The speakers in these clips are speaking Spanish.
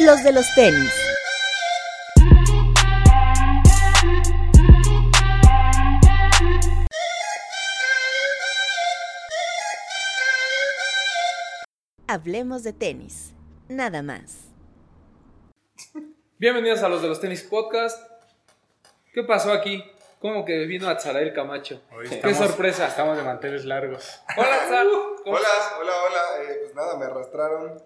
los de los tenis. Hablemos de tenis, nada más. Bienvenidos a los de los tenis podcast. ¿Qué pasó aquí? ¿Cómo que vino Atzarael Camacho? Hoy ¡Qué estamos- sorpresa! Estamos de manteles largos. Hola, Atzar. ¿Cómo- Hola, hola, hola. eh, pues nada, me arrastraron.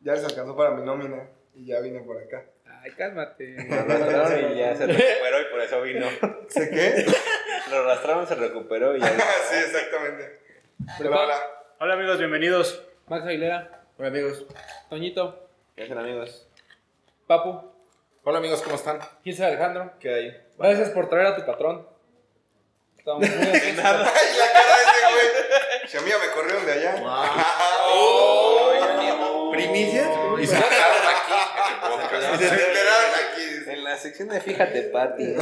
Ya les alcanzó para mi nómina y ya vine por acá. Ay, cálmate. Lo arrastraron y ya se recuperó y por eso vino. ¿Sé qué? Lo arrastraron, se recuperó y ya. sí, exactamente. Hola, hola. Hola amigos, bienvenidos. Max Aguilera, Hola amigos. Toñito, ¿Qué hacen amigos? Papu, Hola amigos, ¿cómo están? Gilsa Alejandro. ¿Qué hay? Gracias por traer a tu patrón. Estamos muy agradecidos. Ay, la cara de ese güey. Si a mí ya me corrieron de allá. ¿Primicias? Y se enteraron aquí. Se enteraron aquí. En la sección de Fíjate Pati.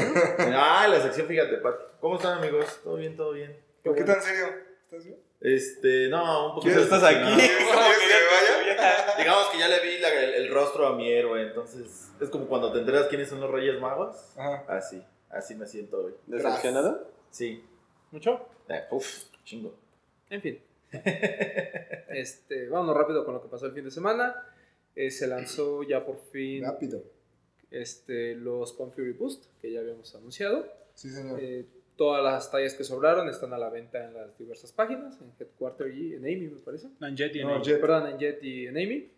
Ah, la sección, fíjate, Pati. ¿Cómo están amigos? ¿Todo bien, todo bien? ¿Por qué tan serio? ¿Estás bien? Este, no, un poquito... ¿Quién estás aquí? ¿Quieres que me vaya? Digamos que ya le vi la- el, el rostro a mi héroe, entonces... Es como cuando te enteras quiénes son los Reyes Magos. Ajá. Así, así me siento hoy. ¿Decepcionado? Sí. ¿Mucho? Eh, Uf, chingo. En fin. Este, vámonos rápido con lo que pasó el fin de semana. Eh, se lanzó ya por fin Rápido. este, los Pump Fury Boost, que ya habíamos anunciado. Sí, señor. Eh, todas las tallas que sobraron están a la venta en las diversas páginas, en Headquarter y en Amy, me parece. Nanjetti No, no, Jet. Perdón, en Jet y en Amy.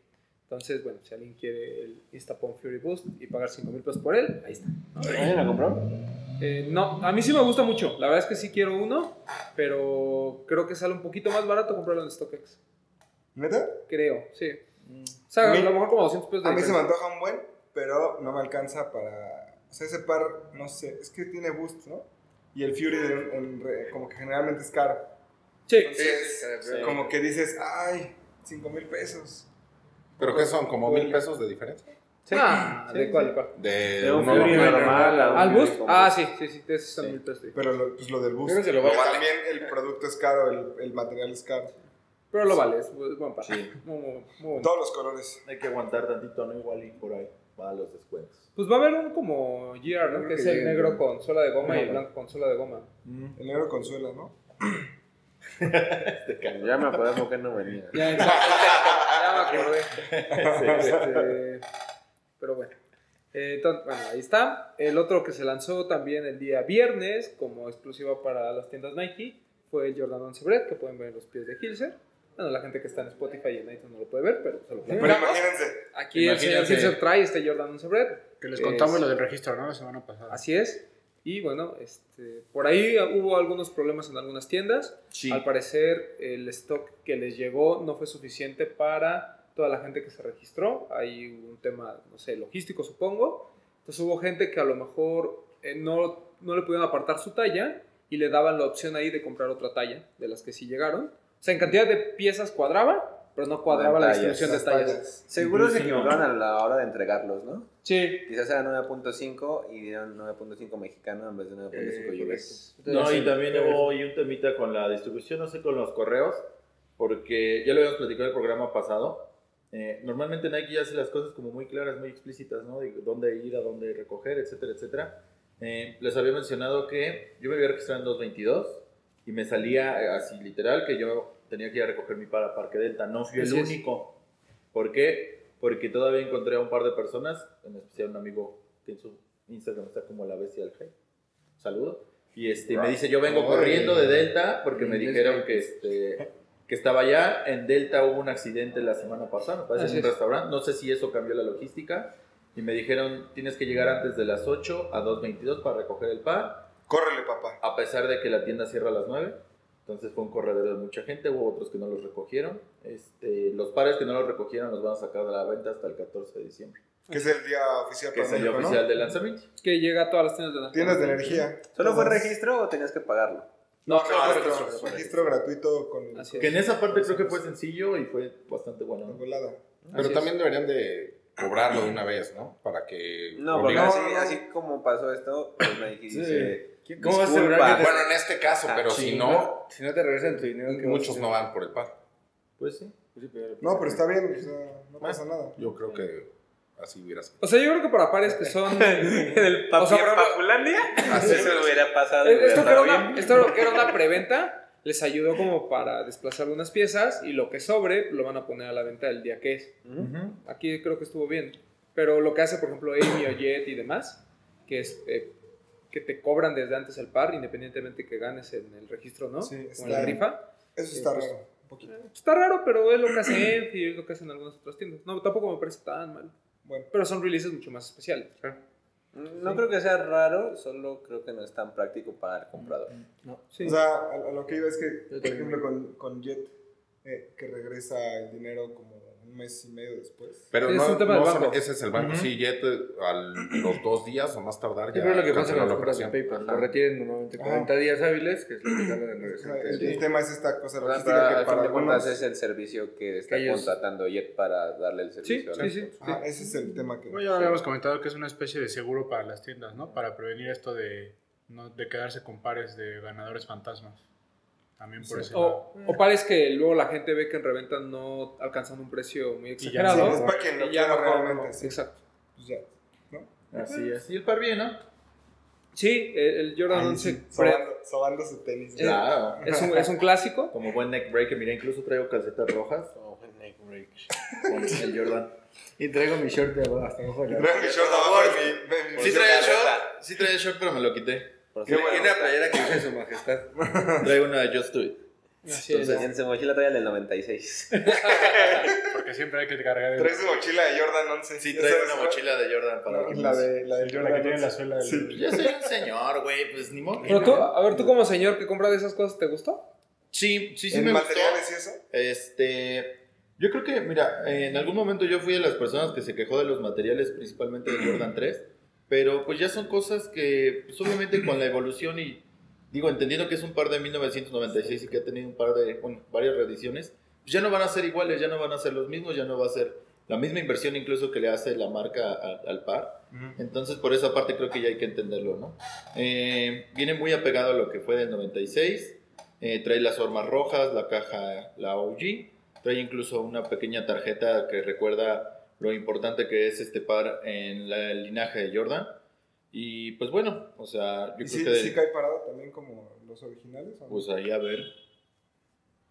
Entonces, bueno, si alguien quiere el Instapon Fury Boost y pagar 5 mil pesos por él, ahí está. ¿Alguien la compró? Eh, no, a mí sí me gusta mucho. La verdad es que sí quiero uno, pero creo que sale un poquito más barato comprarlo en StockX. ¿Neta? Creo, sí. O sea, a A mí- lo mejor como 200 pesos de A mí se me diferencia. antoja un buen, pero no me alcanza para. O sea, ese par, no sé, es que tiene boost, ¿no? Y el Fury, en- en re- como que generalmente es caro. Sí, Entonces, sí. como que dices, ay, 5 mil pesos. ¿Pero qué son? ¿Como mil pesos de diferencia? Ah, ¿de cuál? ¿Cuál? De, De un uno a Fury otro. normal a un ¿Al Fury bus? con Ah, bus. sí, sí, sí, de esos son mil pesos. sí. Pero lo, pues lo del boost. Creo que se lo vale. Pero También el producto es caro, el, el material es caro. Pero lo vale, es bu- buen par. Sí. Muy, muy, muy bueno. Todos los colores. Hay que aguantar tantito, ¿no? Igual y por ahí van los descuentos. Pues va a haber un como GR, ¿no? Creo Que que es el sí, negro ¿no? con sola de goma y el blanco con sola de goma. El negro consuela, ¿no? Este cabrón. Ya me acuerdo que no venía. Ya, ya me acordé. Este, pero bueno. Eh, ton- bueno, ahí está. El otro que se lanzó también el día viernes como exclusiva para las tiendas Nike fue el Jordan 11 Bread, que pueden ver en los pies de Hilser. Bueno, la gente que está en Spotify y en iTunes no lo puede ver, pero se lo pueden Pero ver. imagínense. Aquí el señor Imagínate. Hilser trae este Jordan 11 Bread. Que les Es- contamos lo del registro, ¿no? La semana pasada. Así es. Y bueno, este, por ahí hubo algunos problemas en algunas tiendas. Sí. Al parecer, el stock que les llegó no fue suficiente para toda la gente que se registró. Hay un tema, no sé, logístico, supongo. Entonces hubo gente que a lo mejor eh, no, no le pudieron apartar su talla y le daban la opción ahí de comprar otra talla de las que sí llegaron. O sea, en cantidad de piezas cuadraba, pero no cuadraba la tallas, distribución de las tallas. tallas. Seguro se Sí, equivocaron a la hora de entregarlos, ¿no? Sí. Quizás era 9.5 y dieron 9.5 mexicano en vez de Eh, 9.5 US. No, y también hubo hoy un temita con la distribución, no sé, con los correos, porque ya lo habíamos platicado en el programa pasado. Eh, normalmente Nike hace las cosas como muy claras, muy explícitas, ¿no? De dónde ir, a dónde recoger, etcétera, etcétera. Eh, les había mencionado que yo me había registrado en 222 y me salía eh, así literal que yo tenía que ir a recoger mi para Parque Delta. No fui el Así es. único. ¿Por qué? Porque todavía encontré a un par de personas, en especial un amigo que en su Instagram está como la bestia del G. Saludo. Y este, me dice, yo vengo Ay. corriendo de Delta porque me Inglés, dijeron güey. que, este, que estaba allá. En Delta hubo un accidente la semana pasada, me parece, Así en un es. restaurante. No sé si eso cambió la logística. Y me dijeron, tienes que llegar antes de las 8 a 2.22 para recoger el par Córrele, papá. a pesar de que la tienda cierra a las 9. Entonces fue un corredero de mucha gente, hubo otros que no los recogieron. Este, los pares que no los recogieron los van a sacar de la venta hasta el 14 de diciembre, Que es el día oficial que para es el día México, ¿no? oficial del lanzamiento. que llega a todas las tiendas de la Tiendas de energía. ¿Solo fue Entonces, registro o tenías que pagarlo? No, no, no, no, registro, no, no, no. registro gratuito con, Así Que en es. esa parte creo que fue sencillo y fue bastante con bueno. volada. Así Pero es. también deberían de cobrarlo de una vez, ¿no? Para que... No, pues porque obliguen- no. así, así como pasó esto, pues Nike dice. ¿Cómo vas disculpa. a asegurar que te- Bueno, en este Ah, caso, pero si no, Si no te regresan tu dinero, ¿qué vas a muchos hacer? no van por el par. Pues sí. Pues sí, pero- No, pero está bien, o sea, no pasa nada. Yo creo que Así hubiera sido. O sea, yo creo que para pares que son. En el O sea, por ejemplo- Así Eso hubiera pasado. Eh, hubiera Esto que era estado una, bien. esto que era una preventa les ayudó como para desplazar unas piezas y lo que sobre lo van a poner a la venta el día que es. Ujú. Aquí creo que estuvo bien. Pero lo que hace, por ejemplo, Amy o Jet y demás, que es eh, que te cobran desde antes el par, independientemente que ganes en el registro, ¿no? Sí, o en la está- rifa. Eso está Sí, pues, raro. Un poquito. Está raro, pero es lo que hace Enfi y es lo que hacen algunas otras tiendas. No, tampoco me parece tan mal. Bueno, Pero son releases mucho más especiales. No creo que sea raro, solo creo que no es tan práctico para el comprador. Sí. o sea, a, a lo que iba es que, por también. ejemplo, con, con Jet, eh, que regresa el dinero como un mes y medio después. Pero Es no, un tema del no son- banco. ese es el banco. Sí, Jet eh, a los dos días o más tardar ya. Siempre es lo que pasa canceló con la las compras en operación. PayPal. Lo retienen normalmente Ajá. 40 días hábiles, que es lo que tardan en O sea, regresar. el, el Sí. tema es esta cosa Pero logística al que fin para de cuentas algunos... es el servicio que está ellos- contratando Jet para darle el Sí, servicio. a sí, la- sí. Ajá, ah, ese es el tema que... Bueno, ya habíamos comentado que es una especie de seguro para las tiendas, ¿no? Para prevenir esto de, no, de quedarse con pares de ganadores fantasmas. También por ese lado. O, o pares que luego la gente ve que en reventa no alcanzan un precio muy ya Sí, exagerado. es para quien lo Y ya quiera no realmente. Sí, Sí, Exacto. pues ya. Así, así. El par bien, ¿no? Sí, el, el Jordan Ay, 11 sí, pre- sobando, sobando su tenis. Eh, Claro. es, un, es un clásico. Como buen neck breaker. Mira, incluso traigo calcetas rojas. Con el Jordan. Y traigo mi short de abajo, hasta abajo de la- Creo que yo no voy a mi- de mi- Sí traía short, sí traía short, pero me lo quité. Por Y cierto, una playera que usa su majestad. Traigo una Just Do It. Así es. entonces, en su mochila trae el del 96. Porque siempre hay que cargar el, Trae su mochila de Jordan 11. Sí, Ya traigo sabes, una mochila de Jordan para No, el la, gimnasio. de, la del la que Jordan tiene la 11. suela del... Sí. Yo soy un señor, güey, pues ni modo. Pero tú, a ver, tú como señor que compra de esas cosas, ¿te gustó? Sí, sí, sí ¿En me gustó. materiales y eso? Este, yo creo que, mira, eh, en algún momento yo fui de las personas que se quejó de los materiales, principalmente de Jordan 3, pero pues ya son cosas que, pues obviamente con la evolución y, digo, entendiendo que es un par de 1996 y que ha tenido un par de, bueno, varias reediciones, pues ya no van a ser iguales, ya no van a ser los mismos, ya no va a ser la misma inversión incluso que le hace la marca a- al par. Entonces, por esa parte creo que ya hay que entenderlo, ¿no? Eh, viene muy apegado a lo que fue del 96. eh, trae las formas rojas, la caja, la OG. Trae incluso una pequeña tarjeta que recuerda lo importante que es este par en la- el linaje de Jordan. Y pues bueno, o sea, yo creo ¿Y sí, que... sí cae parado también como los originales? ¿o no? Pues ahí a ver.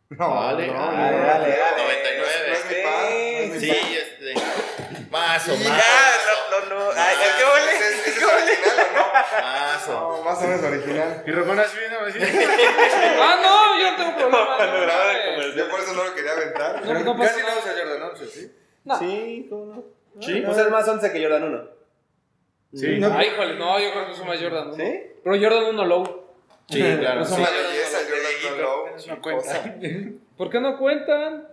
no, vale, no, ah, no, vale, no, ah, no, 99. No es mi par, no es mi Sí, par. este... Más o Ya, más. no, no. ¿Ese es- ese es original o no? Más o No, más o menos original. Y Ramón así viene así. ¡Ah, no! Yo no tengo problema. No, no, Yo por eso no lo quería aventar. no, no pasa Casi no nada. usa Jordan 11, ¿sí? Sí, ¿cómo no? Sí. O sea, es más 11 que Jordan 1. Sí. Ay, híjole, no, yo creo que uso más Jordan 1. ¿Sí? Pero Jordan 1 low. Sí, claro. No son sí. La Jordan belleza, no, Jordan no, no, No cuenta. ¿Por qué no cuentan?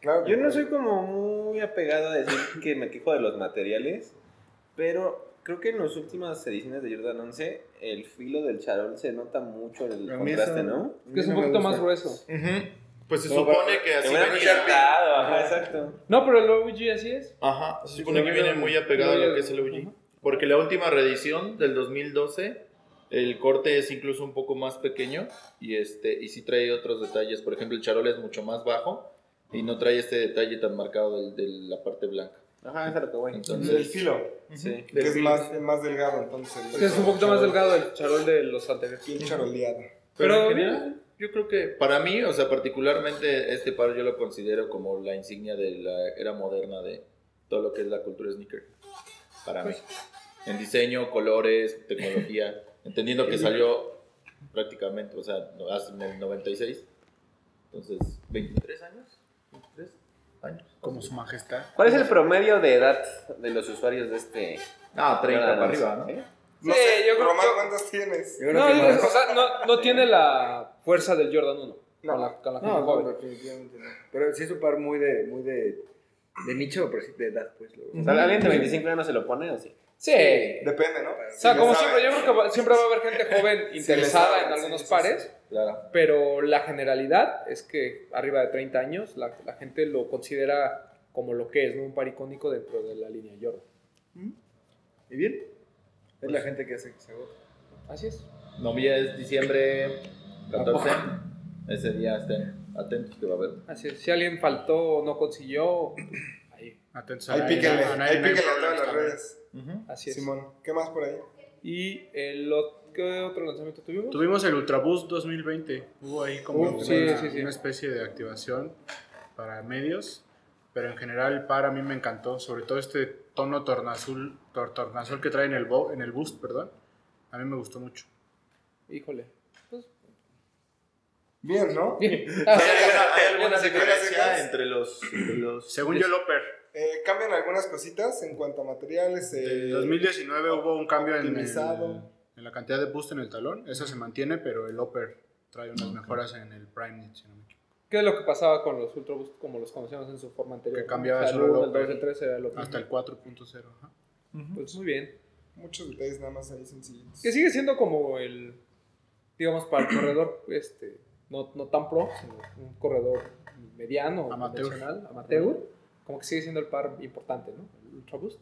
Claro. Yo no soy como muy apegado a decir que me quejo de los materiales, pero creo que en las últimas ediciones de Jordan 11 el filo del charol se nota mucho el A mí eso- contraste, ¿no? Es que es un poquito más grueso. Ujú. Pues se supone que Se así hubiera venía. pintado, ajá, exacto. No, pero el OG así es. Ajá, se supone que viene muy apegado a lo que es el OG. Porque la última reedición del 2012, el corte es incluso un poco más pequeño y este y sí trae otros detalles. Por ejemplo, el charol es mucho más bajo y no trae este detalle tan marcado del- de, la parte blanca. Ajá, es a lo que voy. El Entonces, filo, Sí. que es del- más, es más delgado, entonces. Es que es un poquito más delgado el charol de los anteriores. Bien charoleado. Pero, Pero- en general, yo creo que para mí, o sea, particularmente este par yo lo considero como la insignia de la era moderna de todo lo que es la cultura sneaker. Para mí. En diseño, colores, tecnología, entendiendo que salió prácticamente, o sea, no- hace- en el 96. Entonces, 23 años, 23 años. Como su majestad. ¿Cuál es el promedio de edad de los usuarios de este? Ah, 30 para Jordan 11? arriba, ¿no? ¿Eh? No Sí, sé, yo creo Román, que- ¿cuántos tienes? Yo creo No, que yo- más. o sea, no, no tiene la fuerza del Jordan 1. No. Con la, con la gente No, no, joven. definitivamente no. Pero sí es un par muy de, muy de, de nicho, pero sí de edad, pues. lo- O sea, ¿Alguien de 25 años no se lo pone o sí? Sí. Depende, ¿no? O sea, Si como le sabe. siempre, yo creo que va- siempre va a haber gente joven interesada sabe, en algunos sí, sí, pares, Claro. pero la generalidad es que arriba de 30 años la, la gente lo considera como lo que es, ¿no? Un par icónico dentro de la línea Jordan. Pues ¿Y bien? Es la gente que hace que se agote. Así es. Noviembre es diciembre 14. Ese día estén atentos que va a haber. Así es. Si alguien faltó o no consiguió, pues, ahí. Atentos a Ahí la- píquenle, a nadie, ahí no hay píquenle a todas problemas las también. redes. Ujú. Así es. Simón, ¿qué más por ahí? ¿Y el ot- qué otro lanzamiento tuvimos? Tuvimos el Ultrabus 2020. Hubo ahí como Uh, sí, una, sí, sí. una especie de activación para medios, pero en general para mí me encantó, sobre todo este tono tornazul, tor- tornazul que trae en el, bo- en el boost, perdón. A mí me gustó mucho. Híjole. Bien, ¿no? Bien. ¿Hay alguna Buenas diferencia ideas. entre los, entre los- Según yo, Loper, Eh, cambian algunas cositas en cuanto a materiales. eh, en 2019 hubo un cambio en, el- optimizado. en la cantidad de boost en el talón. Eso se mantiene, pero el Loper trae unas mejoras en el Prime Knit, si no me equivoco. ¿Qué es lo que pasaba con los Ultra Boost como los conocíamos en su forma anterior? Que cambiaba O sea, solo el el 1, el 2, upper. el 3 era lo que. Hasta el 4.0. ajá. Pues muy bien. Muchos detalles nada más ahí sencillitos. Que sigue siendo como el, digamos, para el corredor, este, no, no tan pro, sino un corredor mediano, Amateur. convencional, amateur. Como que sigue siendo el par importante, ¿no? El Ultra Boost.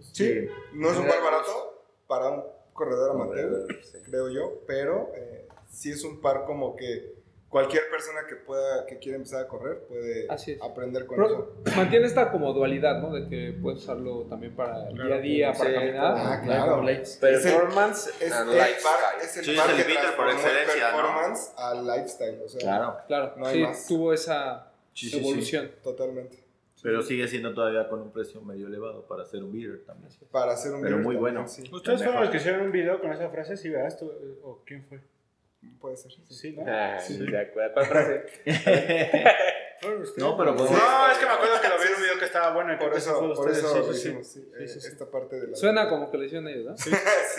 Sí, no es un par barato para un corredor amateur, creo yo, pero eh, sí es un par como que cualquier persona que pueda, que quiera empezar a correr puede Así es. aprender con eso. Pero mantiene esta como dualidad, ¿no? De que puedes usarlo también para el Claro, día a día, para sí, caminar. Ah, claro. Es Performance el and par, lifestyle. es el Sí, par es el que beater por transformó el excelencia, ¿no? performance al lifestyle, o sea, Claro, Claro, No hay sí, más. tuvo esa evolución. totalmente. pero sigue siendo todavía con un precio medio elevado para ser un beater también. Para hacer un Pero beer muy también, bueno. sí, Ustedes fueron Mejor. los que hicieron un video con esa frase, sí, ¿verdad? ¿Tú- ¿O quién fue? puede ser. Sí, ¿no? Ah, No, pero pues- No, es que me acuerdo que lo vi en un video que estaba bueno y creo Por que sí fue eso, por ustedes, eso sí, lo sí, sí. hicimos, sí, eh, sí, sí. esta parte de la... Suena como que le hicieron ellos, ¿no? Sí,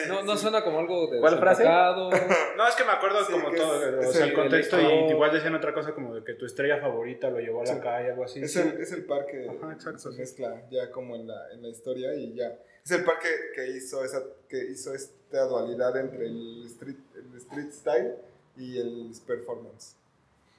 No, sí. no suena como algo de ¿Cuál frase? desempacado. No, es que me acuerdo Sí, como que todo, es- o es sea, el- el contexto el y estado- igual decían otra cosa como de que tu estrella favorita lo llevó a la Sí. calle, algo así. Es sí. el, es el par que Ajá, exacto, se sí. mezcla ya como en la, en la historia y ya. Es el par que, que hizo, esa, que hizo esta dualidad entre el street, el street style y el performance.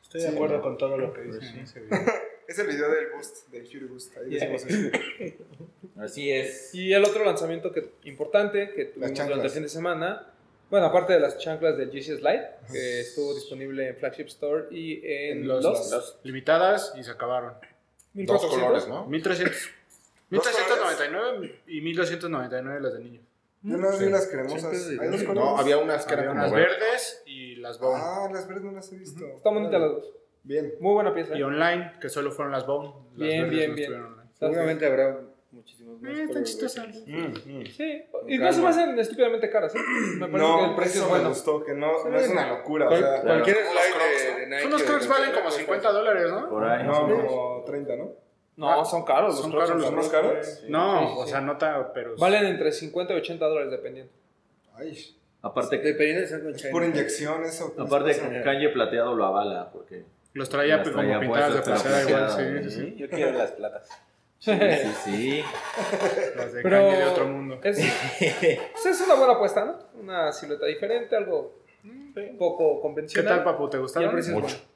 Estoy de Sí, acuerdo ¿no? con todo lo que dicen en ese video. Es el video del boost, del Fury Boost. Ahí Yeah. decimos eso. Así es. Y el otro lanzamiento que, importante que tuvimos chanclas. durante el fin de semana, bueno, aparte de las chanclas del GC Slide, que estuvo disponible en Flagship Store y en En los, los- Limitadas y se acabaron. Dos colores, ¿no? 1300. ¿Dos colores? 1399 y 1299 las de niños. Yo no vi Sí. las cremosas. Siempre ¿Hay dos colores? No, había unas que Había eran unas como verdes. verdes y las Bone. Ah, las verdes no las he visto. Están bonitas las dos. Bien. Muy buena pieza. ¿eh? Y online, que solo fueron las Bone. Las Bien, verdes bien, no bien. estuvieron online. Eh, Seguramente habrá muchísimos más. están colores, chistosas. mm. Sí, y no se me hacen estúpidamente caras, ¿eh? Me parece que el No, precio eso es me bueno. gustó, que no, Sí, no es una no. locura. O Cual- sea, Cualquier Como los slide Crocs, de, ¿no? de Nike. Unos Crocs valen como 50 dólares, ¿no? Por ahí. no, como 30, ¿no? No, son caros. Son Crocs caros ¿Son más caros? No, Sí, sí, o sí. sea, no tan, pero... Valen entre 50 y 80 dólares dependiendo. Ay, Aparte, que- Dependiendo de si algo es China. por inyección eso. pues, aparte pasa. que Kanye plateado lo avala, porque Los traía las pues, traía como pintadas de puestas, pasada igual, plateadas, sí, sí, Yo quiero las platas. Pero sí, sí. Las de Kanye de otro mundo. Es, pues es una buena apuesta, ¿no? Una silueta diferente, algo un poco ¿Qué tal, convencional. papu? ¿Te Y el gustaron? precio es Mucho. bueno.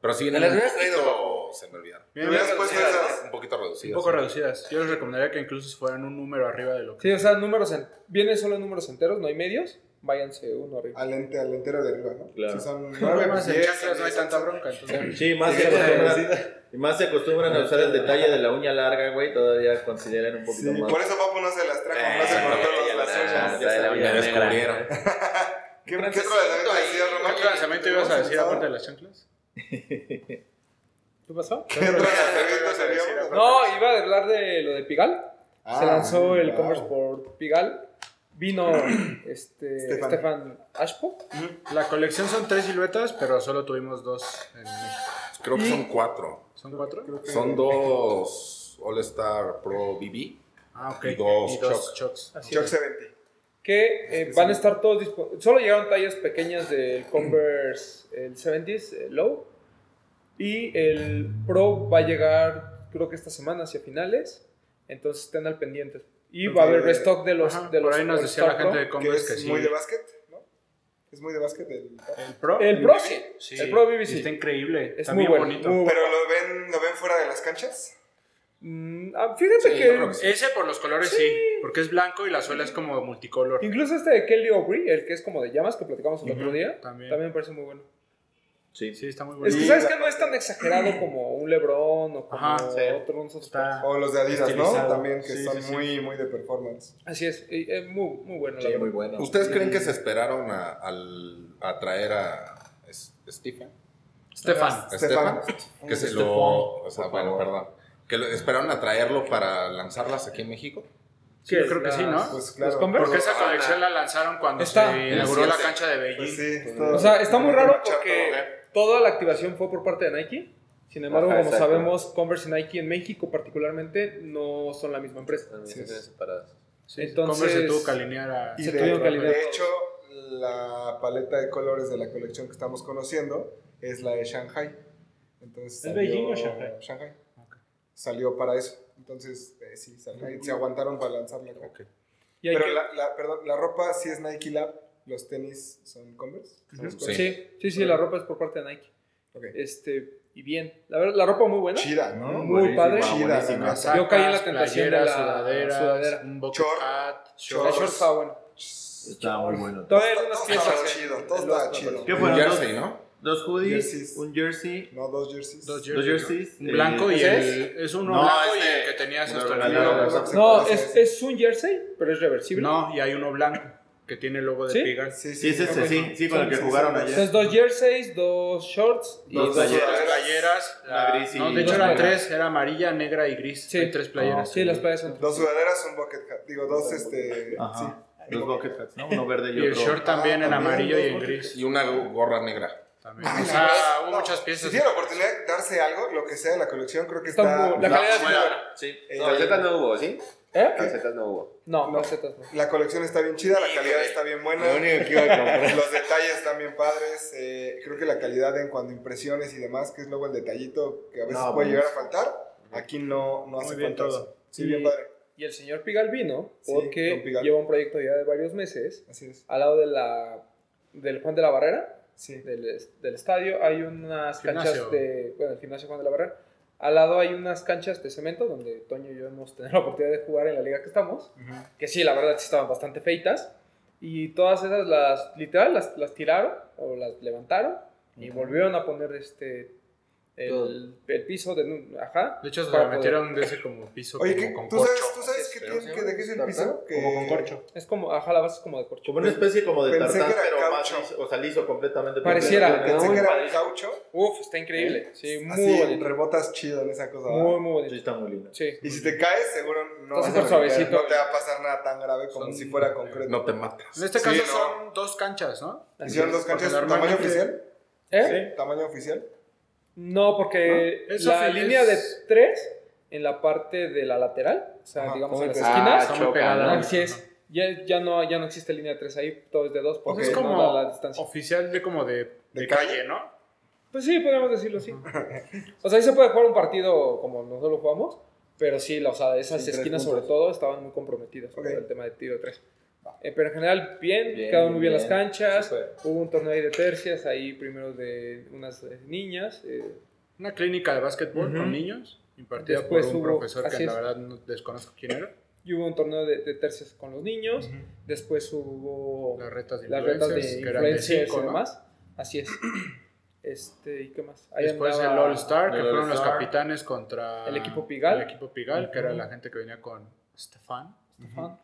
Pero sí, Me vienen las un hubieras traído, poquito... Se me olvidaron. Te Bien, bien, hubieras puesto esas. Un poquito un reducido. poco reducidas. Yo les recomendaría que incluso fueran un número arriba de lo que... Sí, o sea, números en, viene solo números enteros, no hay medios. Váyanse uno arriba. al, ente, al entero de arriba, ¿no? Claro. Si son nueve, pues, Además, en diez, chanclas no hay once, tanta once. bronca, entonces... Sí, más se, acostumbran, y más se acostumbran a usar el detalle de la uña larga, güey. Todavía consideran un poquito Sí, más. por eso Papu no se las trajo, Eh, no se ya cortó las- la- las ya uñas. la- me descubrieron. ¿Qué, ¿qué otro lanzamiento decías, Román? ¿Qué lanzamiento ibas a decir aparte de las chanclas? ¿Qué pasó? ¿Qué otro lanzamiento ¿Qué ibas a sería? decir? No, iba a hablar de lo de Pigal. Ah, se lanzó el claro. Commerce por Pigal. Vino este, Stefan. Stefan Ashpo. La colección son tres siluetas, pero solo tuvimos dos en México. Creo que son cuatro. ¿Son cuatro? Son dos All-Star Pro BB. Ah, ok. Y dos Y Chucks. Chucks. Chuck 70. Que eh, Es que van a sí. estar todos disponibles. Solo llegaron tallas pequeñas del Converse, el 70s, el Low. Y el Pro va a llegar, creo que esta semana, hacia finales. Entonces estén al pendiente. Y va a haber Ok. restock de los. Ajá, de los por ahí nos decía la All-Star gente de Que Converse que, es sí. muy de básquet, ¿no? Es muy de básquet el El Pro. Pro. El Pro sí. Sí, El Pro BBC. Está increíble. Es está muy bien bueno. bonito. muy bueno. Pero lo ven, lo ven fuera de las canchas. Mm, ah, fíjate Sí, que. yo creo que sí. Ese por los colores sí. porque es blanco y la suela es como multicolor. Incluso este de Kelly O'Bree, el que es como de llamas que platicamos el Ujú, otro día, también. también me parece muy bueno. Sí, Sí, está muy Es bonito. que Sí, sabes la- que no es tan exagerado como un Lebron o como Ajá, sí. otro. otros Está- O los de Adidas, ¿no? Estilizado. También que Sí, son sí, sí. muy, muy de performance. Así es, y, eh, muy, muy bueno. la Sí, verdad. muy bueno. ¿Ustedes creen que se esperaron a, al- a traer a es- Stephen? Stefan. ¿A Stefan. Stefan? Que se Stefan, lo... O sea, por bueno, favor. perdón. Que lo- esperaron a traerlo para lanzarlas aquí en México. Sí, yo creo que sí, ¿no? Pues claro. ¿Los Converse? Porque esa colección la lanzaron cuando Está- se inauguró Sí, la sí. cancha de Beijing. Pues sí, está- O sea, está muy raro Chato, porque ¿eh? toda la activación fue por parte de Nike. Sin embargo, Ajá, como exacto. sabemos, Converse y Nike en México particularmente no son la misma empresa. Sí, sí, separadas. Entonces, Converse se tuvo que alinear a... Y se de, tuvieron que alinear de todos. hecho, la paleta de colores de la colección que estamos conociendo es la de Shanghai. Entonces, ¿Es salió- Beijing o Shanghai? Shanghai. Salió para eso. Entonces, eh, sí, salió Mm. y se aguantaron para lanzarla. ¿no? Y hay Pero que- la, la- perdón, la ropa sí es Nike Lab, los tenis son Converse. ¿Son los Converse? Sí. pues, sí, sí, sí, la ropa es por parte de Nike. Ok. Este, y bien, la verdad, la ropa muy buena. Chida, ¿no? Muy padre. Chida, la neta. Yo caí en la tentación de playeras, la sudaderas, sudadera. un boca Short. hat, La short shorts. estaba buena. Está muy bueno. Todavía hay Todo algunas estaba piezas. chido, todo estaba chido. ¿Qué Un fueron? jersey, ¿no? Dos hoodies, Jerseys. un jersey, No, dos jerseys. Dos dos jerseys. Un eh, blanco y ¿ese el... Es uno No, blanco y este- el que tenías uno hasta el blanco. hilo. Los dos No, es, sectores. es un jersey, pero es reversible. No, y hay uno blanco que tiene el logo de ¿Sí? Pigan. Sí, Sí, es ese, ok. sí, sí, con el que Sí, jugaron sí, sí. ayer. Entonces, dos jerseys, dos shorts y Dos dos, playeras. Las playeras, La la- gris y- no, de hecho Dos eran playeras. tres, era amarilla, negra y gris. Sí. Hay tres playeras. Sí, las playas son. Dos sudaderas, un bucket hat. Digo, dos, este. Ajá. sí. Dos bucket hats, ¿no? Uno verde y Y otro. el short también en Ah, también, amarillo y en dos gris. Y una gorra negra. También. Ay, O la verdad, sea, hubo no. muchas piezas. Si tiene la oportunidad de darse algo, lo que sea de la colección, creo que Está está. muy- la la, calidad es muy buena. Sí. Eh, No, calcetas no hubo, ¿sí? ¿Eh? Calcetas no hubo. No, No. calcetas no. la colección está bien chida, la calidad está bien buena. Los detalles están bien padres. eh, creo que la calidad en cuanto a impresiones y demás, que es luego el detallito que a veces puede No, pues. bueno. llegar a faltar, aquí no, no hace bien falta todo. eso. Sí, Y- bien padre. Y el señor Pigal vino Sí, porque don Pigal. lleva un proyecto ya de varios meses. Así es. Al lado de la, del Juan de la Barrera, Sí. del, es- del estadio, hay unas Gimnasio. canchas de. Bueno, el gimnasio Juan de la Barrera. Al lado hay unas canchas de cemento donde Toño y yo hemos tenido la oportunidad de jugar en la liga que estamos. Que sí, la verdad sí estaban bastante feitas. Y todas esas las, literal, las, las tiraron o las levantaron y volvieron a poner este. El, el piso de. nu- Ajá. De hecho, se para la poder- metieron de ese como piso Oye, ¿qué- como con ¿tú corcho. sabes, ¿tú sabes qué Pero tiene sí, que de qué es el piso? Que- Como con corcho. Es como, ajá, la base es como de corcho. Como una especie como de Pensé que tartán, era pero más caucho. liso, o sea, liso completamente. Pareciera. Pensé Muy que era un parecido. caucho. Uf, está ¿Eh? increíble. Sí, muy Así bonito. rebotas chido en esa cosa. ¿verdad? Muy, muy Sí, bonito. está muy lindo. Sí. Y si te caes, seguro Está no, vas a súper brincar, suavecito. no te va a pasar nada tan grave como Son- si fuera concreto. No te matas. En este Sí, caso no. son dos canchas, ¿no? Así Hicieron es. dos canchas. Porque ¿Tamaño normalmente- oficial? ¿Eh? ¿Tamaño oficial? No, porque No, eso la feliz- línea de tres en la parte de la lateral, o sea, Ajá, digamos como en las que- esquinas. Está Ah, muy choca, pegada. ¿no? Así es. Ya, ya, no, ya no existe línea 3 ahí, todo es de 2 porque Ok. Pues Es no como da la distancia. oficial de como de, de ¿De calle? calle, ¿no? Pues sí, podríamos decirlo así. O sea, ahí se puede jugar un partido como nosotros lo jugamos, pero sí, la, o sea, esas Sin tres esquinas sobre puntos. todo estaban muy comprometidas por Ok. el tema de tiro 3. pero en general, bien, Bien, quedaron muy bien, las bien. canchas. Sí Hubo un torneo ahí de tercias, ahí primero de unas eh, niñas. eh, Una clínica de básquetbol Ujú. con niños, impartida Después por un hubo- profesor que así la es. verdad no- desconozco quién era. y hubo un torneo de, de tercias con los niños. Después hubo Las retas de las retas de influencers, que eran de influencers cinco, y ¿no? demás. Así es. Este, ¿y qué más? Ahí Después el andaba- All-Star, que el fueron los All-Star. capitanes contra... El equipo Pigal. El equipo Pigal, que era la gente que venía con Stefan. Ajá.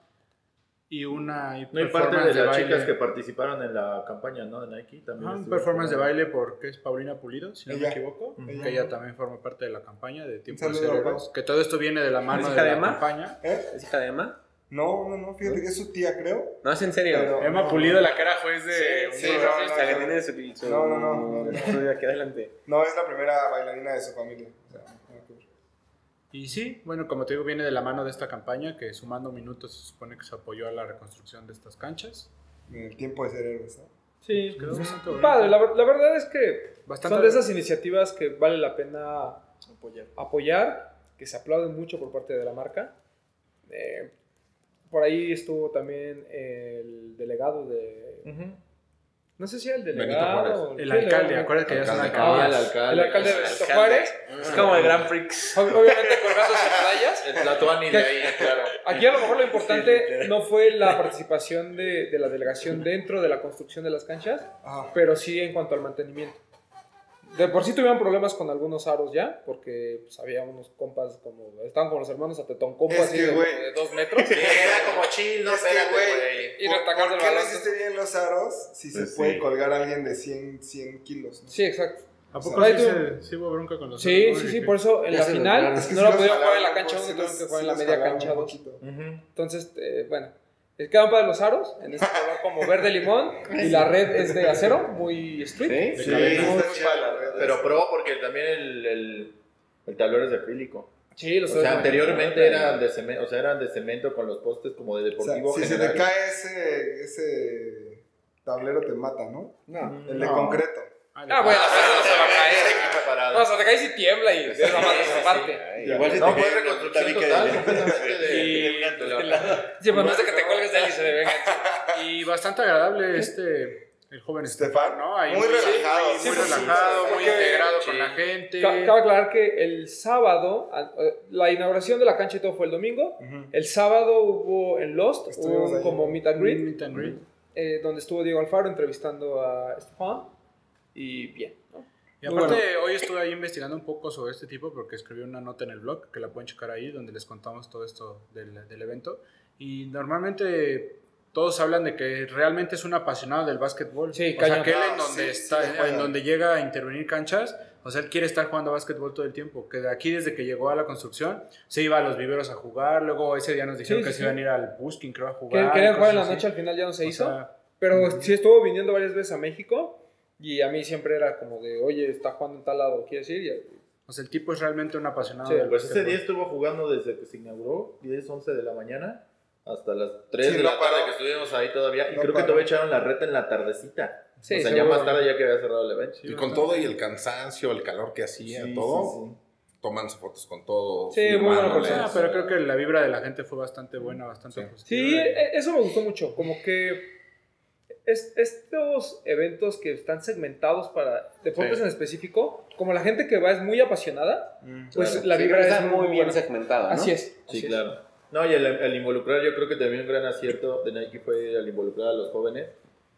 Y una y No hay parte de performance las baile. chicas que participaron en la campaña, ¿no? De Nike también. Ajá, un estuvo performance de como- baile porque es Paulina Pulido, si no me Ella. equivoco, Ella. que ella también forma parte de la campaña de Tiempo de saludo, Cerebros, Pau. que todo esto viene de la mano ¿Es de hija la de Emma? campaña. ¿Eh? ¿Es hija de Emma? No, no, no. Fíjate que es su tía, creo. No, es en serio. Pero- Emma no. Pulido, la que era juez de... Sí, un- no, La que no, tiene no. su- su- No, no, no, no, no. su- Aquí adelante. No, es la primera bailarina de su familia. O sea, nada que ver. Y sí, bueno, como te digo, viene de la mano de esta campaña que sumando minutos se supone que se apoyó a la reconstrucción de estas canchas. En el tiempo de ser héroes, ¿no? Sí, Quedó bastante bonito. Padre, la, ver- la verdad es que Bastante- son de esas iniciativas que vale la pena apoyar, que se aplauden mucho por parte de la marca. Eh, por ahí estuvo también el delegado de... No sé si era el Benito delegado... o- El sí, alcalde, acuérdate que ya son Alcalde. alcaldes. Ah, el alcalde. El alcalde de Benito Juárez. Es como el Grand Prix. Ob- Obviamente con gastos y medallas. La Tuani de ahí, claro. Aquí a lo mejor lo importante no fue la participación de, de la delegación dentro de la construcción de las canchas, Ajá. pero sí en cuanto al mantenimiento. De por sí tuvieron problemas con algunos aros ya, porque pues, había unos compas como. Estaban con los hermanos a tetón compas Es así que, de, güey. de dos metros. Era como chill, no Es que, espérate, güey, güey. y ¿Por, retacar por del qué no balance. hiciste bien los aros si Pues se puede sí. colgar a alguien de 100, 100 kilos? ¿no? Sí, exacto. ¿A sea, poco sí, ahí se, sí hubo bronca con los Sí, otros? sí, Uy, sí, qué- por eso en Ya la se final doblaron. Es que sí no lo los pudieron jugar jalaron en la un cancha poco, 1, sí tuvieron los- que jugar en sí la los media jalaron un cancha 2. poquito. Entonces, eh, bueno, el campo de los aros, en este color como verde limón, y la red es de acero, muy street. ¿Sí? Sí, Muy está padre. chida la red. Pero pro, porque también el, el, el tablero es de acrílico. Sí, O los sea, otros- anteriormente eran de cemento, o sea, eran de cemento con los postes como de O sea, deportivo si se general. te cae ese, ese tablero te mata, ¿no? No. El de concreto. Ah, bueno, pero no se va a caer. No, Preparado. o sea, te caes y tiembla y es la parte. Igual No, fue reconstrucción total, completamente de- Y- de una tonelada. Sí, pues no es de que te cuelgues de él y se le venga encima. Y bastante agradable este, el joven Estefan, Estefan, ¿no? Ahí muy relajado, muy sí, sí, relajado, sí, muy sí. integrado con Sí. la gente. Ca- Cabe aclarar que el sábado, al- eh, la inauguración de la cancha y todo fue el domingo. El sábado hubo en Lost, Estuvimos hubo ahí. como meet and greet, Meet and greet. eh, donde estuvo Diego Alfaro entrevistando a Estefan. Y bien, ¿no? Y Muy aparte, hoy estuve ahí investigando un poco sobre este tipo porque escribí una nota en el blog que la pueden checar ahí donde les contamos todo esto del, del evento. Y normalmente todos hablan de que realmente es un apasionado del básquetbol. Sí, o sea, cañón. que él en Ah, donde, sí, está, sí, juega. en donde llega a intervenir canchas, o sea, él quiere estar jugando básquetbol todo el tiempo. Que de aquí, desde que llegó a la construcción, se iba a los viveros a jugar. Luego ese día nos dijeron Sí, que sí, se iban a ir al Buskin, creo, a Que- jugar. Querían jugar en cosas la así. noche, al final ya no se O hizo. sea, Pero Ujú. sí estuvo viniendo varias veces a México y a mí siempre era como de, oye, está jugando en tal lado, ¿quieres ir? Y- o sea, el tipo es realmente un apasionado Sí, del Pues ese básquetbol. día estuvo jugando desde que se inauguró, 10, 11 de la mañana, hasta las 3 Sí, de no la tarde paró. que estuvimos ahí todavía. Y No creo que paró. todavía echaron la reta en la tardecita. Sí, o sea, ya seguro. más tarde, ya que había cerrado el evento. Y con todo y el cansancio, el calor que hacía, todo, toman fotos con todo. Sí, muy buena firmándoles. persona, Ah, pero creo que la vibra de la gente fue bastante buena, bastante Sí. positiva. Pues, Sí, e- eso me gustó mucho, como que es- estos eventos que están segmentados para deportes Sí. en específico, como la gente que va es muy apasionada, mm, pues Claro. la Sí, vibra pero es está muy bien buena. segmentada, ¿no? Así es. Sí, así es. claro. No, y el, el involucrar, yo creo que también un gran acierto de Nike fue al involucrar a los jóvenes,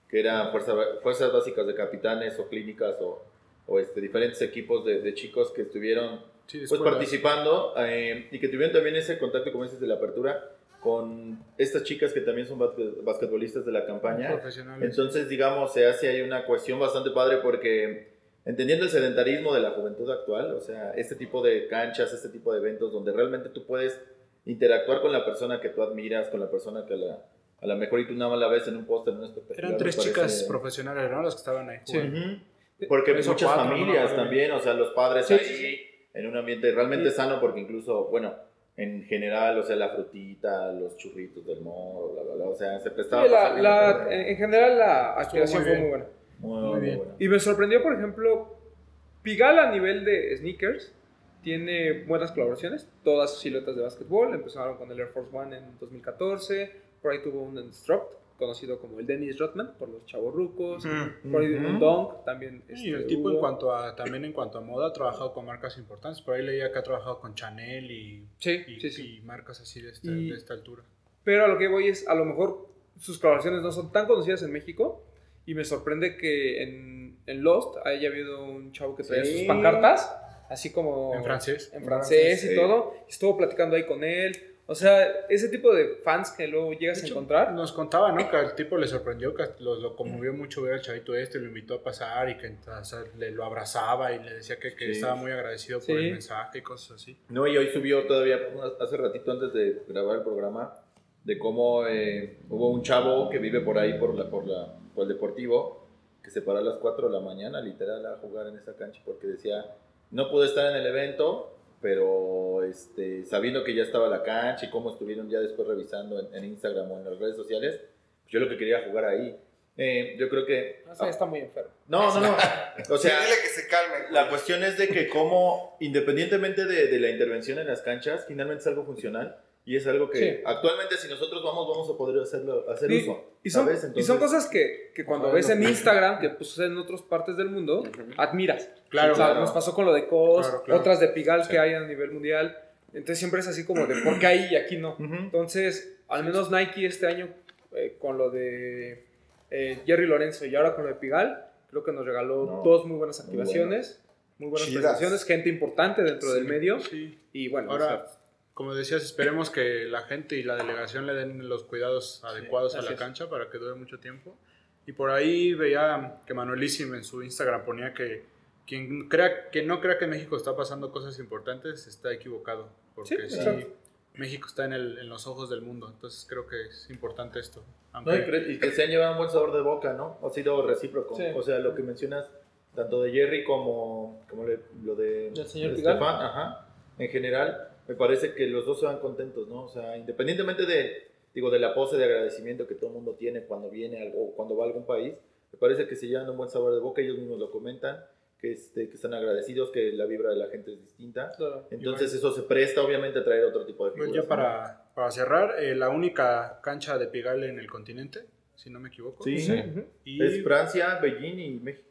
que eran fuerza- fuerzas básicas de capitanes o clínicas o, o, este, diferentes equipos de, de chicos que estuvieron Sí, pues, después participando eh, y que tuvieron también ese contacto, como dices, de la apertura con estas chicas que también son basque- basquetbolistas de la campaña. profesionales. Entonces, digamos, se hace ahí una cuestión bastante padre porque entendiendo el sedentarismo de la juventud actual, o sea, este tipo de canchas, este tipo de eventos donde realmente tú puedes interactuar con la persona que tú admiras, con la persona que a la, a la mejor y tú nada más la ves en un póster, en un espectacular. Eran me tres parece- chicas profesionales, ¿no? Las que estaban ahí. jugando. Ujú. Porque Tres o muchas cuatro, familias ¿no? también, o sea, los padres Sí, ahí sí, en un ambiente realmente sano porque incluso, bueno, en general, o sea, la frutita, los churritos del moro, bla, bla, bla, o sea, se Sí, prestaba... la- bastante la- bien. en en general la Estuvo aspiración muy fue bien. muy buena. Muy, Muy muy bien. bueno. Y me sorprendió, por ejemplo, Pigal a nivel de sneakers tiene buenas colaboraciones, todas siluetas de básquetbol, empezaron con el Air Force One en 2014, por ahí tuvo un Instruct, conocido como el Dennis Rodman, por los chavos rucos, por ahí un Dunk también. Sí, este, el tipo en hubo. cuanto a, también en cuanto a moda ha trabajado con marcas importantes. Por ahí leía que ha trabajado con Chanel y, Sí, y- sí, sí. y marcas así de, este- Y- de esta altura. Pero a lo que voy es, a lo mejor sus colaboraciones no son tan conocidas en México, y me sorprende que en, en Lost haya habido un chavo que traía Sí. sus pancartas, así como... En francés. Oh, en francés y Sí. todo. y Estuvo platicando ahí con él. O sea, ese tipo de fans que luego llegas De a hecho, encontrar. Nos contaba, ¿no? Que al tipo le sorprendió, que lo, lo conmovió mucho ver al chavito este, lo invitó a pasar y que o sea, le lo abrazaba y le decía que, que Sí. estaba muy agradecido por Sí. el mensaje y cosas así. No, y hoy subió todavía, pues, hace ratito antes de grabar el programa, de cómo eh, hubo un chavo que vive por ahí, por, la, por, la, por el deportivo, que se paró a las 4 de la mañana, literal, a jugar en esa cancha, porque decía, no pude estar en el evento, pero este, sabiendo que ya estaba la cancha y cómo estuvieron ya después revisando en, en Instagram o en las redes sociales, pues, yo lo que quería jugar ahí. Eh, yo creo que... O sea, está muy enfermo. No, no, no. O Sí, sea, dile que se calme. la güey. cuestión es de que como, independientemente de, de la intervención en las canchas, finalmente es algo funcional y es algo que Sí. actualmente si nosotros vamos, vamos a poder hacerlo, hacer Y, uso. y son, ¿sabes? y son Entonces, cosas que, que cuando Ojalá ves no en pase. Instagram, que pues en otras partes del mundo, admiras. Claro, O sea, claro. Nos pasó con lo de Cos, Claro, claro. otras de Pigal que hay a nivel mundial. Entonces siempre es así como de por qué ahí y aquí no. Ujú. Entonces, al menos Nike este año, eh, con lo de eh, Jerry Lorenzo y ahora con lo de Pigal, Creo que nos regaló No, dos muy buenas muy activaciones, muy buenas Chidas. presentaciones, gente importante dentro del medio. Sí. Y bueno, Ahora, o sea, Como decías, esperemos que la gente y la delegación le den los cuidados adecuados a así la es. cancha para que dure mucho tiempo. Y por ahí veía que Manuelísimo en su Instagram ponía que quien, crea, que no crea que México está pasando cosas importantes está equivocado. Porque Sí, sí, exacto. México está en, el- en los ojos del mundo. Entonces creo que es importante esto. No, y, Aunque- cre- y que se han llevado un buen sabor de boca, ¿no? Ha sido recíproco. Sí. O sea, lo que mencionas, tanto de Jerry como, como le- lo de Del señor de Pigal. Estefan, ajá, en general, me parece que los dos se van contentos, ¿no? O sea, independientemente de, digo, de la pose de agradecimiento que todo el mundo tiene cuando viene al- o cuando va a algún país, me parece que se llevan un buen sabor de boca, ellos mismos lo comentan, que, este, que están agradecidos, que la vibra de la gente es distinta. claro. Entonces eso se presta, obviamente, a traer otro tipo de Pues Bueno, figuras. Pues ya ¿no? para, para cerrar, eh, la única cancha de Pigal en el continente, si no me equivoco. Sí, Ujú. Y, es Francia, Beijing y México.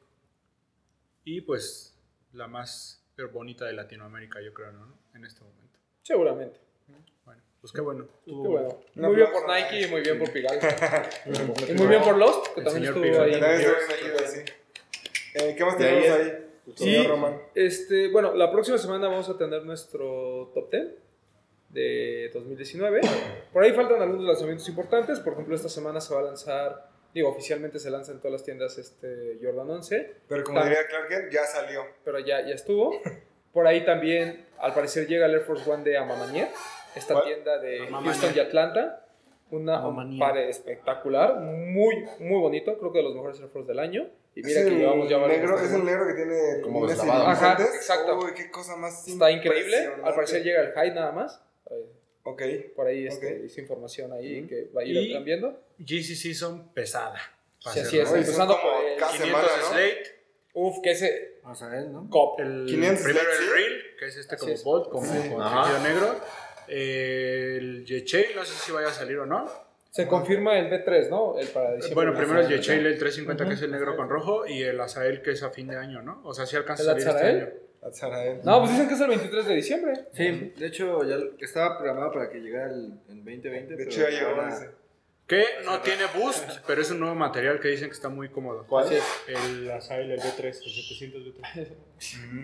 y pues la más bonita de Latinoamérica, yo creo, ¿no? En este momento. seguramente. Bueno, pues qué bueno. Qué Tú- bueno. Un Muy bien aplauso por a Nike y muy bien por Pigal. Y muy Muy bien por Lost, que El también señor estuvo Pigal. ahí. También está bien ayuda, sí. Eh, ¿Qué más De ahí tenemos ahí? Y Señor Román. este, bueno, la próxima semana vamos a tener nuestro top 10 de 2019. Por ahí faltan algunos lanzamientos importantes. Por ejemplo, esta semana se va a lanzar, digo, oficialmente se lanza en todas las tiendas este Jordan 11, Pero como diría Clark Kent, ya salió. pero ya, ya estuvo. Por ahí también, al parecer, llega el Air Force One de Amamanier, esta ¿Cuál? tienda de Amamanier. Houston y Atlanta. Una, un Amamanier. par espectacular, muy, muy bonito. Creo que de los mejores Air Force del año. Y mira es que el llevamos ya varios negro, meses. Es el negro que tiene Como líneas deslavado. Ajá, iluminantes. exacto. Uy, qué cosa más Está increíble. impresionante. Al parecer llega el high nada más. Eh, Ok. Por ahí este, Ok. hice información ahí Ujú. que va a ir Y- están viendo. GC Season pesada. Pa' Sí, así es. cerrar. Oye, son empezando como por el cada 500 semana, ¿no? Slate, Uf, que ese Vamos a ver, ¿no? cop. el 500 primero Slate, el sí. Reel, que es este Así como es. Bolt, como Sí. con Ajá. sentido negro. Eh, El Yeche, no sé si vaya a salir o no. Se confirma el B3, ¿no? El para diciembre. Bueno, primero el Yeche Ajá. el 350, que es el negro con rojo, y el Azael, que es a fin de año, ¿no? O sea, si alcanza a ¿El salir este Azrael? año. Azarael. No, pues dicen que es el 23 de diciembre. Sí, de hecho, ya lo- estaba programado para que llegara el, en 2020. De pero hecho, ya llegó ahora- ese. Que no tiene boost, pero es un nuevo material que dicen que está muy cómodo. Así es. El Azael, el B3, el 700 B3. Mm.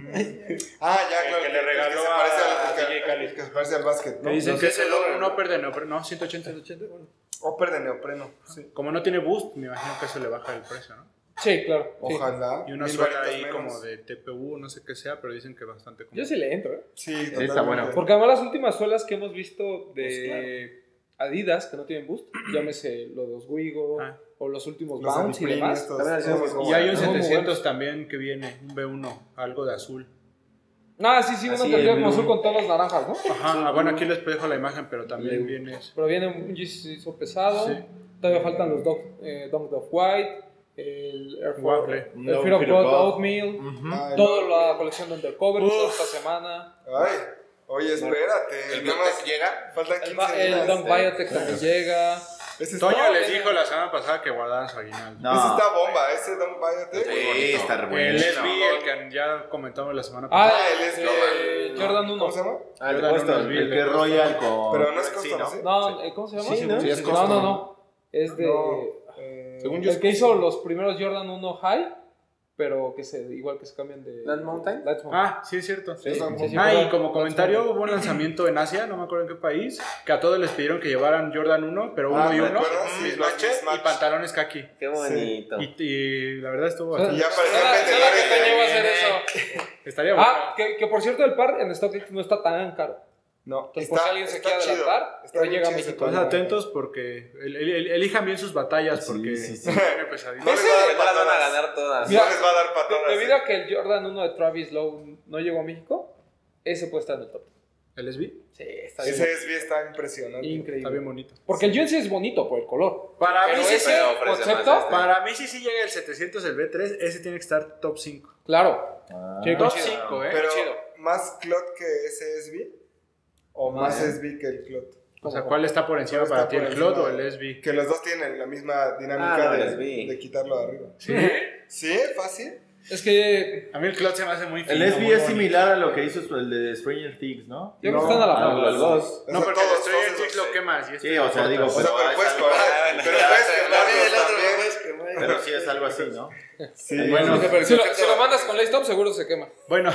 Ah, ya, El claro. que le el regaló se a parece al- DJ el Khaled. que se parece al básquet, Me ¿no? dicen No que sé es si el lo- un upper de neopreno, no, 180. 180, bueno. Upper de neopreno. Sí. Como no tiene boost, me imagino que se le baja el precio, ¿no? Sí, claro. sí. Ojalá. Y una Mil suela varitas ahí menos. como de TPU, no sé qué sea, pero dicen que bastante cómodo. Yo sí le entro, ¿eh? Sí, está totalmente. buena. Porque además las últimas suelas que hemos visto de Adidas que no tienen boost, llámese los dos Wigo Ah. o los últimos Los Bounce y Supreme, demás. estos- A ver, estos- sí, Y hay un Muy bueno. 700 también que viene, un B1, algo de azul. Ah, sí, sí, uno Así tendría es, como ¿no? azul con todas las naranjas, ¿no? Ajá, ah, bueno, aquí les dejo la imagen, pero también viene eso. Pero viene un GC pesado. Sí. Todavía faltan los Dog, eh, Dog Dog White, el Air Waffle. Force, el No, Fear of Fear God, of God. Mm. Oatmeal, Ay, no. toda la colección de Undercover que salió Uf. esta semana. Ay, oye, espérate. El nada Biotech más llega. faltan El, 15 ba- el días. Dunk Biotech también llega. Ese está, Toño les no. dijo la semana pasada que guardaran su aguinaldo. No. ese está bomba, ese Don Biotech. Sí, está re El buenísimo. SB, el que ya comentamos la semana Ah, pasada. el el, Esco, eh, el- Jordan 1. ¿Cómo se llama? Ah, el Jordan Boston, uno es Bill, el que el es Boston. Royal con... Pero no es Sí, custom, ¿sí? No, eh, ¿cómo se llama? Sí, ¿no? Sí, es no, custom. no, no. Es de. No, eh, Según yo el que hizo los primeros Jordan 1 High, pero que se, igual que se cambian de. Land Mountain? Lance Mountain. Ah, sí, es cierto. Sí, sí, sí, Ah, pero- y como comentario, hubo un lanzamiento en Asia, no me acuerdo en qué país, que a todos les pidieron que llevaran Jordan 1, pero uno Ah, y ¿me uno, acuerdas? Sí, los mismatches mismatch. y pantalones kaki. Qué bonito. Y, y la verdad estuvo Suena- bastante. ya parecía suena- vendedor suena que de- te lleva a hacer eso. Estaría bueno. Ah, que, que por cierto, el par en StockX no está tan caro. No, Entonces, por si alguien se quiere adelantar, pero muy llega a chido ese México. Toño. Entonces, atentos porque el- el- el- elijan bien sus batallas porque sí, se pone pesadito. No No les va a dar las van a patadas. ganar todas. No Mira, les va a dar patadas. ¿eh? Debido a que el Jordan 1 de Travis Lowe no llegó a México, ese puede estar en el top. ¿El SB? Sí, está Ese SB está impresionante. Increíble. Está bien bonito. Porque el UNC es bonito por el color. Para Pero mí, sí, ese sí, pero ofrece concepto, más este. para mí sí, sí llega el 700, el B3, ese tiene que estar top 5. claro. Ah. Sí, top chido. 5, ¿eh? Pero, chido. ¿más Clot que ese SB? ¿O más SB que el Clot? o sea, ¿cuál está por encima ¿Cuál para está ti, por el Clot o encima? el SB? Que los dos tienen la misma dinámica Ah, no, el de, SB. de quitarlo de arriba. Sí. ¿Sí? ¿Fácil? Es que A mí el Cloud se me hace muy El fino. SB muy es bonito. similar a lo que hizo el de Stranger Things, ¿no? yo creo que No, están a la Ah, par. los dos. No, O sea, porque el todos, Stranger todos Things los- eh, lo quemas. y este Sí, o sea, lo digo, O sea, pues, pero ay, puedes sal- cobrar, pero puedes quemarlos también. pero sí es algo así, ¿no? Sí, Bueno, sí. Si lo, si lo mandas con la stop seguro se quema. Bueno,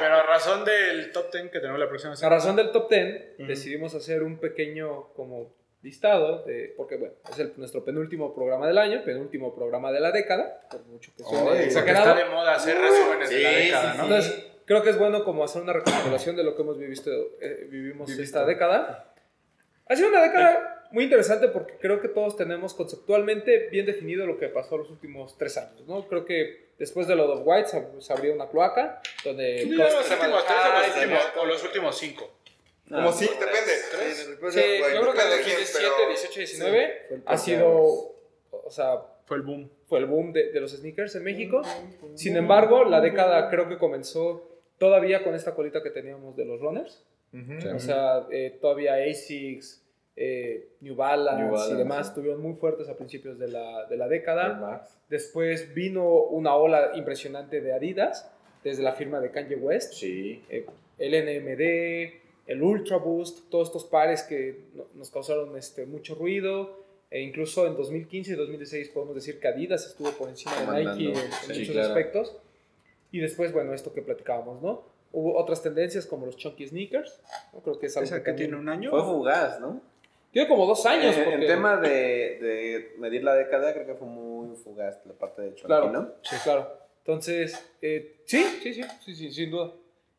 pero a razón del top 10 que tenemos la próxima A semana. razón del top 10, decidimos hacer un pequeño como listado, de, porque bueno, es el- nuestro penúltimo programa del año, penúltimo programa de la década, por mucho que suene Oye, Porque está de exagerado. moda hacer resúmenes de la sí, década, sí, ¿no? Entonces, creo que es bueno como hacer una recapitulación de lo que hemos vivido, eh, vivimos esta década. Ha sido una década muy interesante porque creo que todos tenemos conceptualmente bien definido lo que pasó los últimos tres años, ¿no? Creo que después de lo de White se, se abrió una cloaca donde... Sí, todos los tenemos- últimos tres Ah, o los Ay, últimos, o los últimos cinco. Como sí, depende. Sí, yo creo que el 2017, 18, 19 ha sido, o sea, Fue el boom. fue el boom de, de los sneakers en México. Sin embargo, la década creo que comenzó todavía con esta colita que teníamos de los runners. O sea, eh, todavía ASICS, eh, New, Balance New Balance, y demás sí. estuvieron muy fuertes a principios de la, de la década. Max. Después vino una ola impresionante de Adidas, desde la firma de Kanye West Sí. el NMD, el Ultra Boost, todos estos pares que no- nos causaron este, mucho ruido. E incluso en 2015 y 2016 podemos decir que Adidas estuvo por encima de Comandando, Nike en, en sí, muchos claro. aspectos. Y después, bueno, esto que platicábamos, ¿no? Hubo otras tendencias como los chunky sneakers. ¿no? Creo que es algo ¿Esa que también- tiene un año? Fue fugaz, ¿no? Tiene como dos años. Eh, porque- En tema de, de medir la década, creo que fue muy fugaz la parte de Chonky, Claro. ¿no? Sí, claro. Entonces, eh, sí, sí, sí, sí, sí, sin duda.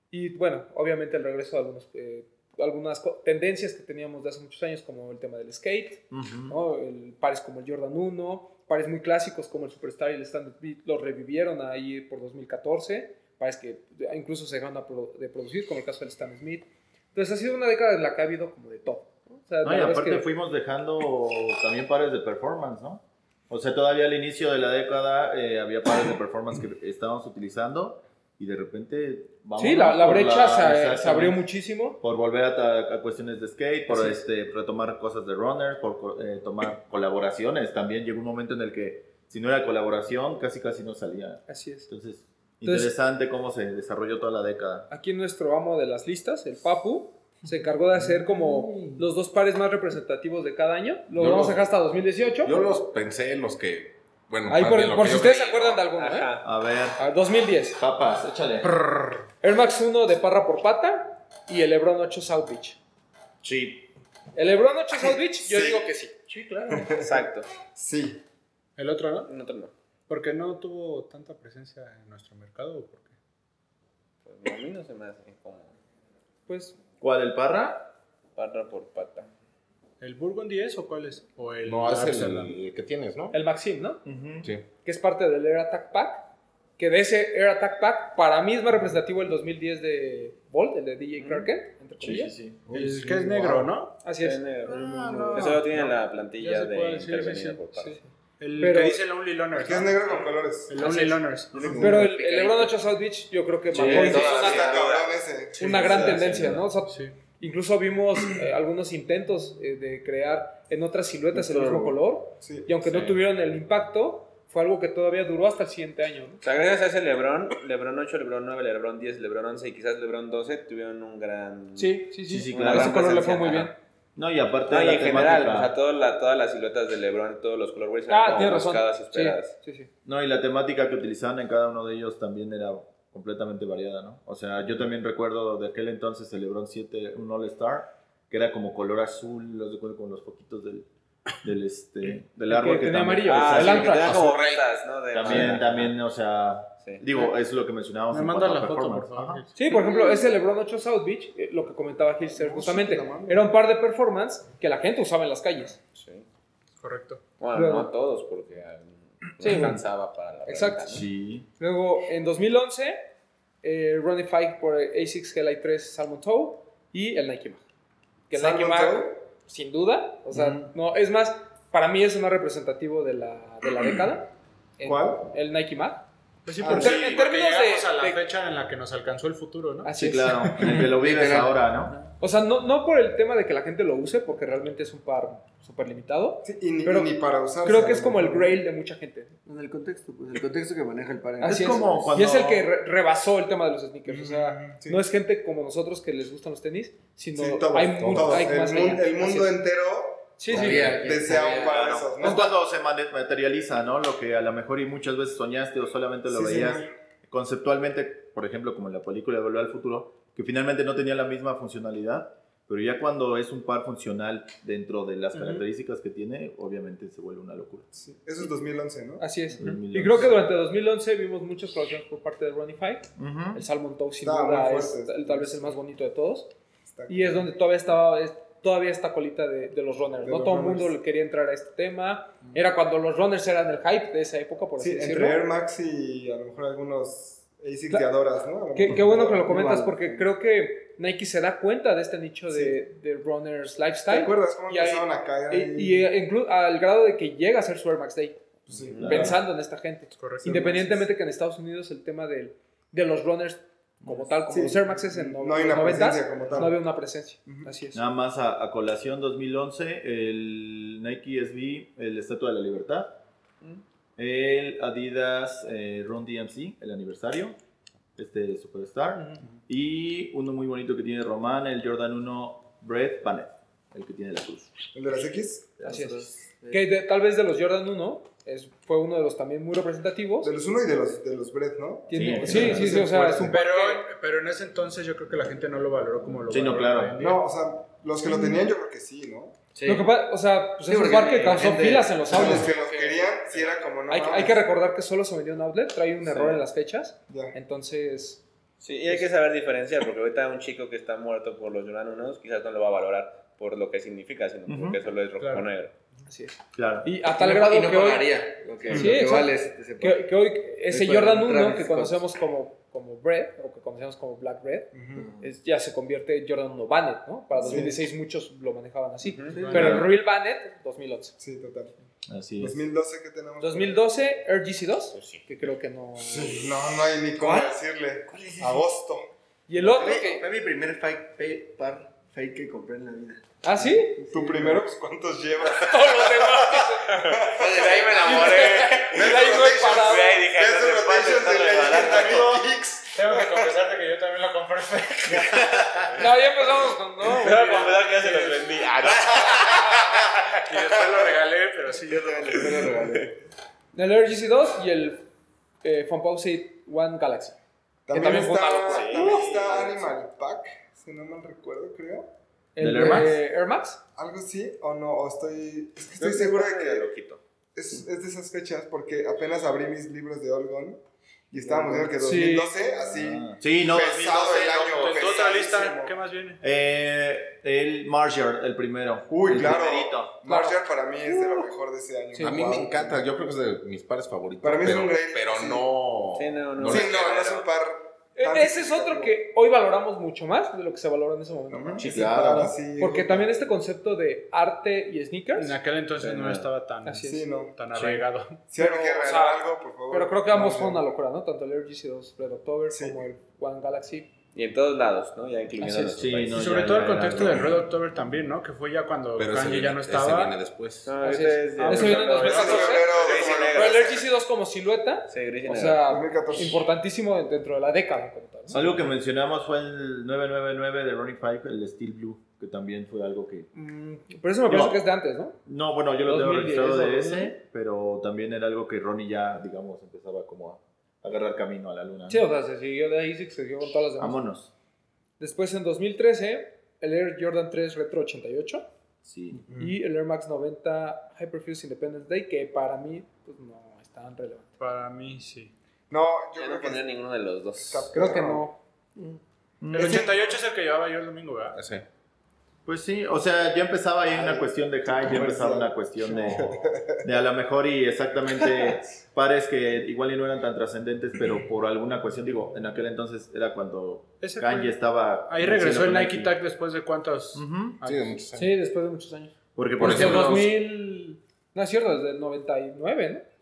Y bueno, obviamente el regreso de algunos, eh, algunas co- tendencias que teníamos de hace muchos años, como el tema del skate, ¿no? El- pares como el Jordan 1, pares muy clásicos como el Superstar y el Standard Beat, los revivieron ahí por 2014, pares que incluso se dejaron a pro- de producir, como el caso del Stan Smith. Entonces ha sido una década en la que ha habido como de todo. ¿no? O sea, la No, y verdad es aparte que- fuimos dejando también pares de performance, ¿no? O sea, todavía al inicio de la década eh, había pares de performance que estábamos utilizando y de repente vamos sí, la, la por brecha la- se- eh, se, exactamente. abrió muchísimo. Por volver a, ta- a cuestiones de skate, por Así es. este, retomar cosas de runners, por co- eh, tomar colaboraciones. También llegó un momento en el que si no era colaboración, casi casi no salía. Así es. Entonces, Entonces- interesante cómo se desarrolló toda la década. aquí nuestro amo de las listas, el Papu, se encargó de hacer como los dos pares más representativos de cada año. Lo Yo vamos los- a dejar hasta 2018. Yo los pensé, los que. Bueno, Ahí más por, bien lo por que si yo ustedes se creí, acuerdan de ¿no? alguno, ¿eh? Ajá. A ver, Ah, 2010. papas, échale. Air Max 1 de parra por pata y el Lebron 8 South Beach. Sí. El Lebron 8 South Beach, yo digo que sí. Sí, claro. Exacto. Sí. El otro, ¿no? No, no. Porque no tuvo tanta presencia en nuestro mercado. ¿o por qué? Pues, a mí no se me hace como Pues ¿Cuál, el parra? pata por pata. ¿El Burgundy es o cuál es? ¿O el No, es el, Amsterdam? el que tienes, ¿no? el Maxim, ¿no? Sí. Que es parte del Air Attack Pack. Que de ese Air Attack Pack, para mí es más representativo el 2010 de Bolt, el de DJ Clark Kent, entre comillas. sí. El Sí, que es wow. negro, ¿no? Así es. Eso lo tiene en la Ya plantilla se de puede, sí, sí, intervenida sí, por pata. sí. El Pero- que dice el Only Loners. Que es ¿no? negro con colores. El Only Loners. Pero el, el Lebron 8 South Beach, yo creo que marcó todavía. incluso una- Está cabrón ese. una gran tendencia, ¿no? O sea, Sí. incluso vimos eh, algunos intentos eh, de crear en otras siluetas el mismo color, Sí. y aunque no tuvieron el impacto, fue algo que todavía duró hasta el siguiente año, ¿no? Te agregas a ese Lebron, Lebron 8, Lebron 9, Lebron 10, Lebron 11 y quizás Lebron 12 tuvieron un gran... Sí, sí, sí. Sí, sí, claro. Ese color le fue Ajá. muy bien. No, y aparte No, de y la en general, temática- o sea, todas la- todas las siluetas de Lebron, todos los colorways Ah, eran tienes razón. como buscadas y Sí, esperadas. sí, sí. No, y la temática que utilizaban en cada uno de ellos también era completamente variada, ¿no? O sea, yo también recuerdo de aquel entonces el LeBron 7, un All-Star, que era como color azul, los recuerdo con los foquitos del, del, este, del El árbol. que tenía también- amarillo. Ah, el sí, que Amtrak. tenía como Azul Rey. rentas, ¿no? De- También, Ajá. también, o sea, Sí. digo, es lo que mencionábamos. Me en mandas cuanto la a foto, por performance. favor. Ajá. Sí, por ejemplo, ese LeBron 8 South Beach, eh, lo que comentaba Hilster justamente, la mames. era un par de performance que la gente usaba en las calles. Sí. Correcto. Bueno, Luego. no todos, porque ah, no Sí, bueno. alcanzaba para la Exacto. renta, ¿no? Sí. Luego, en 2011, eh, Ronnie Fike por A6 Hellite 3 Salmon Toe y el Nike Mag. Que el Nike Salmon Mag, Toe. sin duda, o sea, no, es más, para mí es el más representativo de la, de la década. En- ¿Cuál? El Nike Mag. Pues sí, Ah, porque, sí, porque en términos de- llegamos a la de- fecha en la que nos alcanzó el futuro, ¿no? Así Sí, es. claro. En el que lo vives Literal. ahora, ¿no? O sea, no, no por el tema de que la gente lo use, porque realmente es un par súper limitado. Sí, y ni, Pero ni para usar. Creo que es como el grail de mucha gente. En el contexto, pues el contexto que maneja el padre. Así es. como cuando- Y es el que re- rebasó el tema de los sneakers. pues, O sea, Sí. no es gente como nosotros que les gustan los tenis, sino Sí, todos, hay, mu- todos. hay El, más mu- allá. el Así mundo es. entero Sí, sí. Podría. desea un par de Claro. esos, Es ¿no? cuando se mane- materializa, ¿no? Lo que a lo mejor y muchas veces soñaste o solamente lo Sí, veías señor. conceptualmente, por ejemplo, como en la película de Volver al Futuro, que finalmente no tenía la misma funcionalidad, pero ya cuando es un par funcional dentro de las Ujú. características que tiene, obviamente se vuelve una locura. Sí, Eso es 2011, ¿no? Así es. Ujú. Y creo que durante 2011 vimos muchas producciones por parte de Runify. El Salmon Toe, sin Estaba muy duda, fuerte, es tal, estaba muy vez el fuerte. más bonito de todos. Está Y es donde todavía estaba es- todavía esta colita de, de los runners. De no los todo el runners. mundo le quería entrar a este tema. Era cuando los runners eran el hype de esa época, por así Sí, decirlo. entre Air Max y a lo mejor algunos ASICs de Claro. Adoras, ¿no? A lo Qué, mejor. qué bueno que lo comentas Igual. porque creo que Nike se da cuenta de este nicho Sí. de, de runners ¿Te lifestyle. acuerdas cómo Y ahí- empezaron a caer? Y, ahí? y, eh, inclu- al grado de que llega a ser su Air Max Day, Pues sí. Claro. pensando en esta gente. Correcto. Independientemente que en Estados Unidos el tema del- de los runners como tal, como Sí. los Air Maxes en no, No hay una los 90s, presencia como tal. no había una presencia. Ujú. Así es. Nada más a, a colación 2011, el Nike SB, el Estatua de la Libertad, el Adidas eh, Run DMC, el aniversario, este Superstar, Ujú. y uno muy bonito que tiene Román, el Jordan 1 Brett Panet, el que tiene la cruz. ¿El de las X? Así es. eh. Que de- tal vez de los Jordan 1 es, fue uno de los también muy representativos. De los uno y de los, de los Brett, ¿no? Tiene- Sí, sí, sí, sí, ese o sea, fue- es un Pero, pero en ese entonces yo creo que la gente no lo valoró como lo Sí, no, valora claro. hoy en día. No, o sea, los que lo tenían yo creo que sí, ¿no? Sí. Lo que pasa, o sea, pues Sí, es un porque par que la causó gente- filas en O los sea, outlets. los que los querían sí era como no. Hay, mames. hay que recordar que solo se vendió un outlet, trae un Sí. error en las fechas, Ya. entonces... Sí, y hay que saber diferenciar, porque ahorita un chico que está muerto por los Jordan unos quizás no lo va a valorar por lo que significa, sino Ujú, porque solo es rojo claro. o negro. Así es. Claro. Y a tal grado Ah, y no que, hoy, pagaría lo que, Sí, lo que exacto. vale ese- ese que, que hoy ese Después Jordan de 1 Travis que Scott. conocemos como, como Bread, o que conocemos como Black Bread, Ujú. es- ya se convierte en Jordan 1 Bannett, ¿no? Para Sí. 2016 muchos lo manejaban así. Ujú. Pero el Real Bannett, 2011. Sí, total. Así es. 2012, ¿qué tenemos? 2012, RGC2, sí. que creo que no... Sí, no, no hay ni cómo decirle. Agosto. Y el otro Fue, que... fue mi primer fake, pe- par fake que compré en la vida. ¿Ah, sí? ¿Tu primero? Pues, ¿Cuántos llevas? Todos los demás. Desde ahí me enamoré. De ahí no he parado. De ahí dije, Ves no se puede rotations estar de regalando. Legend Tiny Kicks. Tengo que confesarte que yo también lo compré. No, ya empezamos con... No, Pero la verdad que ya se los vendí. Ah, no. Y después lo regalé, pero sí, yo lo El RGC 2 y el eh, Fanpause One Galaxy. También, también fue está, una locura. también Sí. está Animal Pack, si no mal recuerdo, creo. El ¿Del de Air Max? Ah, Air Max. Algo sí o no, o estoy, es que estoy seguro de De que loquito. es, es de esas fechas porque apenas abrí mis libros de Olgon y estábamos viendo que 2012, así, Ah. Sí, no, Pues, pesado 2012, el año. no, En tu otra lista, pesadísimo. ¿qué más viene? Eh, el Marger, el primero. Uy, El claro. primerito. Marshall para mí es de lo mejor de ese año. Sí. A mí Wow. me encanta, yo creo que es de mis pares favoritos. Para mí es pero, un great, Pero sí. no. Sí, no, no. Sí, no, no es un par. Eh, tan Ese es otro significativo. que hoy valoramos mucho más de lo que se valoró en ese momento. No manches, Sí, claro. para así- Porque también este concepto de arte y sneakers, En aquel entonces Pero- no estaba tan, Así Sí, no. tan arraigado. Si alguien Pero, quiere o sea, regalar algo, por favor. pero creo que ambos no, fueron no. una locura, ¿no? Tanto el RGC 2 Red October Sí. como el One Galaxy. Y en todos lados, ¿no? Ya incluyendo Así es. nuestro Sí, país. no, Y sobre ya- todo ya el era contexto otro. del Red October también, ¿no? Que fue ya cuando Pero ese Kanye ya viene- no Ese estaba. viene después. No, Así este es. Ah, ya- Eso viene en los no, meses no, no, febrero, gris y como- negro. Pero el RGC 2 como silueta, Sí, gris y o negro. sea, 2014. importantísimo dentro de la década. como tal, ¿no? Algo que mencionamos fue el 999 de Ronnie Pike, el Steel Blue, que también fue algo que... Mm, Pero eso me parece No. que es de antes, ¿no? No, bueno, yo lo 2010 tengo registrado o de 2011. ese, pero también era algo que Ronnie ya, digamos, empezaba como a agarrar camino a la luna. ¿no? Sí, o sea, se siguió de ahí, se siguió con todas las demás. Ah. Vámonos. Después en 2013, el Air Jordan 3 Retro 88 Sí. y el Air Max 90 Hyperfuse Independence Day, que para mí pues, no es tan relevante. Para mí, sí. No, yo Ya creo no que pondría ninguno de los dos. está Creo que perro. no. El 88 es el que llevaba yo el domingo, ¿verdad? Ese. Pues sí, o sea, ya empezaba ahí una cuestión de hype, ya empezaba una cuestión de, de a lo mejor y exactamente pares que igual y no eran tan trascendentes, pero por alguna cuestión, digo, en aquel entonces era cuando Ese fue- Kanye estaba... Ahí regresó el haciendo Nike Tag después de cuántos. Ujú. Sí, de años. muchos años. Sí, después de muchos años. Porque, por Por Este Desde el ejemplo, 2000... Pues No es cierto, desde el 99, ¿no?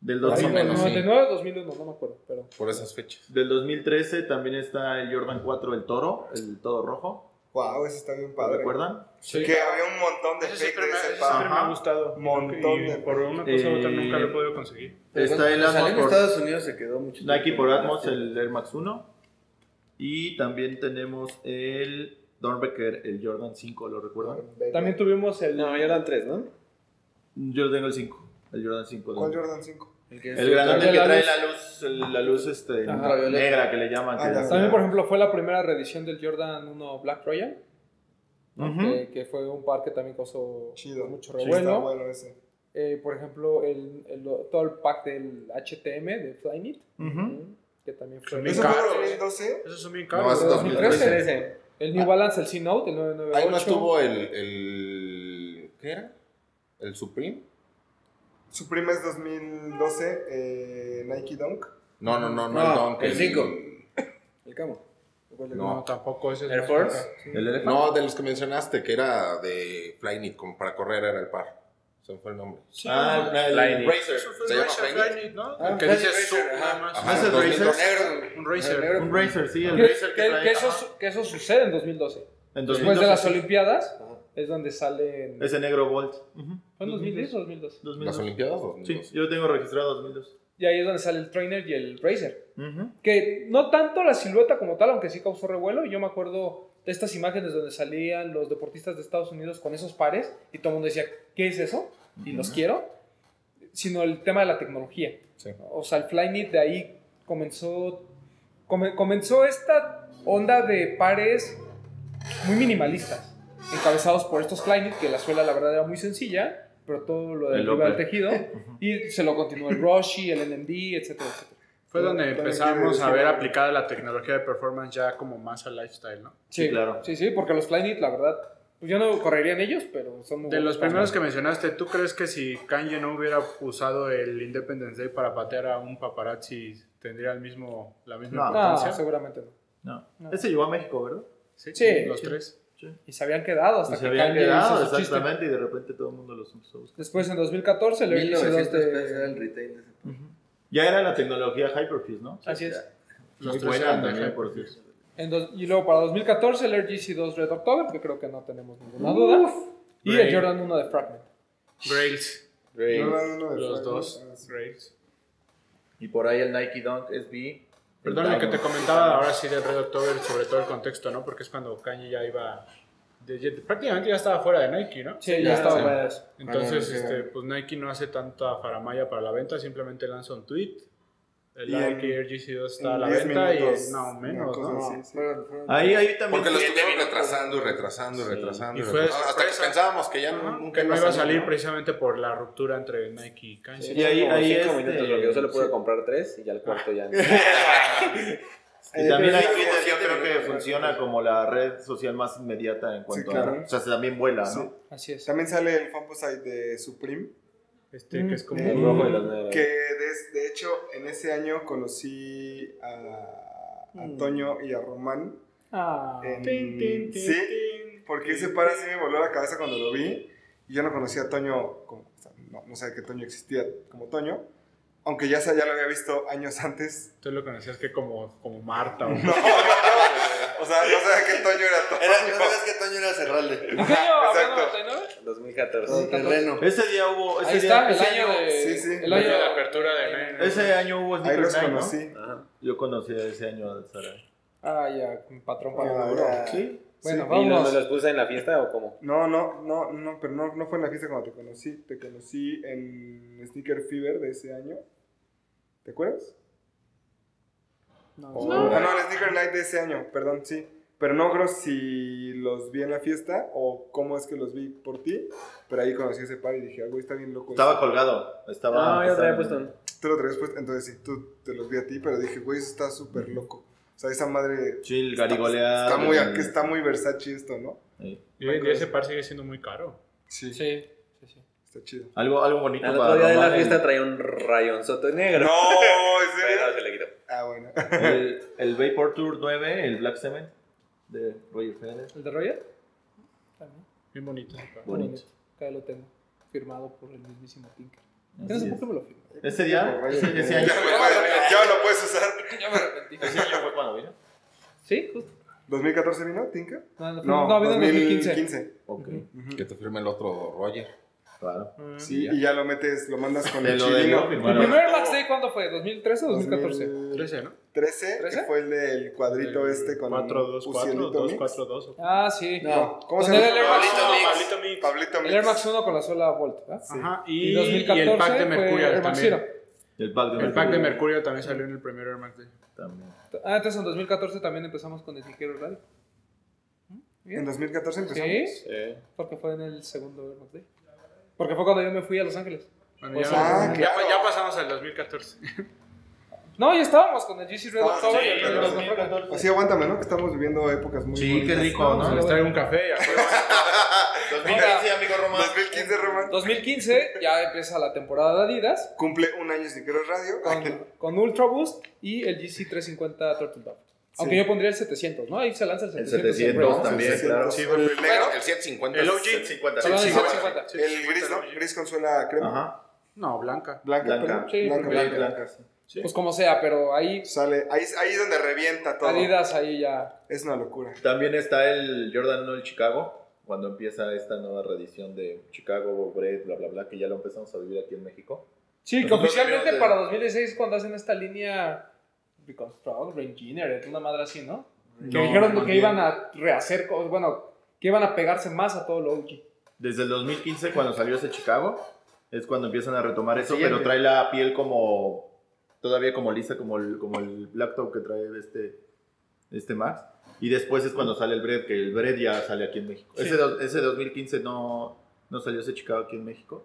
del Más o 2000 menos, sí. 99 2001, no me acuerdo, pero... Por esas fechas. Del 2013 también está el Jordan 4, el toro, el todo rojo. Wow, ese está bien ¿Lo padre. recuerdan? Sí. que había un montón de Ese fake siempre, de me, ese ese siempre me par. ha gustado. Montón Y de- Por una cosa u otra Eh, nunca lo he podido conseguir. Está el pues, Cuando salió Atmos en por Estados Unidos se quedó mucho tiempo. Nike por Atmos, el Air Max 1. Y también tenemos el Dornbecker, el Jordan 5, ¿lo recuerdan? También tuvimos el. No, ya eran tres, ¿no? Yo tengo el 5, el Jordan 5. ¿Cuál Jordan 5? El que es El grandote El que de la trae luz. la luz, el- la luz este, Ajá. negra que le llaman. que Ah, es- ya. También, por ejemplo, fue la primera reedición del Jordan 1 Black Royal, Ujú. que, que fue un par que también causó Chido. mucho Sí, está revuelo. bueno ese. Eh, por ejemplo, el, el- todo el pack del HTM de Flyknit, Ujú. que también fue. Me ¿Eso encanta. fue en 2012? Esos son bien No, caros. hace ¿verdad? 2013. El New Balance, el C-Note, el 998. Ahí no estuvo el, el. ¿Qué era? ¿El Supreme? Supreme es 2012, eh, Nike Dunk. No, no, no, no, No, el Dunk. el cinco. El camo. No, No, tampoco ese es Air más Force. caro. Sí. El elefante. no, de los que mencionaste, que era de Flyknit, como para correr era el par. Se me fue el nombre. Sí, Ah, no, el Lightning. Racer. eso fue ¿se un llama Racer Flyknit? Flyknit, ¿no? Ah, El que Flyknit dice Racer, Zoom, ajá. nada más. Ajá, Ah, el Racer. Un Racer. Negro. Un Racer, sí, el Que, Racer que que- trae. que eso, ajá. su- que eso sucede en 2012. En Después de 2012, las sí. Olimpiadas, Ajá. es donde salen. Ese negro Volt. Ujú. ¿Fue en 2010 o 2012? 2012. ¿Las Olimpiadas? o no? Sí, yo tengo registrado 2002. Y ahí es donde sale el trainer y el racer. Ujú. Que no tanto la silueta como tal, aunque sí causó revuelo. Yo me acuerdo de estas imágenes donde salían los deportistas de Estados Unidos con esos pares y todo el mundo decía, ¿qué es eso? Y los quiero. Sino el tema de la tecnología. Sí. O sea, el Flyknit de ahí comenzó, come- comenzó esta onda de pares muy minimalistas, encabezados por estos Flyknit, que la suela la verdad era muy sencilla, pero todo lo del El arriba del upper. tejido, y se lo continuó el Roshi, el NMD, etcétera, etcétera. Fue donde También empezamos quiere a ver decir- aplicada la tecnología de performance ya como más al lifestyle, ¿no? Sí, claro. Sí, sí, porque los Flyknit, la verdad, pues yo no correría en ellos, pero son muy De buenos los primeros que para- mencionaste, ¿tú crees que si Kanye no hubiera usado el Independence Day para patear a un paparazzi, tendría el mismo, la misma No. No, importancia? Ah, seguramente no. No. No. Ese llegó a México, ¿verdad? Sí. Los tres. Y se habían quedado Y hasta se que habían Kanye quedado, hizo su chiste. exactamente, y de repente todo el mundo los empezó a buscar. Después en 2014 le 1900 1900 pesos era el retail. de ese. Ya era la tecnología Hyperfuse, ¿no? Así es. Los Muy tres buena eran de también, Hyperfuse. Hyperfuse. En dos- y luego para 2014 el RGC 2 Red October, que creo que no tenemos ninguna duda. y Great. el Jordan 1 de Fragment. Grails. Jordan uno de Los Flyknit. dos. Ah, sí. Grails. Y por ahí el Nike Dunk SB. Perdón, lo que te comentaba ahora sí del Red October, sobre todo el contexto, ¿no? Porque es cuando Kanye ya iba... de- ya- prácticamente ya estaba fuera de Nike, ¿no? Sí, ya estaba. fuera de eso. Entonces, Ah, no, no, este, pues Nike no hace tanta faramaya para la venta, simplemente lanza un tweet. El Y en- Nike Air GC2 está a en la 10 venta minutos, y no una menos, cosa ¿no? así, sí. Fueron- fueron- Ahí, ahí también. Porque lo fue- estuvieron retrasando y retrasando y Sí. retrasando. Y y fue de retrasando, hasta que sorpresa. pensábamos que ya Ajá, nunca que no iba a salir ¿no? precisamente por la ruptura entre Nike y Kanye. Y ahí, Como ahí cinco este, minutos, porque yo solo pude sí. comprar tres y ya el cuarto ya. no. Y Eh, también pero ahí sí, Twitter sí, yo sí, creo sí, que sí. funciona como la red social más inmediata en cuanto claro. a... O sea, también vuela, Sí. ¿no? Así es. También sale el fanposite de Supreme. Este, que es como... El rojo y los negros. Que de, de hecho, en ese año conocí a, a Toño y a Román. Ah, En- sí, porque ese par así me voló la cabeza cuando lo vi. Y yo no conocía a Toño, como, o sea, no, no sabía que Toño existía como Toño. Aunque ya, sa- ya lo había visto años antes. Tú lo conocías que como, como Marta o... No, no, no. O sea, no sabía que Toño era Toño. Era, no sabes que Toño era Cerralde. ¿En qué año? exacto. Oh, 99? 2014. Todo terreno. Ese día hubo... Ese Ahí está, día, el ese año de. sí, sí. El año de la apertura de Ese año hubo Ahí Sneaker los Night, ¿no? conocí. Ajá. Yo conocí ese año a Sara. Ah, ya, mi patrón para Ahora- ¿Sí? Bueno, ¿Y los, vamos. me los puse en la fiesta o cómo? No, no, no, no, pero no, no fue en la fiesta cuando te conocí. Te conocí en Sneaker Fever de ese año. ¿Te acuerdas? No, O- Ah, no, en Sneaker Night de ese año, perdón, sí. Pero no creo si los vi en la fiesta o cómo es que los vi por ti. Pero ahí conocí ese par y dije, ah, güey, está bien Pues loco. Estaba esto". colgado. Estaba... Ah, No, yo te estaba- había Ah, puesto un. Tú lo traías puesto, entonces sí, tú te los vi a ti, pero dije, güey, eso está súper loco. O sea, esa madre. Chill, está- garigoleado. Está muy, el- que está muy Versace esto, ¿no? Sí. Y hoy en día ese par sigue siendo muy caro. Sí, Sí, sí, sí. está chido. Algo, algo bonito Al para otro día de la aromar el- fiesta traía un rayonzote negro. No, ¿en Pero serio? se le quitó. Ah, bueno. el, el Vapor Tour 9, el Black Cement de Roger Federer. ¿El de Roger? También. Bien bonito ese par. Bonito. Acá lo tengo. Firmado por el mismísimo Tinker. Yo no Así sé es. por qué me lo firmó. Ese día, ese, ese año, Ya, me puedes- ya lo puedes usar. Ya me arrepentí. ese año fue cuando vino. Sí, justo. ¿2014 vino Tinka? No, no, No, no, vino en 2015. 2015. Ok, Que te firme el otro Roger. claro. Sí, y ya lo metes, lo mandas con Te el lo debió chilino. Ah. ¿El firmar. primer Max Day cuándo fue? ¿2013 o 2014? 13, ¿no? 13, que ¿Trece? fue el del cuadrito este con 4-2-4-2-4. 4-2-4-2. Ah, sí. No, ¿cómo se Donde llama? era Pues el Air Max Pablito Mix. Pablito El Mix. Air Max 1 con la sola Volt, ¿verdad? Ajá. Y, Y, 2014 y el pack de fue Mercurio Air Max también. Zero. El pack de El pack de Mercurio también salió en el primer Air Max Day. También. Ah, entonces en 2014 también empezamos con el Tijero Radio. En 2014 empezó. Sí, porque fue en el segundo Air Max Day. Porque fue cuando yo me fui a Los Ángeles. Bueno, O ya, sea, ya- claro. ya pasamos al 2014. No, ya estábamos con el GC Red Ah, October sí, y el pero Red sí, October. Así aguántame, ¿no? Que estamos viviendo épocas muy Sí, qué bonitas. rico, ¿no? ¿no? Les traigo un café y a juego. 2015, amigo Román. 2015, Román. 2015 ya empieza la temporada de Adidas Cumple un año sin querer radio. con, con Ultra Boost y el GC350 Turtle Dove. Aunque Sí. yo pondría el 700, ¿no? Ahí se lanza el El 700. 700 Bronce, también, sí, claro. sí, Sí, fue el negro. El 750. El OG. 750. Perdón, el Sí, bueno. 750. El gris, ¿no? Gris con suela crema. Ajá. No, blanca. Blanca, Blanca. perdón. Sí, blanca, blanca. blanca, blanca, sí. Pues como sea, pero ahí Sale, ahí, es- ahí es donde revienta todo. Adidas ahí ya. Es una locura. También está el Jordan 1, el Chicago, cuando empieza esta nueva reedición de Chicago, Bread, bla, bla, bla, que ya lo empezamos a vivir aquí en México. Sí, que Nosotros oficialmente vimos de- para 2016 cuando hacen esta línea Reconstruct, Reengineered, una madre así, ¿no? Que No, dijeron más que bien. iban a rehacer cosas, bueno, que iban a pegarse más a todo lo OG. Desde el 2015, cuando salió ese Chicago, es cuando empiezan a retomar eso, Siguiente. pero trae la piel como. todavía como lisa, como el, como el black top que trae este, este Max. Y después es cuando sale el Bread, que el Bread ya sale aquí en México. Sí. Ese, dos- ese 2015 no, no salió ese Chicago aquí en México,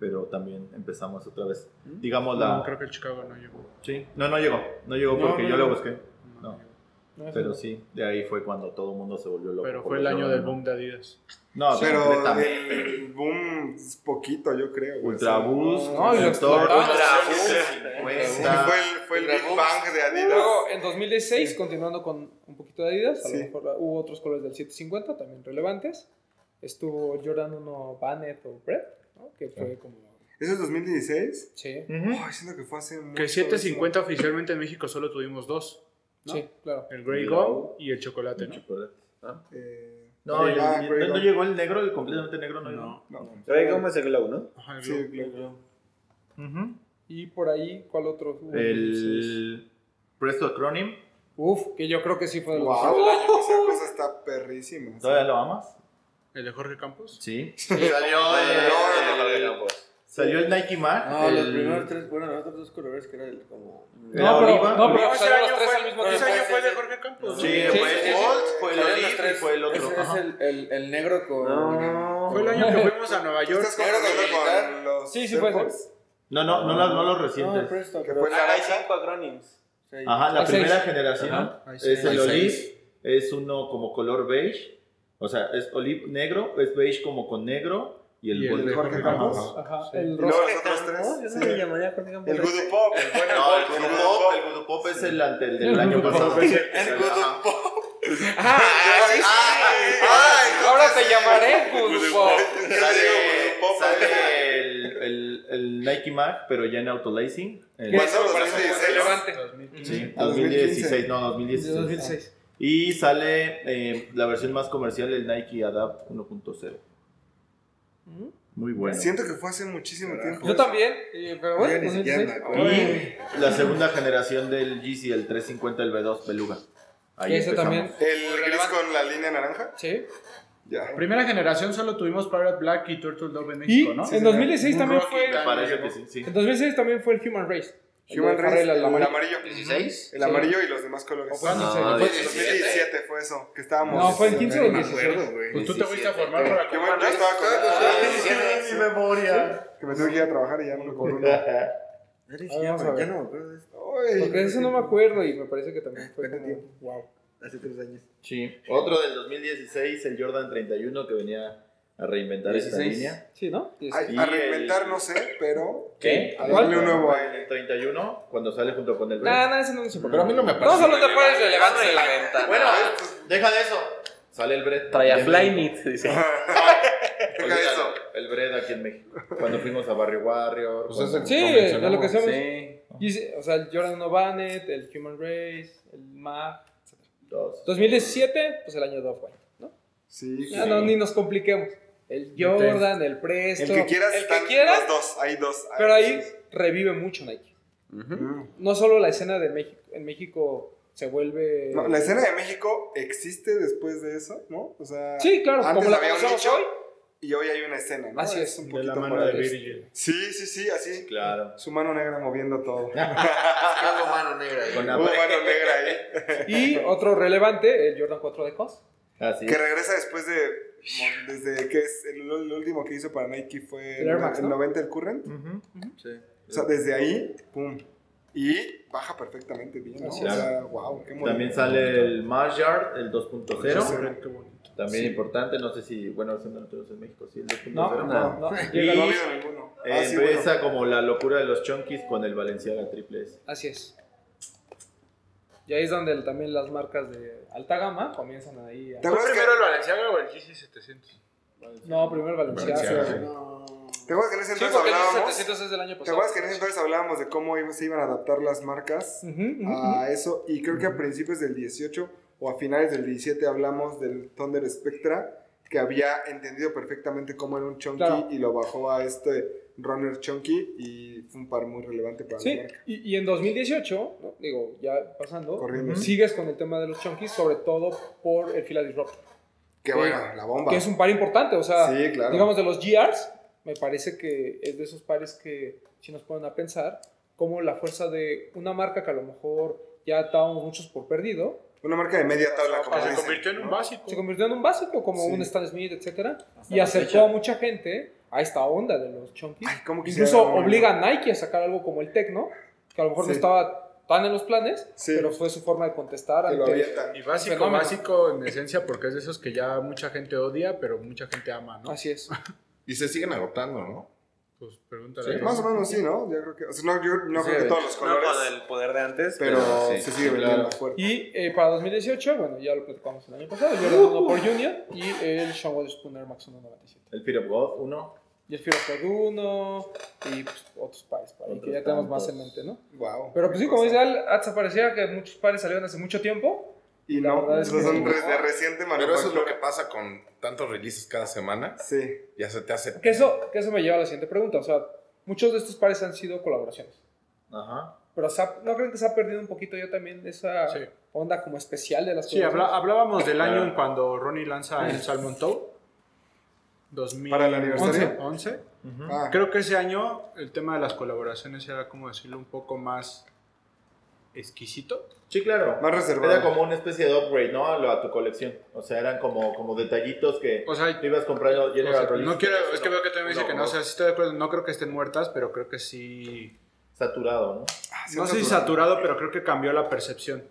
pero también empezamos otra vez. Digamos la. No, creo que el Chicago no llegó. Sí, no, no llegó. No llegó No, porque no yo lo llegó. Ah, busqué. No. No, Pero eso sí, de ahí fue cuando todo el mundo se volvió loco. Pero por fue el los año Jordan, del ¿no? boom de Adidas. No, Pero completamente. eh, el boom es poquito, yo creo. güey. Ultra O sea, Boost, No, y lo Mentor, Ah, explotaban. Sí, Cuesta. fue el, fue el Big Bang de Y Adidas. Luego, en 2016, continuando con un poquito de Adidas, a Sí. lo mejor ah, hubo otros colores del 750 también relevantes. Estuvo Jordan 1 Bannett o Brett, ¿no? que fue como. ¿Eso es 2016? Sí, Ay, siento que fue hace mucho Que 750 oficialmente en México solo tuvimos dos. ¿no? sí, claro. El Grey Y Gold y el chocolate, ¿no? Chocolate. eso. Eh, No, ah, y- y- Grey ¿no Gold. llegó el negro, el completamente negro no llegó. No. Traigo más el glow, ¿no? Ajá, el Sí, Grey Grey Gold. Ujú. Y por ahí, ¿cuál otro? hubo? El Presto Acronym, Uf, que yo creo que sí fue de los Wow, mejores del año. esa cosa está perrísima. ¿todavía lo amas? Gold. ¿El de Jorge Campos? Sí. Salió el, pues. salió el Nike Mark. No, los el- primeros tres, bueno, los otros dos colores que era el como. No, La pero, oliva. no, pero No, ese salieron año los tres fue- al mismo ese tiempo. año fue el de Jorge Campos. Sí, Sí, fue sí, el sí. Gold, fue el Salieron los oliva y tres. fue el otro. Ese Ajá. es el, el, el negro con. Fue el año que fuimos a Nueva ¿Tú York. estás confundiendo con los Sí, sí, fue Air ese. Force? No, no, no, las- no los No, el recientes. Presto. Que pero- fue Ah, hay naranja. cinco acrónimos. Sí. Ajá, la Hay primera seis. generación Hay seis. es el Hay olive, seis. es uno como color beige, o sea, es olive negro, es beige como con negro y el Y el gold. de Jorge Ajá. Campos. Ajá, el Y rosa. luego los otros tres. Yo no le sí. llamaría Jorge Campos. El Voodoo Pop. bueno, No, el Pop, Voodoo Voodoo Pop, el Voodoo Pop es el ante el del El año Voodoo pasado. Pop. El Voodoo Pop. Ah, Ay, ay, Ahora te llamaré pues, Pues, Guzmán. Sale, Voodoo Pop, sale el, el, el Nike Mac, pero ya en Autolacing. El- Que ¿Cuándo? eso me parece 2016. relevante. Sí, 2015. 2016, no, 2016. 2016. Y sale eh, la versión más comercial, el Nike Adapt 1.0. Ujú. Muy bueno. Siento que fue hace muchísimo tiempo. ah. Yo también, eh, pero bueno, Yo ni siquiera 2016. me acuerdo. Y la segunda generación del GC, el 350, el V2 Beluga. Ahí Ese empezamos. también. El gris con la línea naranja. Sí. Ya. Primera generación solo tuvimos Pirate Black y Turtle Dove en Y México, ¿no? en 2016 Un también Rocky fue. Me parece que sí, sí. En 2006 también fue el Human Race. El Human de Race, Farrell, el el amarillo. amarillo. ¿16? El amarillo y los demás colores. fue en Ah, 16. 2017 fue eso, que estábamos. No, fue en 15 o No me 16. acuerdo, güey. Pues tú te fuiste a formar para Que bueno, yo Comandante. estaba con Mi memoria. que me tuve que ir a trabajar y ya no me acuerdo. Ya ni Ah, siquiera, vamos a ya ver. no me acuerdo de esto. Ay. Porque ese no me acuerdo y me parece que también fue ¿Cuánto como. Wow. Hace tres años. Sí. Otro del 2016, el Jordan 31, que venía a reinventar esta 16. línea. Sí, ¿no? Este, Ay, Y a el- reinventar, no sé, pero ¿Eh? ¿Qué? a darle un nuevo aire. El 31, cuando sale junto con el Nada, Verde. nada, ese Ah, no me supo. Pero a mí no me Vamos a parece. pues, hablar de pares relevantes de la ventana. Bueno, deja de eso. Sale el Bred. Traía Bien, Flyknit, dice. Deja Olvídalo, eso. El Bred aquí en México. Cuando fuimos a Barrio Warrior. Pues cuando- ese- Sí, Convencional, de lo que hacemos. Sí. Y sí, o sea, el Jordan O'Bannet, el Human Race, el Mac, etc. Dos. 2017, pues el año de Off-White, ¿no? Sí. Ya no, ni nos compliquemos. El Jordan, el El Presto. que quieras, el están que quieras, los dos, hay dos. pero hay ahí revive mucho Nike. dos. Mm. No solo la escena de México, en México se vuelve... No, la escena de México existe después de eso, ¿no? O sea, Sí, claro, antes como la había un conocemos nicho. hoy. y hoy hay una escena, ¿no? Así es. un De la poquito mano por de ahí. Virgil. Sí, sí, sí, así. Claro. Su mano negra moviendo todo. Algo mano negra. ahí. Con Su la mano negra ahí. Y otro relevante, el Jordan 4 de Cos. Así Que es. regresa después de. Desde que es. El, el último que hizo para Nike fue. El Air Max, el ¿no? 90 el Current. Mm. Ujú. O sea, desde ahí, pum. Y baja perfectamente bien, ¿no? Así o es. sea, wow, qué bonito. También sale el Mars Yard, el Sí, 2.0. Qué bonito. También Sí. importante, no sé si, bueno, eso no lo tenemos en México, sí, el 2.0. No, no, no. No Llega ha Luis. habido ninguno. Eh, Ah, sí, bueno. empieza como la locura de los chonkeys con el Valenciaga triple S. Así es. Y ahí es donde el- también las marcas de alta gama comienzan ahí. a- ¿Te acuerdas que- primero el Valenciaga o el GC700? No, primero Valenciaga. Valenciaga. Ah, ¿Te acuerdas que en ese Sí, entonces porque el hablábamos? 700 es del año ¿Te pasado. acuerdas que en ese entonces hablábamos de cómo iba- se iban a adaptar las marcas Ujú, ujú, ujú. a eso? Y creo que a principios del 18 o a finales del 17 hablamos del Thunder Spectra, que había entendido perfectamente cómo era un chunky Claro. y lo bajó a este runner chunky y fue un par muy relevante para Sí, la marca. y, y en 2018, ¿no? digo, ya pasando, Corriendo. sigues con el tema de los chunkies, sobre todo por el Fila Disruptor, Que Sí. bueno, la bomba. Eh, que es un par importante, o sea, sí, claro. digamos de los GRs, me parece que es de esos pares que si nos ponen a pensar, como la fuerza de una marca que a lo mejor ya estábamos muchos por perdido, Una marca de media tabla, como Se dicen, convirtió en un ¿no? básico. se convirtió en un básico como Sí. un Stan Smith, etcétera, Hasta y la acercó fecha. a mucha gente a esta onda de los chunkies. Ay, ¿cómo quisiera Incluso ver uno? obliga a Nike a sacar algo como el Tecno, que a lo mejor Sí. no estaba tan en los planes, Sí. pero fue su forma de contestar Que lo ante- avientan. Y básico, Fenómeno. básico en esencia, porque es de esos que ya mucha gente odia, pero mucha gente ama, ¿no? Así es. Y se siguen agotando, ¿no? Pues pregúntale. Sí. Más o menos sí, ¿no? Yo creo que, o sea, no, yo no Sí, creo que todos los no con colores, el pues, poder de antes, pero, pero, sí. se sigue sí, vendiendo claro. fuerte. Y eh, para 2018, bueno, ya lo platicamos el año pasado, Jordan 1 por Junior y el Sean Waterspoon Air Max 197. El Fear of God, uno. Y el Firo por uno y pues, otros pares, para ahí, que Otros ya tenemos tantos. más en mente, ¿no? Wow. Pero pues sí, como dice Al, Atsa parecía que muchos pares salieron hace mucho tiempo. Y La no, verdad es esos que son no. re- de reciente Pero eso es lo que manufactura. pasa con tantos releases cada semana. Sí, Ya se te hace. Que eso, que eso me lleva a la siguiente pregunta, o sea, muchos de estos pares han sido colaboraciones. Ajá. Pero se ha- ¿no creen que se ha perdido un poquito ya también esa Sí. onda como especial de las Sí, habla- colaboraciones? hablábamos del año Claro. en cuando Ronnie lanza el Salmon Toe. 2011, ¿Para el aniversario? 11. Ujú. Ah, Creo que ese año el tema de las colaboraciones era, como decirlo, un poco más exquisito. Sí, claro. más reservado. Era como una especie de upgrade, ¿no? A, lo- a tu colección. O sea, eran como, como detallitos que O sea, tú ibas comprando. o sea, no quiero, es que veo veo que también me dice que no, o sea, sí estoy de acuerdo, no creo que estén muertas, pero creo que sí, Saturado, ¿no? Ah, sí, no sé si saturado, pero creo que cambió la percepción.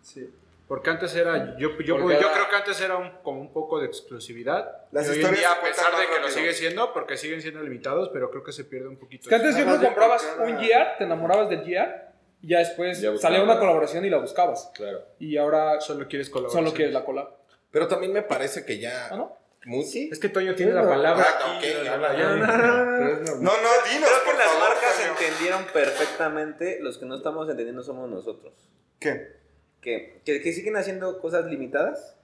Sí. Porque antes era, yo, yo, Porque yo ahora- creo que antes era un, como un poco de exclusividad. Las Y hoy en historias día, se a cuentan pesar más de que lo rápido. sigue siendo, porque siguen siendo limitados, pero creo que se pierde un poquito. Es que antes Ah, yo más creo que bien comprabas porque un ahora- GR, te enamorabas del GR y ya después Ya buscabas. salía una colaboración y la buscabas. Claro. Y ahora solo, solo quieres colaborar. solo quieres la cola. Pero también me parece que ya. ¿Ah, no? Muy- Es que Toño tiene la palabra. Ah, aquí, ok, la- habla la- ya. No, no, dinos, Creo por que las favor, marcas Toño. entendieron perfectamente, los que no estamos entendiendo somos nosotros. ¿Qué? Que, que, que siguen haciendo cosas limitadas.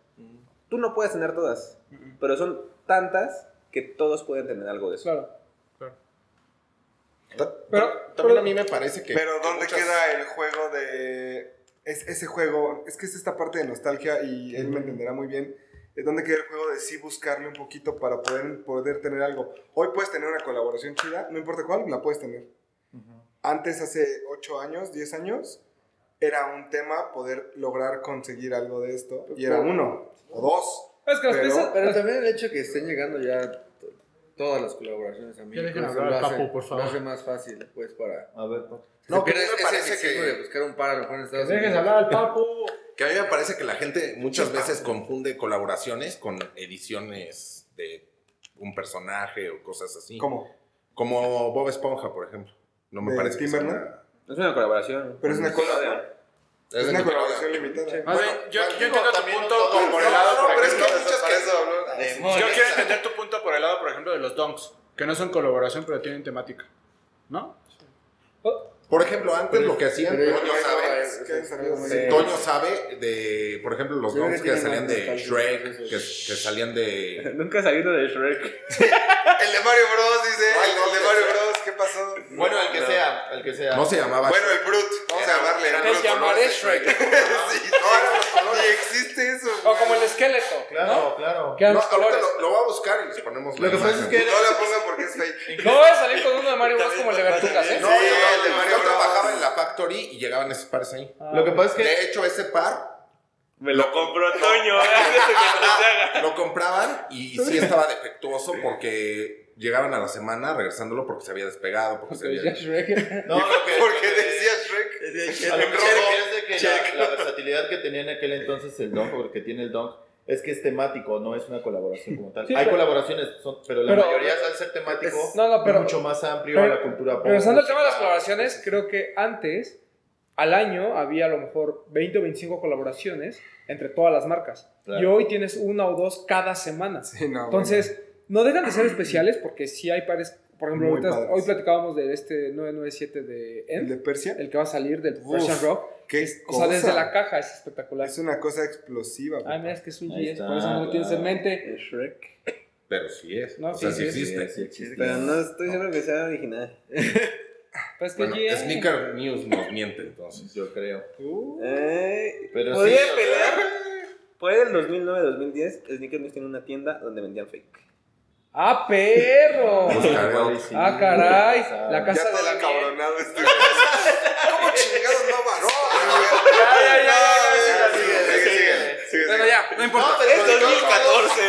Tú no puedes tener todas, pero son tantas que todos pueden tener algo de eso. Claro. Ta- Pero- ta- también pero- a mí me parece que. Pero ¿dónde muchas- queda el juego de... Es, ese juego, es que es esta parte de nostalgia y él me entenderá muy bien. Es donde queda el juego de sí buscarle un poquito para poder, poder tener algo. Hoy puedes tener una colaboración chida, no importa cuál, la puedes tener. Antes, hace 8 años, 10 años, era un tema poder lograr conseguir algo de esto. Y era uno, o dos. Es que las Pero- piezas- Pero las- también el hecho que estén llegando ya t- todas las colaboraciones a mí. dejen lo hablar al hace- Papu, por favor. Lo hace más fácil, pues, para... A ver, pues. No, se que a mí pierde me ese parece misticismo que- de buscar un par a lo mejor en Estados Dejes Unidos. hablar al papo. Que a mí me parece que la gente muchas veces confunde colaboraciones con ediciones de un personaje o cosas así. ¿Cómo? Como Bob Esponja, por ejemplo. No me ¿De parece que sea Timberland? una- Es una colaboración. Pero es una cola- Es Es una de colaboración Nickelodeon. limitada. Más Bueno, bien, yo, yo entiendo tu punto por, por no, el lado, no, por pero es ejemplo. que hay muchas que Yo quiero entender tu punto por el lado, por ejemplo, de los donks, que no son colaboración, pero tienen temática. ¿No? o- Por ejemplo, antes lo que hacían, Pero yo Toño creo que sabe, eso es- es algo muy- Sí. Toño sabe de, por ejemplo, los Yo creo noms que que tiene salían más de nostalgia, Shrek, eso que, es. que salían de... Nunca salí uno de Shrek. El de Mario Bros, dice. No el, hay el de nombre, Mario sí. Bros, ¿qué pasó? Bueno, el que sea, el que sea. No se llamaba Bueno, el Brut. Vamos Era- a llamarle. era el el Brut. llamaré Shrek. Sí, no, eran los colores. Ni existe eso, O güey. como el esqueleto. Claro, claro. Que eran No, los ahorita colores. lo, lo va a buscar y les ponemos Lo que pasa es que No la pongan porque es fake. No voy a salir con uno de Mario Bros como el de Vertucas, ¿eh? No, Sí, yo- yo- el de Mario yo Bros. trabajaba en la factory y llegaban esos pares ahí. Ah, Lo que pasa es que De hecho, ese par Me lo compró Toño. ¿eh? lo compraban y sí estaba defectuoso porque llegaban a la semana regresándolo porque se había despegado, porque se Pero había... pues ya Shrek. no, lo que Porque decía Shrek. A lo que me refiero es de que la, la versatilidad que tenía en aquel entonces el Donk, porque tiene el Donk, es que es temático, no es una colaboración como tal. Sí, Hay pero- colaboraciones, son- pero la pero- mayoría al ser temático es- no, no, pero- es mucho más amplio a pero- la cultura pop. Regresando al tema de las colaboraciones, creo que antes, al año, había a lo mejor 20 o 25 colaboraciones entre todas las marcas. Claro. Y hoy tienes una o dos cada semana. Entonces, no dejan de ser especiales porque sí hay pares. Por ejemplo, Muy ahorita- padres. hoy platicábamos de este 997 de ¿El End, de Persia? el que va a salir del Uf, Russian Rock. ¿Qué O sea, cosa? desde la caja es espectacular. Es una cosa explosiva. Ah, mira, es que es un Ahí GS, está, por eso no lo tienes en claro. mente. Shrek. Pero sí es. No, o sea, sí, sí, sí, existe. Sí, sí existe. Pero no estoy seguro que sea original. Pues que Bueno, GS. Sneaker News nos miente entonces. Yo creo. Eh, Pero Podría sí, o sea- pelear. Por ahí del 2009-2010, Sneaker News tiene una tienda donde vendían fake. ¡Ah, perro! Pues Buscaré Igual y otro. sí. ¡Ah, caray! Exacto. La Ya casa de todo la encabronado este. ¿Cómo chingados no bastó? Ya, ya, ya, ya, ya, sigue, sigue, sigue. Bueno, ya, no importa. Es 2014.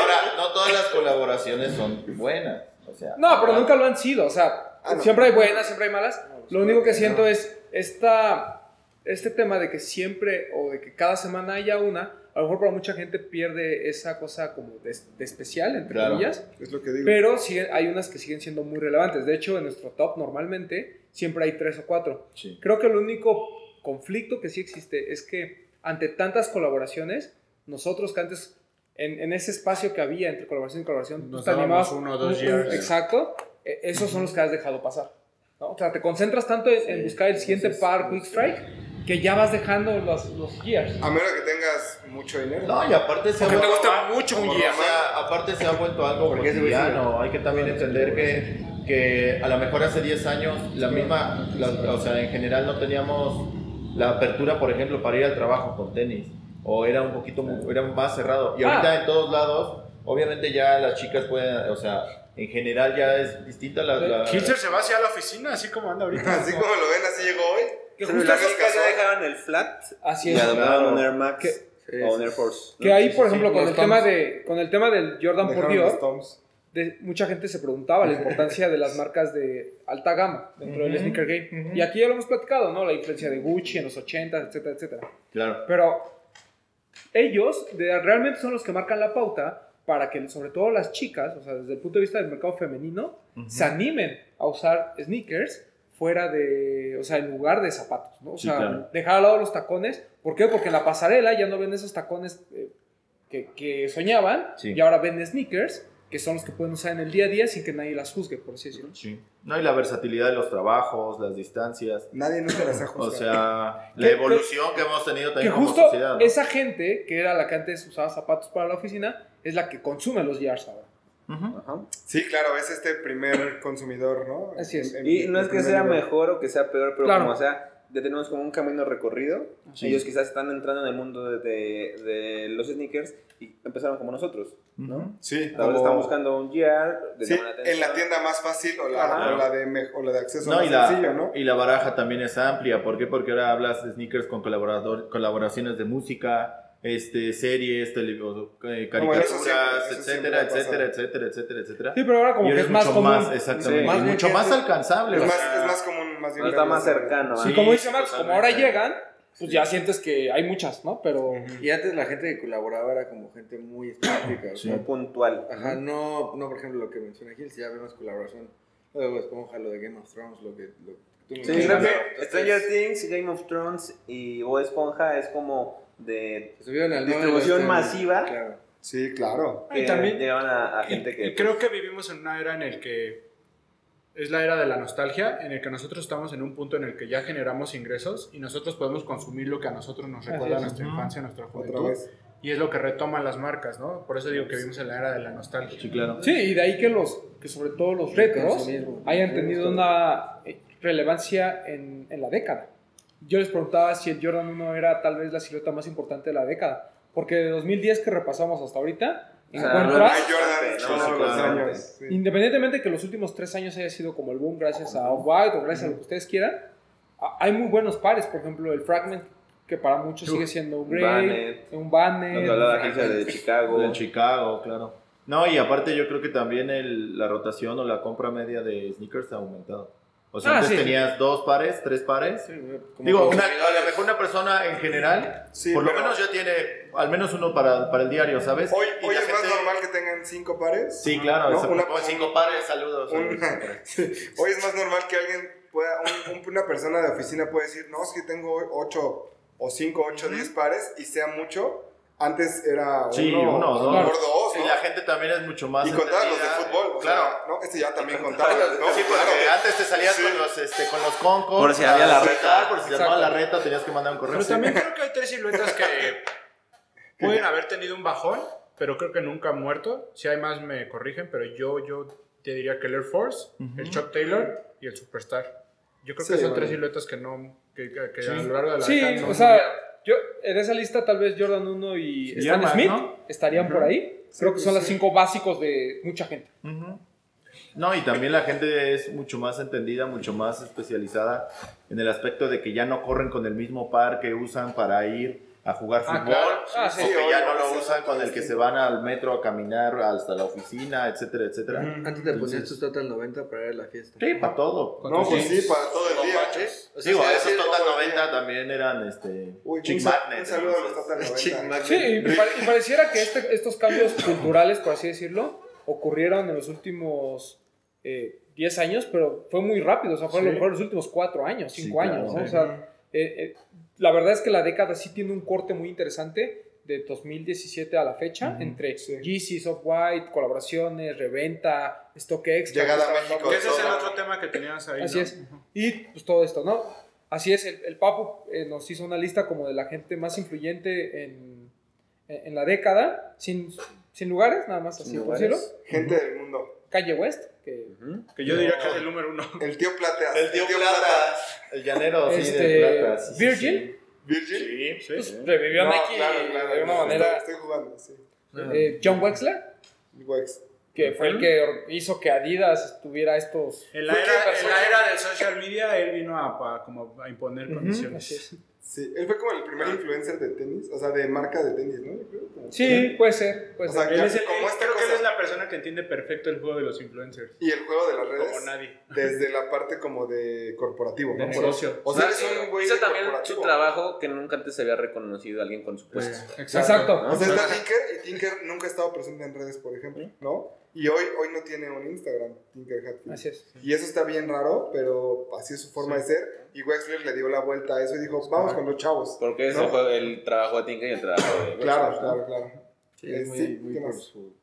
Ahora, no todas las colaboraciones son buenas. O sea, No, pero nunca lo han sido. O sea, Ah, no. siempre hay buenas, siempre hay malas. Lo único que siento es esta, este tema de que siempre o de que cada semana haya una. A lo mejor para mucha gente pierde esa cosa como de, de especial, entre Claro. comillas. Es lo que digo. Pero siguen- hay unas que siguen siendo muy relevantes. De hecho, en nuestro top normalmente siempre hay tres o cuatro. Sí. Creo que el único conflicto que sí existe es que ante tantas colaboraciones, nosotros que antes, en, en ese espacio que había entre colaboración y colaboración, Nos tú te dábamos animabas uno o dos un- un- years. Exacto, e- esos son los que has dejado pasar. ¿no? O sea, te concentras tanto en, en buscar el siguiente par Quick Strike que ya vas dejando los, los years. Ah, A menos que tengas mucho dinero. No, y aparte se ha Porque te vuelto- gusta mucho un o guía, sea, aparte se ha vuelto algo Porque ese güey cotidiano. Hay que también entender que, que a lo mejor hace 10 años la misma, la- o sea, en general no teníamos la apertura, por ejemplo, para ir al trabajo con tenis. O era un poquito mu- era más cerrado. Y ahorita Ah. en todos lados, obviamente ya las chicas pueden, o sea, en general ya es distinta la... la- Hitler se va hacia la oficina, así como anda ahorita. Así como lo ven, así llegó hoy. Que Pero justo las así- chicas ya dejaron el flat así y es. adoptaron claro. un Air Max o un Air Force. Que ahí, Sí, por sí, ejemplo, sí, con los el, tema Toms. de, con el tema del Jordan por Dejaron Dios, los toms. de- mucha gente se preguntaba la importancia de las marcas de alta gama dentro del sneaker game. Y aquí ya lo hemos platicado, ¿no? La influencia de Gucci en los 80, etcétera, etcétera. Claro. Pero ellos de- realmente son los que marcan la pauta para que sobre todo las chicas, o sea, desde el punto de vista del mercado femenino, se animen a usar sneakers fuera de, o sea, en lugar de zapatos, ¿no? O Sí, sea, claro. dejar al lado los tacones. ¿Por qué? Porque en la pasarela ya no ven esos tacones eh, que, que soñaban Sí. y ahora ven sneakers que son los que pueden usar en el día a día sin que nadie las juzgue, por así decirlo. Sí. No, y la versatilidad de los trabajos, las distancias. Nadie nunca las ha O juzgado. sea, Que- la evolución que hemos tenido Que también como justo sociedad. ¿no? esa gente que era la que antes usaba zapatos para la oficina es la que consume los Yars ahora. Ujú. Sí, claro, es este primer consumidor, ¿no? Así es. En- en- Y no es que en primer sea nivel. mejor o que sea peor, pero Claro. como sea, ya tenemos como un camino recorrido. Sí. Ellos quizás están entrando en el mundo de, de- de los sneakers y empezaron como nosotros. ¿No? Sí, Ahora como- están buscando un GR. de sí, llamar en la atención. tienda más fácil o la, Ajá. o la de, me- o la de acceso No, más y, la, sencillo, ¿no? y la baraja también es amplia. ¿Por qué? Porque ahora hablas de sneakers con colaborador, colaboraciones de música, este, series, tele- o, eh, Como eso caricaturas, siempre, eso siempre etcétera, ha pasado. etcétera, etcétera, etcétera, etcétera. Sí, pero ahora como y que eres es más mucho común. más, este, exactamente, Sí. y Más bien mucho que- más alcanzable. es, o más, sea, es más común, más bien. No está más vergonzoso. cercano. Sí, ¿ah? como dice Max, como ahora totalmente. llegan, pues ya sientes que hay muchas, ¿no? Pero Y antes la gente que colaboraba era como gente muy específica. o sea, Muy puntual. Ajá, no, no, por ejemplo, lo que menciona Gil, si ya vemos colaboración, lo de Bob Esponja, lo de Game of Thrones, lo que, lo que tú Sí, mencionas, creo ¿no? que Entonces, Stranger Things, Game of Thrones y O Esponja es como de se subieron al nueve, distribución este, masiva. Claro. Sí, claro. Ah, y que también- llegaban a, a gente Y- que y creo que vivimos en una era en el que es la era de la nostalgia en el que nosotros estamos en un punto en el que ya generamos ingresos y nosotros podemos consumir lo que a nosotros nos recuerda es. nuestra Ujú. infancia, nuestra Otra juventud. vez. Y es lo que retoman las marcas, ¿no? Por eso digo que vivimos en la era de la nostalgia. Sí, claro. Sí, y de ahí que los, que sobre todo los retros consumismo. hayan Sí, tenido claro. una eh, relevancia en, en la década. Yo les preguntaba si el Jordan 1 era tal vez la silueta más importante de la década, porque de 2010 que repasamos hasta ahorita, O sea, encuentras, Ay, Jordan, Sí, todos sí, los claro. años. sí. independientemente que los últimos tres años haya sido como el boom gracias a White o gracias a lo que ustedes quieran, a- hay muy buenos pares, por ejemplo el Fragment, que para muchos sigue siendo un Grey, Bannett. un Banner, Lo que hablaba la agencia de Chicago. De Chicago, claro. No, y aparte yo creo que también el- la rotación o la compra media de sneakers ha aumentado. O sea, Ah, antes sí. tenías dos pares, tres pares. Digo, una- a lo mejor una persona en general, Sí, por lo pero menos ya tiene al menos uno para, para el diario, ¿sabes? Hoy, Y hoy la es más gente- normal que tengan cinco pares. Sí, claro. ¿no? se- Una- con cinco pares, saludos. un- saludos. Hoy es más normal que alguien pueda, un- un- una persona de oficina puede decir, no, es que tengo hoy ocho o cinco, ocho, diez pares y sea mucho. Antes era uno, Sí, uno o dos. por dos, Y ¿no? la gente también es mucho más. Y contaban los de entendida. fútbol, o Claro. sea, ¿no? Este ya también contaba, Claro, ¿no? sí, porque Claro. antes te salías Sí. con los este, con los concos. Por si había la para reta. soltar, Por si se armaba la Exacto. reta, tenías que mandar un correo. Pero Sí. también creo que hay tres siluetas que pueden haber tenido un bajón, pero creo que nunca han muerto. Si hay más me corrigen, pero yo, yo te diría que el Air Force, el Chuck Taylor y el Superstar. Yo creo Sí, que son vale. tres siluetas que no que, que- que a lo largo de la Sí, década no o sea, murieron. yo en esa lista tal vez Jordan 1 y Y Stan Airman, Smith ¿no? estarían por ahí. Creo que son las cinco básicos de mucha gente. Ujú. No, y también la gente es mucho más entendida, mucho más especializada en el aspecto de que ya no corren con el mismo par que usan para ir a jugar Ah, fútbol, claro. Ah, sí, o que hoy ya no ahora sí. lo usan con el que se van al metro a caminar hasta la oficina, etcétera, etcétera. Antes te ponías tus Total 90 para ir a la fiesta. Sí, para todo. Con No, tus pues jeans. sí, para todo el día. O sea, Digo, sí, esos sí, Total todo el 90 también eran este, Uy, chick un, sa- magnet, un saludo a los entonces. Total 90. Sí, y, pare- y pareciera que este- estos cambios culturales, por así decirlo, ocurrieron en los últimos eh, 10 años, pero fue muy rápido. O sea, fue a lo Sí. mejor los últimos 4 años, 5 claro, años. ¿no? sí. O sea, eh, eh, la verdad es que la década sí tiene un corte muy interesante de 2017 a la fecha, entre Yeezy, Off White, colaboraciones, reventa, StockX. Llegada a México. Que ese es el otro tema que tenías ahí. Así ¿no? es. Y pues todo esto, ¿no? Así es, el, el Papu eh, nos hizo una lista como de la gente más influyente en, en- en la década, sin, sin lugares, nada más así Sin por lugares. decirlo. Gente del mundo. Calle West, que Que yo diría que es el número uno. El tío Plateas. El tío Plata, el llanero sí, este, de Plata. sí, sí, Virgin sí. Virgin. pues, revivió a No, Nike claro, claro, de una estoy- manera. Estoy jugando, sí. Eh, John Wexler, El Wex. que fue el que hizo que Adidas tuviera estos. En la, Fue era, quien en pasó- la era del social media, él vino a, pa- como a imponer condiciones. Así es. Sí, él fue como el Ah. primer influencer de tenis, o sea, de marca de tenis, ¿no? Yo creo, como- Sí, puede ser. Puede O sea, ser. Él Ya, es el- como él- esta creo que él cosa. es la persona que entiende perfecto el juego de los influencers. Y el juego de las Como redes nadie. desde la parte como de corporativo, ¿no? De negocio. O sea, eres un güey eh, Hizo de también corporativo. su trabajo que nunca antes se había reconocido alguien con su puesto. Exacto. ¿no? O sea, está Tinker y Tinker nunca ha estado presente en redes, por ejemplo, ¿no? Y hoy, hoy no tiene un Instagram, Tinker Hatfield. Así es. Y eso está bien raro, pero así es su forma de ser. Y Wexler le dio la vuelta a eso y dijo, vamos con los chavos. Porque es ¿No? el, juego- el trabajo de Tinker y el trabajo de... Claro, claro, claro. Sí, es Eh, muy, sí, muy ¿qué por más? su-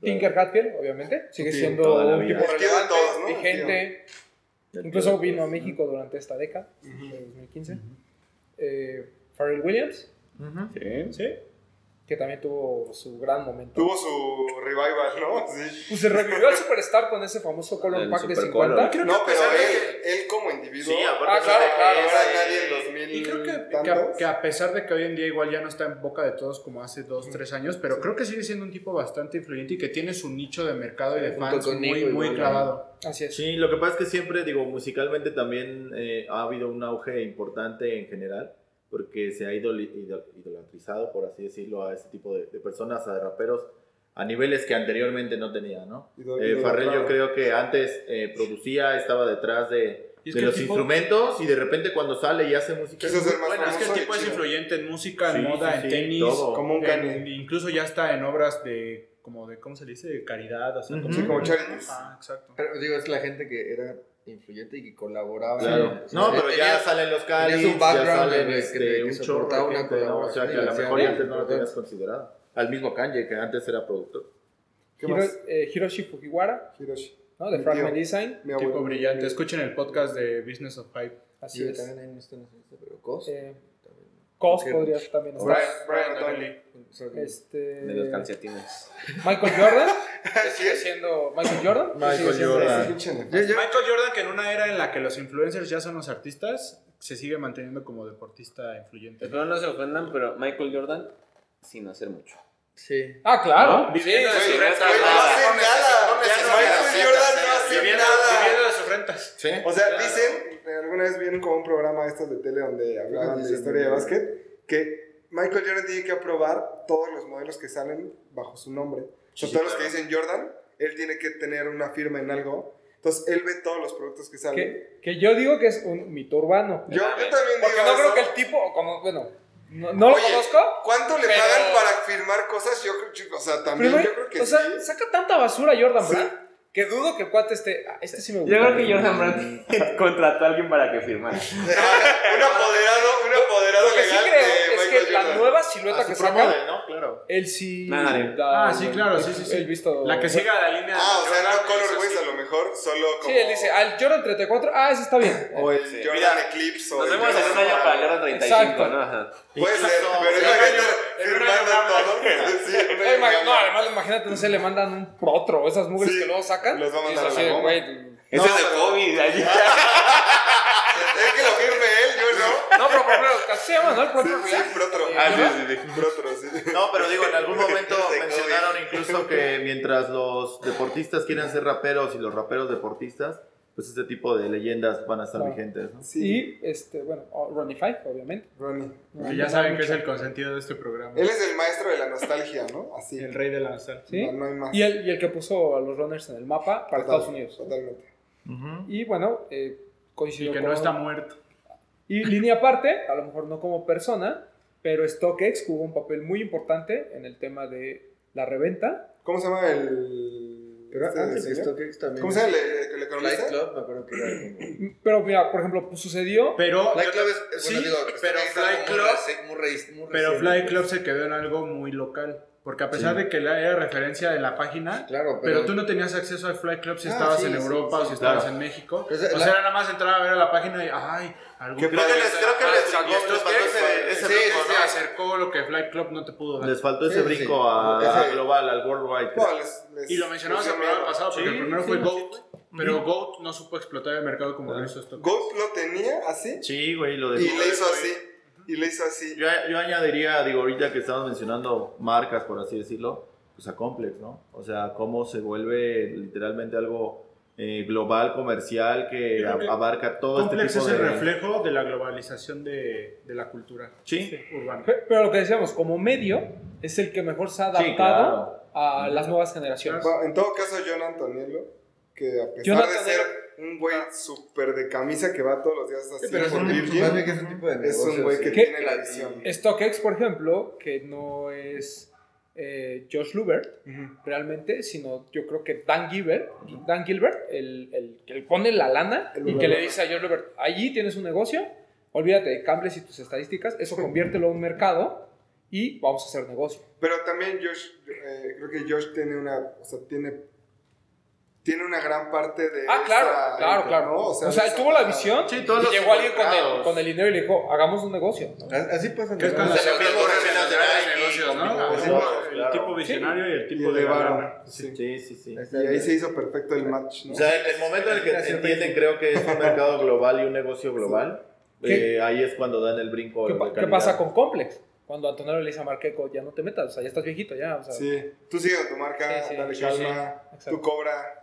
Tinker Hatfield, obviamente, sigue Sí, siendo toda la un vida. tipo El tío de relevante, todos, ¿no? El vigente. El Incluso tío- vino a México durante esta década, de 2015. Eh, Pharrell Williams, Ujú. que también tuvo su gran momento. Tuvo su revival, ¿no? Sí. Pues se revivió al Superstar con ese famoso Color El Pack de Supercolor. 50. Creo que No, a pero pesar de él, él como individuo. Sí, aparte Ah, claro, de que claro, es, ahora eh, nadie en 2000 Y creo que, que a, tantos. que a pesar de que hoy en día igual ya no está en boca de todos como hace dos, tres años, pero creo que sigue siendo un tipo bastante influyente y que tiene su nicho de mercado y de Junto fans con Nico muy, igual, muy ¿no? clavado. Así es. Sí, lo que pasa es que siempre, digo, musicalmente también eh, ha habido un auge importante en general, porque se ha idol- idol- idolatrizado, por así decirlo, a este tipo de, de personas, a raperos, a niveles que anteriormente no tenía, ¿no? Y do- y Eh, do- Farrell claro. yo creo que antes eh, producía, estaba detrás de, Y es de que el los tipo- instrumentos y de repente cuando sale y hace música... Quiso ser más Bueno, es que el famoso tipo y es chido. influyente en música, Sí, en moda, sí, en sí, tenis, todo. Como un en- cane. incluso ya está en obras de, como de, ¿cómo se le dice? De caridad, o sea, Ujú. como- Sí, como charities. Ah, exacto. Pero digo, es la gente que era influyente y que colaboraba. Claro. O sea, No, pero tenía- ya salen los tenías cáliz, un ya background salen de- de- este, de que un chorro soportaba de una gente, ¿no? O sea, que a lo colaboración, mejor sí, antes no lo importante. tenías considerado. Al mismo Kanye, que antes era productor. ¿Qué Hiro- más? eh, Hiroshi Fujiwara, Hiroshi. ¿no? De Mi Fragment tío. Design. Mi Tipo abuelo- brillante. Escuchen el podcast de Business of Hype. Así Sí, es. también hay unos temas en este, pero Cos. Eh, Cos Sí. podría también estar. Brian, Brian O'Donnell. O sea, Este, De los calcetines. Michael Jordan. Así Sigue es. siendo Michael Jordan. Sigue siendo- Ese pinche nefasto. Michael Jordan, que en una era en la que los influencers ya son los artistas, se sigue manteniendo como deportista influyente. Espero no se ofendan, pero Michael Jordan, sin hacer mucho. Sí. Ah, claro. Viviendo de Sí, sus güey, rentas. güey, No hace nada. Ya no Michael hace Jordan nada. no hace Viviendo, nada. viviendo de sus rentas. Sí. O sea, dicen, eh, alguna vez vieron como un programa estos de tele donde hablaban de la historia de básquet, que Michael Jordan tiene que aprobar todos los modelos que salen bajo su nombre. O sea, Sí, todos los que claro. dicen Jordan, él tiene que tener una firma en algo. Entonces, él ve todos los productos que salen. Que, que yo digo que es un mito urbano. Yo, yo también Porque digo no creo eso. que el tipo, como, bueno, no, no lo Oye, conozco. ¿Cuánto le Pero- pagan para firmar cosas? Yo creo, chico, o sea, también Primero, yo creo que o sea, sí. saca tanta basura Jordan Sí. Brand que dudo que el cuate esté. ah, este sí me gusta. Yo creo que Jordan Brand contrató a alguien para que firmara. un apoderado, un apoderado Lo que sí legal creo de es Michael que la Jordan. nueva silueta que eh. saca, ¿no? Claro. él sí. Nadie. da- Ah, sí, claro, sí, sí, sí. El visto. La que siga la línea. Ah, o de sea, Jordan, no Color eso Ways sí. a lo mejor, solo como... Sí, él dice, al Jordan 34, ah, ese está bien. O el Sí. Jordan Mira, Eclipse. o Nos el vemos en un Jordan año para Mara. Jordan 35, Exacto. ¿no? Ajá. Pues, Puede ser, pero Exacto. imagínate En un año firmando habla. todo. Sí, en un Eh, año ima- No, habla. además imagínate, no sé, le mandan un protro, esas mugres Sí, que luego sacan. los va a y es mandar a así la de, goma. güey, Ese es de COVID. allí. Es que lo firme él, yo no. No, pero por ejemplo, ¿cómo se llama, no? El protro Sí, sí, Protro. Ah, sí, sí, sí. Protro, sí. No, pero digo, en algún momento De mencionaron incluso que mientras los deportistas quieren ser raperos y los raperos deportistas, pues este tipo de leyendas van a estar Claro. vigentes, ¿no? Y, este, bueno, o Ronnie Five, obviamente. Ronnie. Que ya saben que es el consentido de este programa. Él es el maestro de la nostalgia, ¿no? Así. El rey de la nostalgia. ¿Sí? No, no hay más. Y el, y el que puso a los runners en el mapa para Total, Estados Unidos. Totalmente. Ujú. Y bueno, eh, coincidió Y que con- no está muerto. Y línea aparte, a lo mejor no como persona, pero StockX jugó un papel muy importante en el tema de la reventa. ¿Cómo se llama el...? Pero este antes de señor? StockX también. ¿Cómo se llama el, el, el Flight economista? Club, me acuerdo que era como. Pero mira, por ejemplo, pues sucedió Pero, Flight Club es. Sí, bueno, digo, pero es Flight algo muy Club- reci- Muy reci- muy pero reciente. Fly Club se quedó en algo muy local. Porque a pesar de que la era referencia de la página, Claro, pero pero. tú no tenías acceso al Fly Club si Ah, estabas sí, en sí, Europa sí, o si estabas claro. en México. Pues, o la- sea, nada más entrar a ver a la página y, ay, algo Qué padre. creo que les- y esto les faltó ese- ese brinco, ¿no? acercó lo que Fly Club no te pudo dar. Les faltó ese Sí, sí. brinco a, Ese- a global, al worldwide. No, les- les- Y lo mencionamos les en el dio programa miedo. pasado, porque Sí, el primero sí. fue Goat, pero Goat no supo explotar el mercado como lo hizo esto. Gold lo tenía así Sí, güey, lo de y le hizo así. Y le hizo así. Yo, yo añadiría, digo, ahorita que estamos mencionando marcas, por así decirlo, pues a Complex, ¿no? O sea, cómo se vuelve literalmente algo eh, global, comercial, que Yo creo que a- abarca todo Complex este es tipo el de... reflejo de la globalización de, de la cultura Sí, urbana. Pe- Pero lo que decíamos, como medio, es el que mejor se ha adaptado Sí, claro. a las nuevas generaciones. Bueno, en todo caso, John Antoniello, que a pesar John de Antoniello- ser un Ah. güey súper de camisa que va todos los días así Pero es por un Virgin, más bien que ese tipo de es un negocios, güey que sí. ¿Qué? Eh, tiene la visión. StockX, por ejemplo, que no es eh, Josh Lubert realmente, sino yo creo que Dan Gilbert, Dan Gilbert el, el que le pone la lana El y que Lubert. le dice a Josh Lubert, allí tienes un negocio, olvídate de cambios y tus estadísticas, eso conviértelo a un mercado y vamos a hacer negocio. Pero también Josh, eh, creo que Josh tiene una, o sea, tiene, tiene una gran parte de. Ah, esa- claro, claro, claro. ¿no? O sea, de él esa- tuvo la visión Sí, todos y los llegó alguien con el, involucrados. con el dinero y le dijo, hagamos un negocio. ¿no? A- Así pasa en Que es el- cuando Se se le abren ocurre los que grandes las de negocios, Nike, ¿no? sí, Como claro. El tipo visionario y el Y tipo el de de lana. Varo. sí, Sí. sí, sí, sí. Y ahí se hizo perfecto el match, ¿no? O sea, el, el momento en el que entienden, creo que es un mercado global y un negocio global, ¿Qué? eh, ahí es cuando dan el brinco. ¿Qué, de pa- qué calidad. pasa con Complex? Cuando Antonello le dice a Marqueco, ya no te metas, o sea, ya estás viejito, ya. O sea, sí. Tú sigue con tu marca, Sí, sí, dale sí, calma, sí, exacto. tú cobra.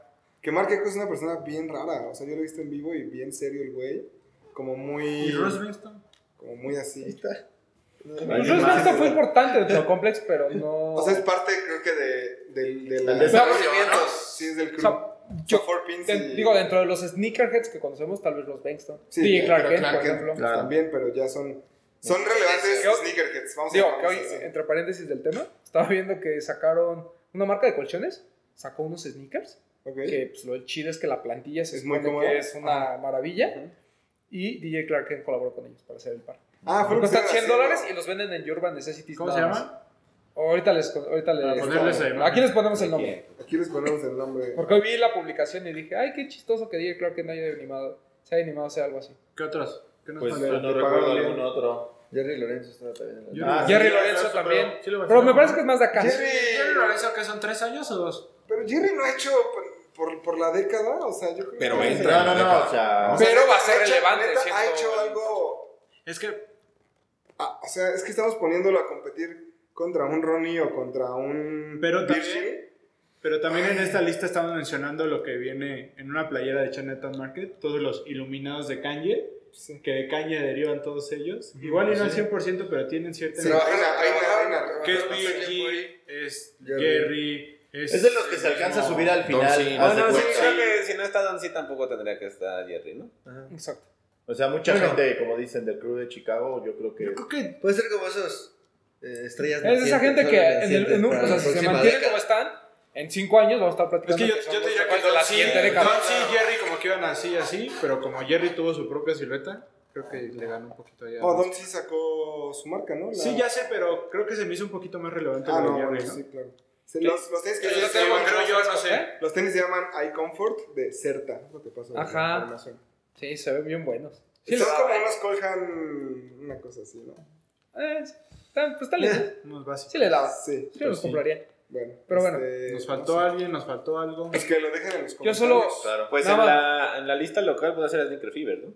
Que Mark Echo es una persona bien rara. O sea, yo lo he visto en vivo y bien serio el güey. Como ¿Y muy. Ross Winston? Como muy así. Pues Alguien más. esto fue importante dentro de Complex, pero no. O sea, es parte, creo que, de, del de la- Del desarrollo, Movimientos. Sí, es del O crew. sea, yo- Four Pins de- y- digo, dentro de los sneakerheads que conocemos, tal vez los Bengston. Sí, Sí, pero Clark ¿eh? Kent, Clark por Kent ejemplo. Claro. También, pero ya son. Son relevantes Yo- sneakerheads. Vamos Digo, a que hoy, llamarlos así. entre paréntesis del tema, estaba viendo que sacaron una marca de colchones, sacó unos sneakers, Ok. que pues, lo chido es que la plantilla se Es muy supone cómoda. que es una maravilla. Ujú. Y DJ Clark Kent colaboró con ellos para hacer el par. Ah, fue lo que Cuestan estaban 100 haciendo. dólares y los venden en Urban Necessities. ¿Cómo se nada más. llama? Ahorita les. con- Ahorita les ponerles ahí, aquí les ponemos el nombre. Aquí les ponemos el nombre. Porque hoy vi la publicación y dije, ay, qué chistoso que DJ Clark Kent haya animado, se haya animado a hacer algo así. ¿Qué otros? ¿Qué nos Pues falta? yo no te recuerdo pagan bien. algún otro. Jerry Lorenzo estaba también. en la- Yo- Ah, Jerry sí, Lorenzo pero- también. sí lo Pues Pero me mencionamos. parece que es más de acá. Jerry Lorenzo, ¿qué son tres años o dos? Pero Jerry no ha hecho por, por, por la década, o sea, yo creo Pero que... entra. No, no, no, o sea. O sea, Pero neta, va a ser ha hecho- relevante, neta, Ha siento- hecho algo... Es que ah, o sea, es que estamos poniéndolo a competir contra un Ronnie o contra un... Pero también- Virgil. Pero también en esta lista estamos mencionando lo que viene en una playera de Chinatown Market, todos los iluminados de Kanye, que de Kanye derivan todos ellos. Igual y no al 100%, pero tienen cierta... Sí, influencia. hay una- hay una- hay una- que es no sé quién fue. B.I.G., es Jerry. Jerry, es... Es de los que se alcanza a subir al final. Don Cena, haz Ah, de no, sí, cuenta. creo que si no está Don C tampoco tendría que estar Jerry, ¿no? Exacto. O sea, mucha Bueno. gente, como dicen, del crew de Chicago, yo creo que. Creo que Puede ser como esos eh, estrellas Es esa gente que en, el- en un- o sea, si se mantiene como como están, en cinco años vamos a estar Es platicando. que yo, son yo te los diría que mejores Don de la C, siguiente década. Don C y Jerry como que iban así, así, pero como Jerry tuvo su propia silueta, creo que le ganó un poquito allá. Oh, Don sí sacó su marca, ¿no? La- Sí, ya sé, pero creo que se me hizo un poquito más relevante Ah, lo de no, Jerry, bueno, ¿no? sí, claro. Sí, Los, los tenis que se llaman- ¿Eh? Los tenis se llaman iComfort de Certa. Eso te paso la Ajá. información. Sí, se ven bien buenos. Sí, Son los- como unos Colhan, una cosa así, ¿no? eh, están, pues están lindos. Unos básicos. Sí le daba. Sí, Yo pues los sí. compraría. bueno. Pero bueno, este, Nos no faltó sé. alguien, nos faltó algo. Pues que lo dejen en los Yo comentarios. solo. Pues en Nada la, en la lista local puede ser Sneaker Fever, ¿no?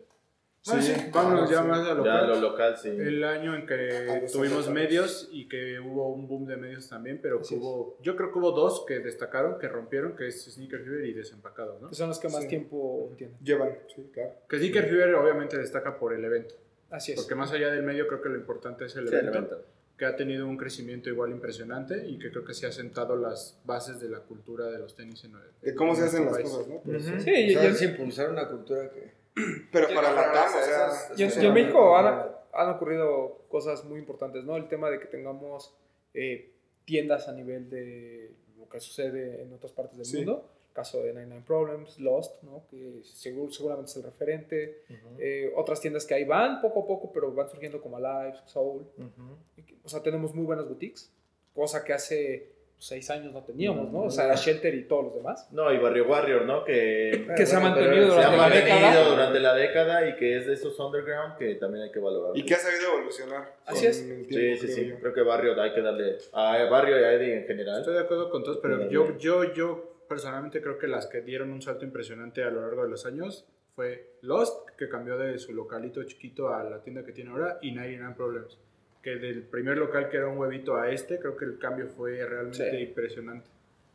Ah, sí, vámonos Ah, ya sí. más a lo Ya que- lo local, sí. Eh, El año en Ah, que los tuvimos otros. medios y que hubo un boom de medios también, pero que hubo, yo creo que hubo dos que destacaron, que rompieron, que es Sneaker Fever y Desempacado, ¿no? que Son los que más Sí. tiempo tienen. Llevan, sí, claro. Que Sneaker Fever obviamente destaca por el evento, Así es. porque más allá del medio creo que lo importante es el, Sí, evento, elemento. que ha tenido un crecimiento igual impresionante y que creo que se ha sentado las bases de la cultura de los tenis en el- De cómo se en hacen las nuestro país. cosas, ¿no? Pero, Sí, y- y- Es impulsar una cultura que. pero para la raza, o sea, Y en, y en México han, han ocurrido cosas muy importantes, ¿no? El tema de que tengamos eh, tiendas a nivel de lo que sucede en otras partes del Sí. mundo. Caso de 99 Problems, Lost, ¿no? Que seguro, seguramente es el referente. Eh, otras tiendas que ahí van poco a poco, pero van surgiendo como Alive, Soul. Y que- O sea, tenemos muy buenas boutiques, cosa que hace seis años no teníamos, ¿no? O sea, Shelter y todos los demás. No, y Barrio Warrior, ¿no? Que Que se ha mantenido se ha durante la mantenido década. durante la década y que es de esos underground que también hay que valorar. y que ha sabido evolucionar. Así con es. el Sí, tiempo, sí, sí. creo yo. Creo que Barrio hay que darle. A Barrio y a Eddie en general. Estoy de acuerdo con todos, pero Claro. yo, yo, yo personalmente creo que las que dieron un salto impresionante a lo largo de los años fue Lost, que cambió de su localito chiquito a la tienda que tiene ahora, y 99 Problems, que del primer local que era un huevito a este, creo que el cambio fue realmente Sí. impresionante.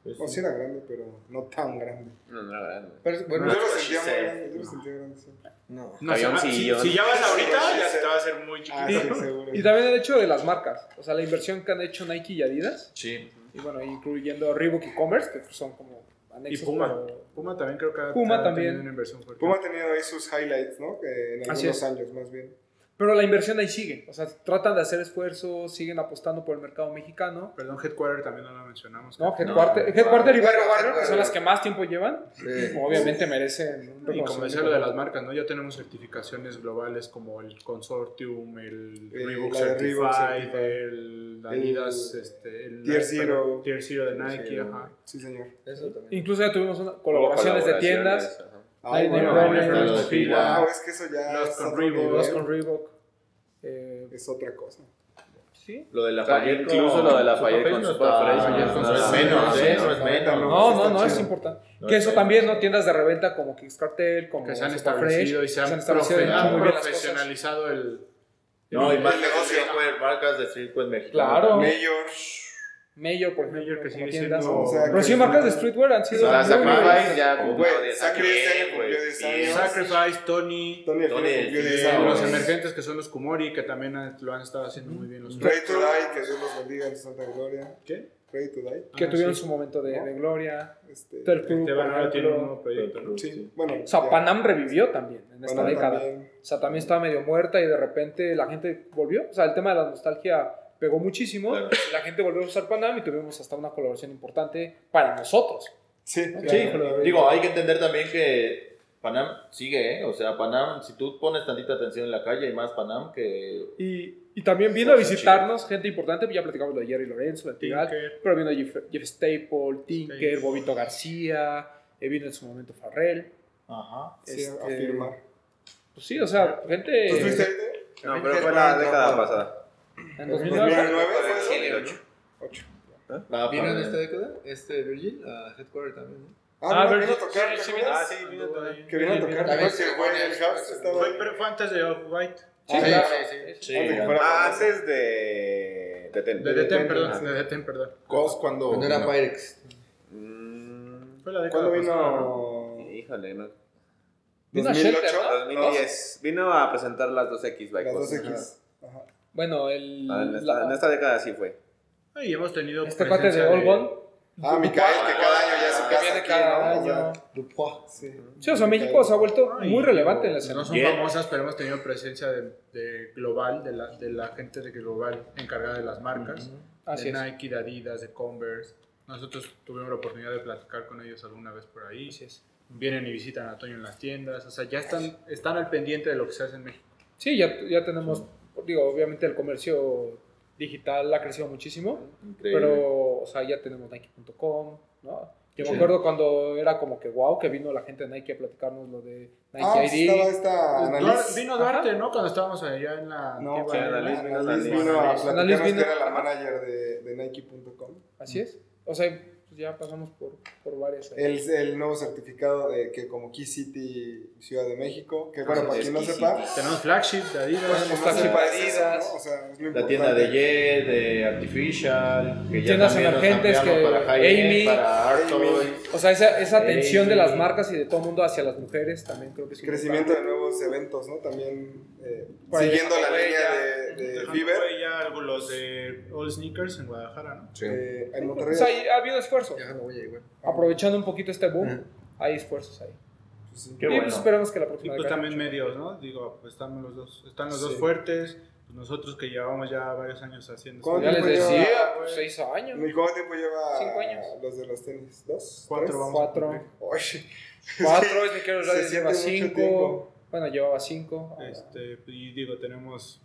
Pues, O sí sí. era grande, pero no tan grande. No, no, la verdad. no. Pero, bueno, Yo lo sí, sentía muy sí. grande, yo lo sentía grande, sí. no. No, Había o sea, un si, sillón. si ya vas ahorita, Sí, ya sí. se te va a hacer muy Ah, chiquitito. sí, seguro. Y también el hecho de las marcas, o sea, la inversión que han hecho Nike y Adidas. Sí. Y bueno, incluyendo Reebok y Commerce, que son como y anexos. Puma. pero- Puma también creo que ha- Puma ha también. tenido una inversión fuerte. Puma ha tenido ahí sus highlights, ¿no? Que en Así algunos es. años, más bien. Pero la inversión ahí sigue. O sea, tratan de hacer esfuerzos, siguen apostando por el mercado mexicano. Perdón, Headquarter también no lo mencionamos. ¿no? creo. Headquarter, Headquarter y Bueno, Barrio Warrior, que son Headquarter. las que más tiempo llevan, Sí. obviamente merecen un Y como decía reconocimiento. lo de las marcas, ¿no? Ya tenemos certificaciones globales como el Consortium, el Eh, Reebok la de Reebok Certified, Certified. el Adidas, este, el Tier perdón, Zero. Tier Zero de Nike, Zero. ajá. Sí, señor. Eso también. Incluso ya tuvimos una- colaboraciones de tiendas. Colaboraciones, ajá. Ah, Ahí bueno, de bueno, Problems, bueno, los Wow, Fila. es que eso ya Los es, con otro Reebok, nivel, Dos con Reebok. Eh, es otra cosa. sí. Lo de la O sea, Fayette incluso con- lo de la su Fayette papel con no su está- papel, no ya es está- menos, ¿eh? No es Está menos. cabrón. No, no, está no, es chido. importante. No Que es eso menos. también, ¿no? Tiendas de reventa como Kickstarter, como Que se han Super Fresh, establecido y se han, establecido y profe- ah, han hecho han muy bien las cosas. profesionalizado el... No, y el- marcas de streetwear, marcas de pues, streetwear mexicano. Claro. Mayor. Pues, Mayor, por ejemplo. Mayor que como sigue tiendas. siendo- O sea, Pero sí, marcas de streetwear han O sido. sea, muy Sacrifice buenas. ya Güey, cumplió 10 Sacrifice años, ya güey. cumplió 10 Sí. años. Sacrifice, Tony, eh, Tony el Tony Fiel el cumplió Fiel, 10 Sacrifice. los años. emergentes que son los Kumori, que también han- lo han estado haciendo Mm. muy bien los... Ready to Die, que Dios los bendiga en su santa gloria. ¿Qué? Ready to Die. Que Ah, tuvieron sí. su momento de, ¿No? de gloria. Este, Turf Crew, Esteban por ahora tiene un ejemplo. nuevo proyecto, ¿no? sí, bueno. O sea, ya. Panam revivió también en esta Panam década. también. O sea, también estaba medio muerta y de repente la gente volvió. O sea, el tema de la nostalgia pegó muchísimo. Claro. y La gente volvió a usar Panam y tuvimos hasta una colaboración importante para nosotros. Sí, Sí, claro. digo, hay que entender también que Panam sigue, ¿eh? O sea, Panam, si tú pones tantita atención en la calle, hay más Panam que Y Y también vino a visitarnos gente importante, ya platicamos de Jerry Lorenzo, de Tigal, Tinker. pero vino Jeff, Jeff Staple, Tinker, Staple. Bobito García, eh, vino en su momento Farrell. Ajá. Sí, Este, afirma. Pues sí, o sea, gente... ¿Tú estuviste ahí? No, pero fue la década pasada. En 2009. 2009 fue eso. En el ¿Eh? 8. La ¿Vino en familia. esta década? Este Virgil, a Headquarter también, ¿no? Ah, Ah, vino, vino a Virgil, tocar, sí, ¿te sí, acuerdas? Ah, vino- Sí, vino también. Que vino a Sí, tocar. vino. ¿Te acuerdas que el güey del house estaba Fue, ahí? pero fue antes de Off-White. Ah, Sí, claro. Sí. Antes de que fuera Ah, famoso. antes de. De Ten. De Deten, Ajá. perdón. De Deten, perdón. Cos cuando. Cuando era vino? Pyrex. Mm, Fue la década ¿Cuándo pasada. vino? Híjole, no. Vino a 2008, Shelter, ¿no? 2010. Vino a presentar las 2X by Las Cos. 2X. Ajá. Bueno, el... Ah, en, esta, la- en esta década sí fue. Y hemos tenido. este cuate de presencia All Bond. Ah, Micael, que cada año ya se que casa viene aquí, cada ¿no? O sea, año. Dupois, sí. Sí, o sea, Ah, México se ha vuelto Ay, muy relevante en la No escena. son famosas, pero hemos tenido presencia de, de global, de la, de la gente de global encargada de las marcas, Así de es. Nike, de Adidas, de Converse. Nosotros tuvimos la oportunidad de platicar con ellos alguna vez por ahí. Así es. Vienen y visitan a Toño en las tiendas, o sea, ya están, están al pendiente de lo que se hace en México. Sí, ya, ya tenemos, digo, obviamente el comercio digital ha crecido muchísimo, Increíble. pero, o sea, ya tenemos Nike.com, ¿no? Yo me acuerdo cuando era como que wow, que vino la gente de Nike a platicarnos lo de Nike Ah, pues ID. estaba esta Duar- Annalise. Vino Duarte, ¿no? Cuando estábamos allá en la... No, antigua- sí, Annalise vino, Annalise Annalise. vino a Annalise platicarnos que vino. era la manager de, de Nike.com. Así es. O sea, pues ya pasamos por, por varias. eh. El, el nuevo certificado de que como Key City Ciudad de México, que bueno, para es quien no Key sepa, City. Tenemos flagship de para Adidas. quien no Flagship sepa es eso, Adidas. ¿no? O sea, es lo La tienda de importante. Ye, de Artificial, que ya Tiendas también nos emergentes cambiamos que- para High Amy. End, para Art Toys. O sea, esa, esa atención de las Ey. marcas y de todo el mundo hacia las mujeres también creo que es Crecimiento importante. de nuevos eventos, ¿no? También eh, Por ahí. siguiendo la línea de, de Dejando Fever, huella, algo los de All Sneakers en Guadalajara, ¿no? Sí. eh, en O Monterrey. Ah, sea, y ha habido esfuerzos. Ya no voy a ir, güey. Aprovechando un poquito este boom, hay esfuerzos ahí. pues, sí. Qué y bueno. pues esperamos que la Y próxima pues década- también medios, ¿no? Digo, pues están los dos, están los Sí. dos fuertes, pues nosotros que llevamos ya varios años haciendo esto. pues, ¿Cuánto Ya les tiempo lleva, decía, pues, güey? seis años. ¿Y cuánto tiempo lleva Cinco años. los de los tenis? ¿Dos? Cuatro, ¿Tres? vamos. Cuatro. Oye, Cuatro, es mi querido Se Radio, lleva siente mucho cinco. tiempo. Bueno, llevaba cinco. Ah, Este, y digo, tenemos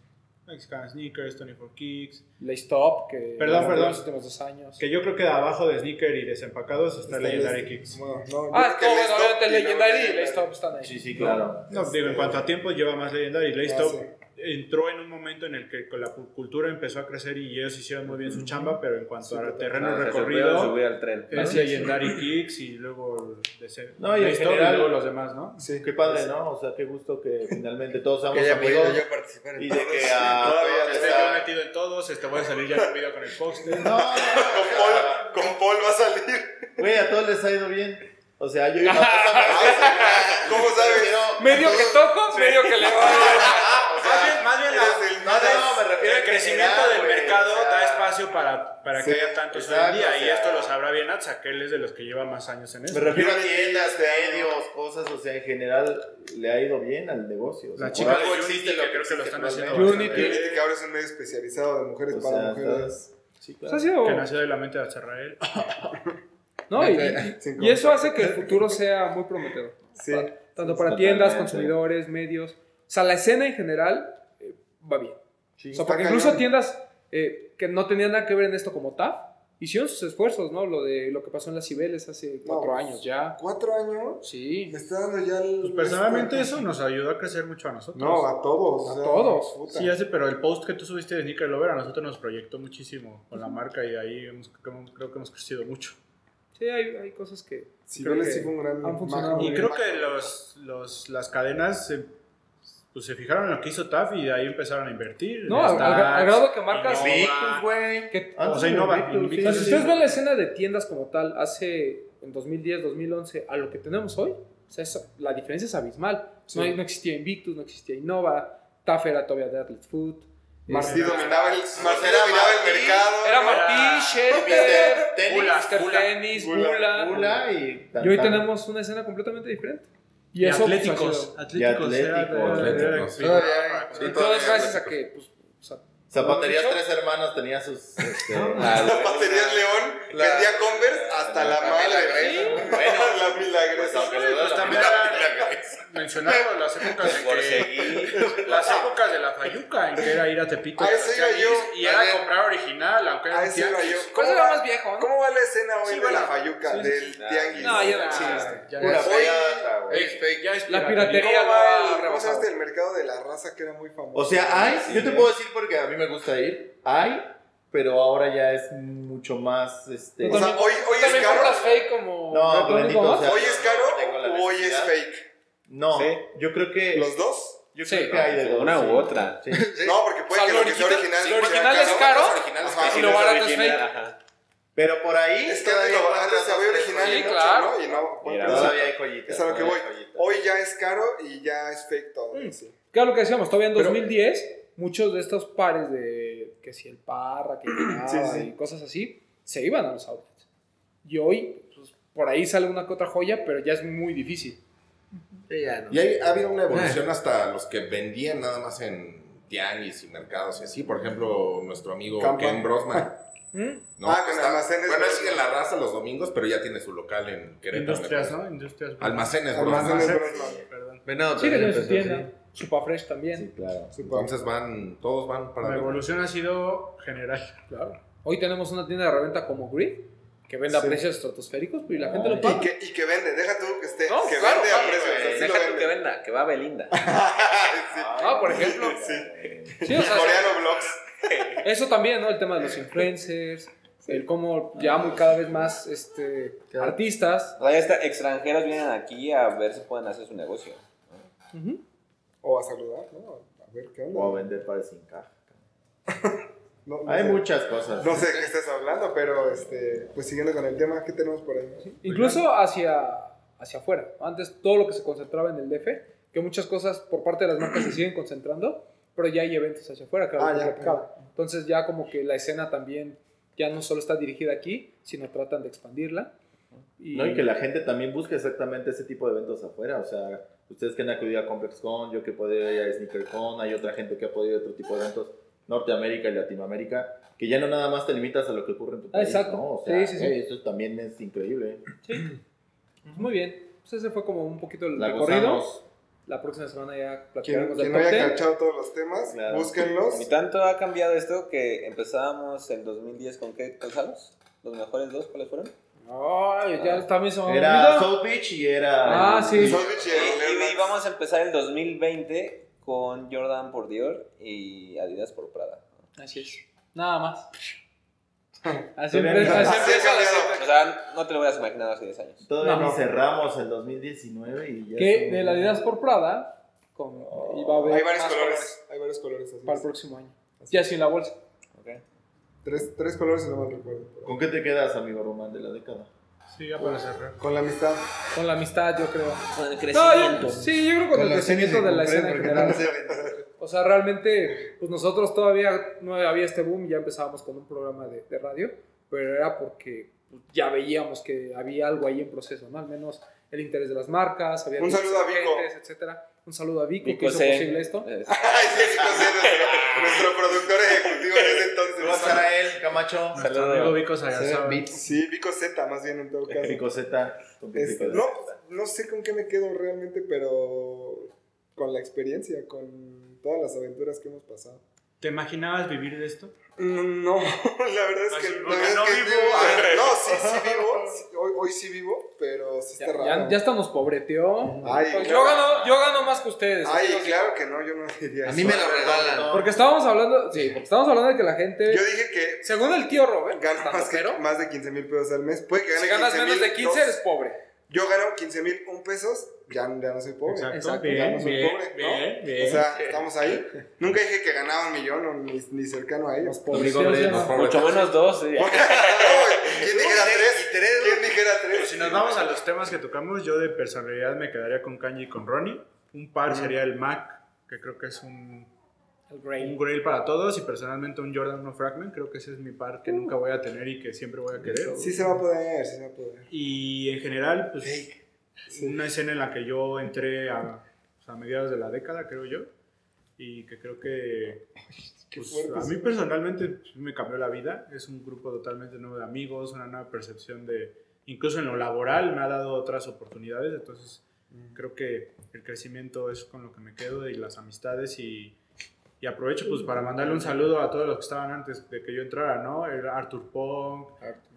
Mexican Sneakers, 24 Kicks, La Stop, que Perdón, en perdón. los últimos dos años. que yo creo que de abajo de Sneaker y desempacados está, Legendary Kicks. Bueno, Este, no, Ah, yo no, creo que bueno, obviamente el Stop y luego Legendary y la Legendary. Stop están ahí. Sí, sí, claro. No, Este- digo, en cuanto a tiempo lleva más Legendary. Laystop Ah, entró en un momento en el que con la pu- cultura empezó a crecer y ellos hicieron muy bien su chamba, pero en cuanto a terreno Ah, se supieron recorrido, subir al tren. es Legendary Kicks y luego Dece- No, y en Laystop general- luego los demás, ¿no? Sí. Qué padre, ¿no? O sea, qué gusto que finalmente todos seamos Que haya amigos. podido yo participar en Y de todos. que a Todavía todos te les- Estoy metido en todos, este voy a salir ya en un video con el Foxtel. No, no, no, Con Paul, con Paul va a salir. güey, a todos les ha ido bien. O sea, yo iba a ¿Cómo sabes? Medio que toco, medio que le va. más bien, más bien la- Eres el no, no, me refiero El en crecimiento general, del güey, mercado o sea, da espacio para, para que sí, haya tantos hoy en exacto, día. o y sea, esto lo sabrá bien Atsa, que él es de los que lleva más años en Me esto. refiero a tiendas, medios, cosas, o sea, en general le ha ido bien al negocio. o sea, La por chica algo de Unity, existe que creo que lo existe están haciendo actualmente. bastante bien. Fíjate que ahora es un medio especializado de mujeres O para sea, mujeres. Sí, claro. Pues ha sido. Que nació de la mente de Azarrael. No, y, Sin y eso hace que el futuro sea muy prometedor. Sí. Pa- tanto para tiendas, Totalmente. consumidores, medios. O sea, la escena en general eh, va bien. Sí, O sea, está porque incluso cañón. tiendas eh, que no tenían nada que ver en esto como TAF hicieron sus esfuerzos, ¿no? Lo de lo que pasó en las Cibeles hace cuatro pues, años ya. ¿Cuatro años? Sí. Me está dando ya el. Pues personalmente este- eso nos ayudó a crecer mucho a nosotros. No, a todos. A todos. puta. Sí, hace, pero el post que tú subiste de Sneaker Lover a nosotros nos proyectó muchísimo con la marca y de ahí hemos- creo creo que hemos crecido mucho. Sí, hay, hay cosas que. Sí, creo creo que que sí fue un gran. han funcionado marco, Y Muy creo gran que marco. los, los- las cadenas se, pues, se fijaron en lo que hizo TAF y de ahí empezaron a invertir. No, al, al- al grado que marcas. Innova. Invictus, güey. que- Ah, o sea, pues, Innova, o sea, Invictus, si sí. ustedes ven la escena de tiendas como tal, hace en 2010, 2011, a lo que tenemos hoy, o sea, es- la diferencia es abismal. No, hay- no existía Invictus, no existía Innova, TAF era todavía de Athlete Food. Martí Este, dominaba el, Martí era dominaba Martí, el mercado. Era ¿no? Martí, Shelter, Tenis, Bula, Mr. Bula, Tenis, Bula, Bula. Bula y Y hoy tenemos una escena completamente diferente. Y, pues, ha atléticos. sido- Atléticos. era- Atlético, era- era- era- Atlético. Todavía hay- y todo es gracias a que, pues, o sea, Zapaterías ¿Dicho? Tres Hermanos tenía sus. este, Zapaterías León La- vendía Converse hasta la, la madre. milagresa. la milagresa. aunque le duela la La milagresa. milagresa. Me mencionado las épocas de Por que- seguir. las épocas de la fayuca, en que era ir a Tepito A a eso iba Tianguis, yo, y a era ver. comprar original, aunque era A un eso iba yo. tianguis. ¿Cómo Pues va, era más viejo, ¿no? cómo va la escena hoy Sí, de la va. fayuca, Sí, sí. del Nah, tianguis? No, Ah, ya era- Sí. Ya Una es- Hoy- pirata, güey. es- ya es La piratería. piratería ¿Cómo va el- la ¿Cómo se llama este? El mercado de la raza que era muy famoso. O sea, hay, Sí, yo te ¿eh? puedo decir porque a mí me gusta ir, hay, pero ahora ya es mucho más, este... O sea, hoy, hoy es También compras caro. fake como. No, como bendito, Tomás. o sea- Hoy es Tengo la caro o hoy es necesidad. fake. no, Sí. yo creo que... ¿Los dos? Yo Sí. creo que hay de dos, Una u sí. otra. Sí. No, porque puede O sea, que lo lo que sea original- original. si sea lo original es caro. caro, original es Ajá. caro. y lo barato es Original, fake. ajá. Pero por ahí... Es que antes lo- antes se había original Sí, y mucho, claro. ¿no? Y no, Mira, por eso- todavía hay joyitas. es a lo que voy. todavía hay joyitas. Hoy ya es caro y ya es fake todo. Sí. Claro lo Mm, que decíamos, todavía en Pero- 2010, muchos de estos pares de que si el parra, que llegaba Sí, sí. y cosas así, se iban a los outlets. Y hoy, pues, por ahí sale una que otra joya, pero ya es muy difícil. Y hay- ha habido una evolución hasta los que vendían nada más en tianguis y mercados y así. Por ejemplo, nuestro amigo Campa. Ken Brosman. ¿Mm? ¿no? Ah, Que con está- almacenes Bueno, él Brosman. sigue en la raza los domingos, pero ya tiene su local en Querétaro. Industrias, me ¿no? parece. Industrias. Almacenes, Brosman. Almacenes Almacenes. Brosman. Perdón. Venado Ah, Sí, que también tiene su empezó tienda. Supafresh también. Sí, claro. pues, Entonces van, todos van para La ver. evolución ha sido general. Claro. Hoy tenemos una tienda de reventa como Grid, que vende a Sí. precios estratosféricos, pero y la Ah, gente lo y paga. Y que, y que vende, deja tú que esté, No, que claro, vende claro, a precios, Eh, así lo Deja tú que vende. venda, que va Belinda. Sí. Ah, por ejemplo. Sí, o sea, Coreano Vlogs. eso también, ¿no? El tema de los influencers, el cómo ya muy cada vez más este, artistas. O sea, ya está, extranjeros vienen aquí a ver si pueden hacer su negocio. Ujú. O a saludar, ¿no? A ver qué onda. O a vender para sin caja. No, no Hay sé. muchas cosas. No sé de qué estás hablando, pero este, pues siguiendo con el tema, ¿qué tenemos por ahí? Incluso hacia, hacia afuera. Antes todo lo que se concentraba en el DF, que muchas cosas por parte de las marcas se siguen concentrando, pero ya hay eventos hacia afuera, claro. Ah, que ya, lo platicaba. Entonces ya como que la escena también ya no solo está dirigida aquí, sino tratan de expandirla. Y, No, y que la gente también busca exactamente ese tipo de eventos afuera. O sea, ustedes que han acudido a ComplexCon, yo que he podido ir a SneakerCon, hay otra gente que ha podido ir a otro tipo de eventos, Norteamérica y Latinoamérica, que ya no nada más te limitas a lo que ocurre en tu país. Ah, exacto. ¿no? O sea, Sí, sí, sí. eh, eso también es increíble. Pues muy bien. Pues ese fue como un poquito el La recorrido. gozamos. La próxima semana ya Quien, platicaremos quien del no haya norte. cachado todos los temas, Claro. búsquenlos. Y tanto ha cambiado esto que empezábamos en 2010 con qué calzados? ¿Los mejores dos? ¿Cuáles fueron? Ay, ya también se me Era olvidó. South Beach y era... Ah, sí. Sándwich y Y, el Air y- y Max. vamos a empezar el 2020 con Jordan por Dior y Adidas por Prada. Así es. Nada más. Así Todavía empieza. no. así Así empieza la ha cambiado. serie. O sea, no te lo hubieras imaginado hace 10 años. Todavía No. ni cerramos el 2019 y ya... Que son- de la Adidas por Prada con, y va a haber Hay varios más colores, hay varios colores. así para el es. próximo año. Ya sin la bolsa. Tres, tres colores, si no mal recuerdo. ¿Con qué te quedas, amigo Román, de la década? Sí, ya para cerrar. Con la amistad. Con la amistad, yo creo. Con el No, crecimiento. yo- sí, yo creo con, el crecimiento de la escena en general. O sea, realmente, pues nosotros todavía no había este boom, ya empezábamos con un programa de, de radio, pero era porque pues, ya veíamos que había algo ahí en proceso, ¿no? Al menos el interés de las marcas, había Un saludo a Vico. clientes, etcétera. Un saludo a Vico, que Vico Este hizo Zen. posible esto. Es- Ay, sí, sí, con cierto, nuestro, nuestro productor ejecutivo en ese entonces. ¿Cómo estará él, Camacho? Nuestro amigo Vico Sayasawa. Sí, Vico Z, más bien en todo caso. Pico Z. ¿Con qué te Este, quedas? no, pues, no sé con qué me quedo realmente, pero con la experiencia, con todas las aventuras que hemos pasado. ¿Te imaginabas vivir de esto? No, la verdad es que Así, la porque verdad no es que vivo. estoy- no, sí, sí vivo. sí, hoy, hoy sí vivo, pero sí Ya, está ya- raro. ya hasta nos pobreteó. Ay, Pues yo, claro. gano, yo gano más que ustedes. Ay, entonces- claro que no, yo no diría A eso. mí me lo regalan. Porque estábamos hablando, sí, porque estábamos hablando de que la gente, Yo dije que según el tío Robert, gano tanto, más, que- pero más de 15 mil pesos al mes. Puede que gane si ganas 15,000, menos de 15 dos. eres pobre. Yo gano 15 mil un pesos, ya, ya no soy pobre. Exacto, ya Bien, no soy bien, pobre, ¿no? bien, bien. O sea, estamos ahí. Nunca dije que ganaba un millón o ni, ni cercano a ellos. Pobreteó, Rodríguez, ya no. por favor. Mucho menos dos. sí. ¿Quién dijera tres? ¿Quién dijera Pero tres? si nos vamos a los temas que tocamos, yo de personalidad me quedaría con Kanye y con Ronnie. Un par sería el Mac, que creo que es un, El un Grail. grail para todos. Y personalmente un Jordan, no Fragment. Creo que ese es mi par Uh. que nunca voy a tener y que siempre voy a querer. Sí se va a poder, sí se va a poder. Y en general, pues una escena en la que yo entré a, pues, a mediados de la década, creo yo, y que creo que pues, fuerte a mí personalmente pues, me cambió la vida. Es un grupo totalmente nuevo de amigos, una nueva percepción de, incluso en lo laboral me ha dado otras oportunidades, entonces Creo que el crecimiento es con lo que me quedo y las amistades y, y aprovecho pues para mandarle un saludo a todos los que estaban antes de que yo entrara, ¿no? El Arthur Pong,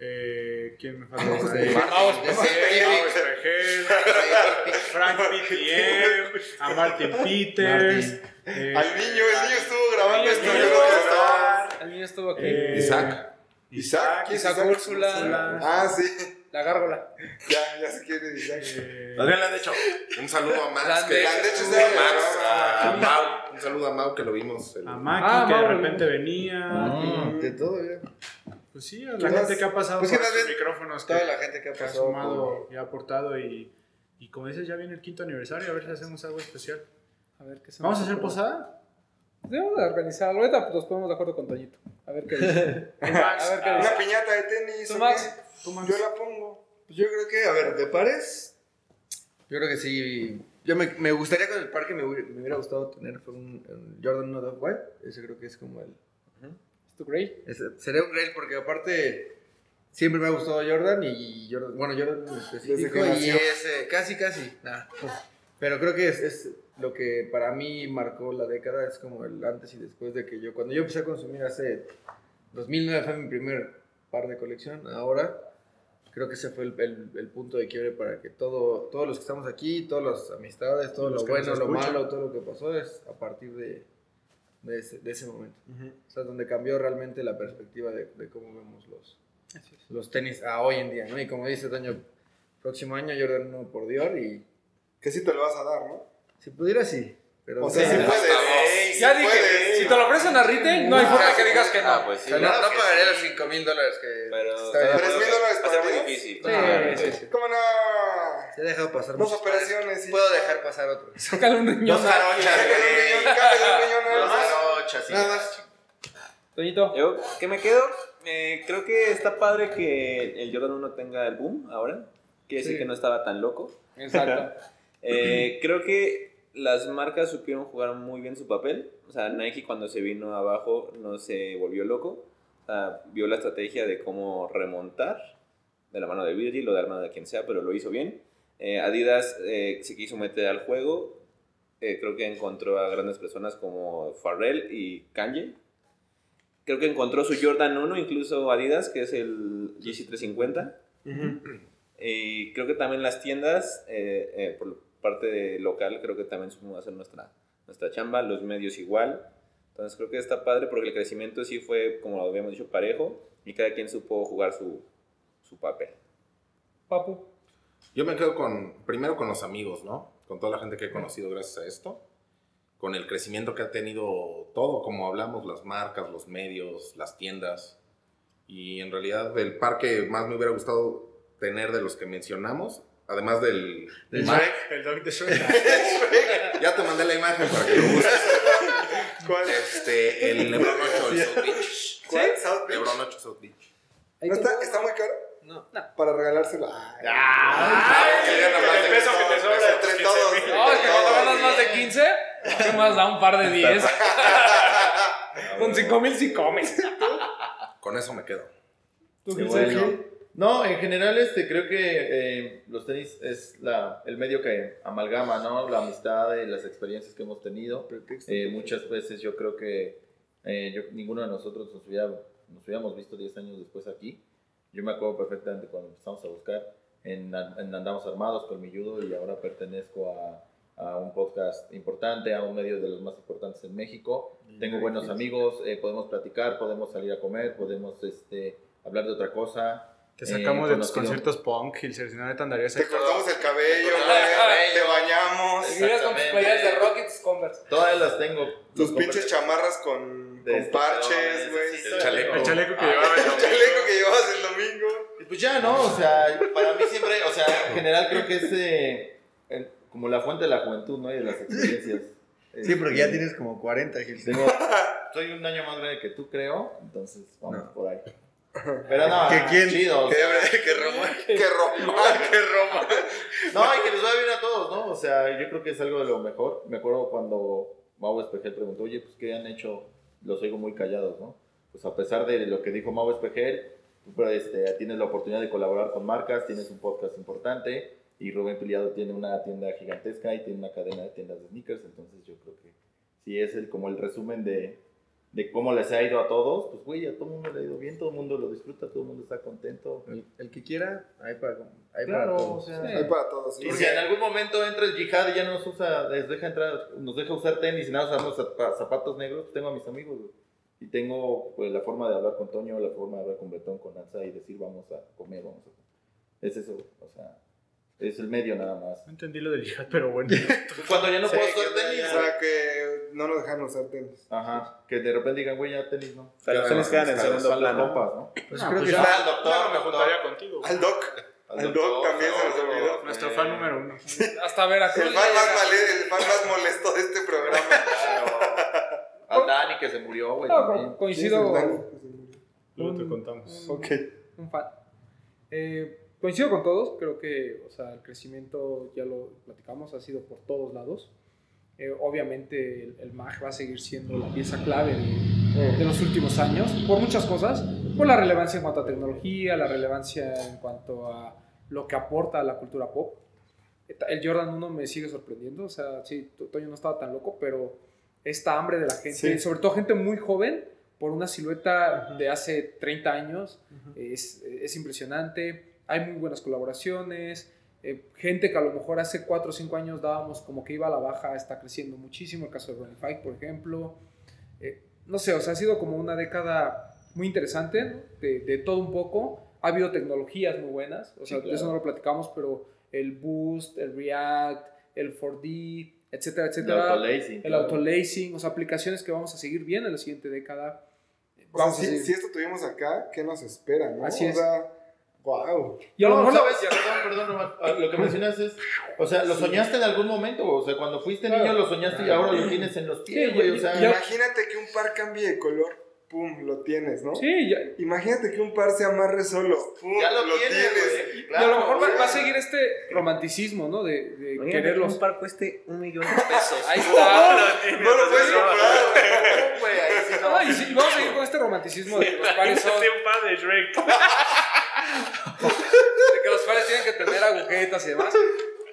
eh, ¿quién me falta? Este, Vamos, pues, Maus Pejel, este, Frank PTM, a Martin Peters, eh, Al niño, el niño estuvo grabando niño esto. estuvo yo no grabando. estaba. El niño estuvo aquí. eh, Isaac. Isaac, ¿quién es Isaac Úrsula. Ah, sí. La gárgola. Ya, ya sé quién es Isaac. eh, Más bien le han hecho. Un saludo a Max. Grande. Que, Grande, a sí. Max, a Mau. Un saludo a Mau que lo vimos. el- a Maki Ah, que de Mauro. repente venía. De todo, ya. Pues sí, a la Pues, gente que ha pasado pues, por que más estos bien, micrófonos que, Toda la gente que ha que ha pasado. sumado y ha aportado y, y como dices, ya viene el quinto aniversario, a ver si hacemos algo especial. A ver qué se ¿Vamos a nos hacer ocurre. posada? Debemos de organizarlo. Ahorita pues, nos ponemos de acuerdo con Toñito. A ver qué dice. a ver Ah. qué Una dice. piñata de tenis. Tú, ¿o Max. qué? Tú, Max. Yo la pongo. Pues yo creo que, a ver, ¿de pares? Yo creo que sí. Yo me, me gustaría con el par que me, hubiera- me hubiera gustado tener fue un, un Jordan 1 Dog White. Ese creo que es como el. ¿Es tu Grey? ese- sería un Grail porque, aparte, siempre me ha gustado Jordan y Jordan. Bueno, Jordan en específico. Desde que Y nació. ese, casi, casi. Nada. Pero creo que es, es lo que para mí marcó la década. Es como el antes y después de que yo. Cuando yo empecé a consumir hace. 2009 fue mi primer par de colección. Ahora creo que ese fue el, el- el punto de quiebre para que todo, todos los que estamos aquí, todas las amistades, todo Los lo que nos bueno, lo escuchan. malo, todo lo que pasó es a partir de, de, ese, de ese momento. O sea, donde cambió realmente la perspectiva de, de cómo vemos los, los tenis a hoy en día. ¿no? Y como dice Toño, próximo año Jordan 1 por Dior y Que sí te lo vas a dar, ¿no? si pudiera sí. Pero O sea, sí no, puedes. Ey, sí Ya dije, puedes. si te lo ofrecen a Rite, no hay forma que digas que Ah, no. pues o sí. sea, no, no que pagaría sí, los 5 mil dólares que Pero. eh, está bien. Tres mil dólares Va a ser para muy mí. difícil. Sí, Ah, sí, pues. sí. ¿Cómo no? Se ha dejado pasar Dos muchos operaciones. pares. sí. Puedo dejar pasar otro. Sácale un riñón. Dos jarochas, Cámbiale un güey. millón, cámbiale un millón nada Dos más. jarochas, sí. Nada más. Toñito. Yo, ¿qué me quedo? Eh, creo que está padre que el Jordan 1 tenga el boom ahora. Quiere decir Sí. que no estaba tan loco. Exacto. Eh, creo que las marcas supieron jugar muy bien su papel. O sea, Nike cuando se vino abajo no se volvió loco. O sea, vio la estrategia de cómo remontar de la mano de Virgil o de la mano de quien sea, pero lo hizo bien. Eh, Adidas eh, se quiso meter al juego. Eh, creo que encontró a grandes personas como Farrell y Kanye. Creo que encontró su Jordan 1, incluso Adidas, que es el GC350. Y creo que también las tiendas, eh, eh, por parte de local, creo que también supo hacer nuestra, nuestra chamba, los medios igual. Entonces creo que está padre porque el crecimiento sí fue, como lo habíamos dicho, parejo y cada quien supo jugar su, su papel. Papu. Yo me quedo con, primero con los amigos, ¿no? Con toda la gente que he conocido gracias a esto. Con el crecimiento que ha tenido todo, como hablamos, las marcas, los medios, las tiendas. Y en realidad el par que más me hubiera gustado tener de los que mencionamos, además del... Del Mar- Shrek, el dog de Shrek. ya te mandé la imagen para que lo busques. Este, el Lebron 8, el South Beach. ¿Cuál? South Beach. Lebron 8, South Beach. ¿No está, está muy caro? No. Para regalárselo. Ay, Ah, el peso que te sobra. entre todos. No, es que cuando ganas más de 15, ¿qué más da un par de 10? Con 5 mil sí comes. Con eso me quedo. ¿Tú Qué Gil, bueno. Sergio? No, en general, este, creo que eh, los tenis es la, el medio que amalgama, ¿no? La amistad y las experiencias que hemos tenido. Eh, muchas veces yo creo que eh, yo- ninguno de nosotros nos, hubiera- nos hubiéramos visto 10 años después aquí. Yo me acuerdo perfectamente cuando empezamos a buscar en, en Andamos Armados con mi judo y ahora pertenezco a, a un podcast importante, a un medio de los más importantes en México. Tengo buenos amigos, eh, podemos platicar, podemos salir a comer, podemos este, hablar de otra cosa. Te Eh, sacamos de tus conocido. conciertos punk, Hilser, si no neta andarías ahí. Te cortamos el cabello, Te güey, cortamos el te cabello. bañamos. Si miras con tus playeras de Rock y tus Converse. Todas las tengo. Tus Los pinches compré- chamarras con, De con este, parches, no, güey. necesito El chaleco. El chaleco que llevaba el El chaleco que llevabas el domingo. Y Pues ya, ¿no? O sea, para mí siempre, o sea, en general creo que es eh, el- como la fuente de la juventud, ¿no? Y de las experiencias. Sí, porque ya Este, tienes como 40, Gil. Tengo, soy un año más grande que tú, creo. Entonces, vamos por ahí. Pero no, ¿Que quién? chido. o sea, Que, que Roma. Que Roma. Que Roma. No, y que les vaya bien a todos, ¿no? O sea, yo creo que es algo de lo mejor. Me acuerdo cuando Mau Espejel preguntó, oye, pues, ¿qué han hecho? Los oigo muy callados, ¿no? Pues, a pesar de lo que dijo Mau Espejel, tú pues, este, tienes la oportunidad de colaborar con marcas, tienes un podcast importante, Y Rubén Piliado tiene una tienda gigantesca y tiene una cadena de tiendas de sneakers, entonces yo creo que si es el, como el resumen de, de cómo les ha ido a todos, pues güey, a todo el mundo le ha ido bien, todo el mundo lo disfruta, todo el mundo está contento. El, el que quiera, hay para, hay para Claro, o todos. sea, Hay para todos. y porque- si en algún momento entra el yihad y ya nos usa, les deja entrar, nos deja usar tenis y nada más usamos zap- zapatos negros, pues tengo a mis amigos, güey. Y tengo pues, la forma de hablar con Toño, la forma de hablar con Bretón, con Natsa y decir vamos a comer, vamos a comer. Es eso, güey, o sea, es el medio nada más. No entendí lo del hija, pero bueno. Pues cuando ya no Sí, puedo que usar no tenis. haya- O güey. sea, que no nos dejan usar tenis. Ajá, que de repente digan, güey, ya tenis, ¿no? O sea, los tenis quedan en Claro, segundo Las plano. ropas, ¿no? Pues No, creo pues que ya. está- al doctor, Claro, me juntaría contigo. Al doc. Al doc también se nos olvidó. Nuestro Eh, fan número uno. Hasta ver El fan más vale- el fan más molesto de este programa. Claro. Al Dani que se murió, güey. también. coincido. Luego te contamos. Ok. Un fan. Eh, coincido con todos, creo que o sea, el crecimiento, ya lo platicamos, ha sido por todos lados. Eh, obviamente el, el MAG va a seguir siendo la pieza clave de, de los últimos años, por muchas cosas, por la relevancia en cuanto a tecnología, la relevancia en cuanto a lo que aporta a la cultura pop. El Jordan 1 me sigue sorprendiendo, o sea, sí, To- Toño no estaba tan loco, pero esta hambre de la gente, Sí. sobre todo gente muy joven, por una silueta de hace 30 años, es, es impresionante, hay muy buenas colaboraciones, eh, gente que a lo mejor hace 4 o 5 años dábamos como que iba a la baja, está creciendo muchísimo, el caso de Ronnie Fike, por ejemplo, Eh, no sé, o sea, ha sido como una década muy interesante, ¿no? de, de todo un poco, ha habido tecnologías muy buenas, o sea, de eso no lo platicamos, pero el Boost, el React, el 4D, etcétera, El etcétera. autolacing, El claro. autolacing, o sea, aplicaciones que vamos a seguir viendo en la siguiente década. O sea, Vamos a si, seguir. si esto tuvimos acá, ¿qué nos espera, no? Así es. O sea, wow. Y a lo No, mejor la- ¿sabes? Perdón, perdón, Román. Ah, Lo que mencionas es, o sea, lo soñaste en algún momento, güey. o sea, cuando fuiste Claro. niño lo soñaste y ahora lo tienes en los pies, Sí, güey, yo- o sea, yo- Imagínate que un par cambie de color, pum, lo tienes, ¿no? Sí, ya- Imagínate que un par se amarre solo, pum, ya lo, tienes, güey. y a lo Claro, mejor va, güey. va a seguir este romanticuismo, ¿no? De, de quererlos. par cueste este un millón de pesos. Ahí está. No lo pues, puedes comprar. No, güey, ahí sí no. No, y sí, vamos a seguir con este romanticismo de que los pares son- de un fan de Shrek. que los pares tienen que tener agujetas y demás.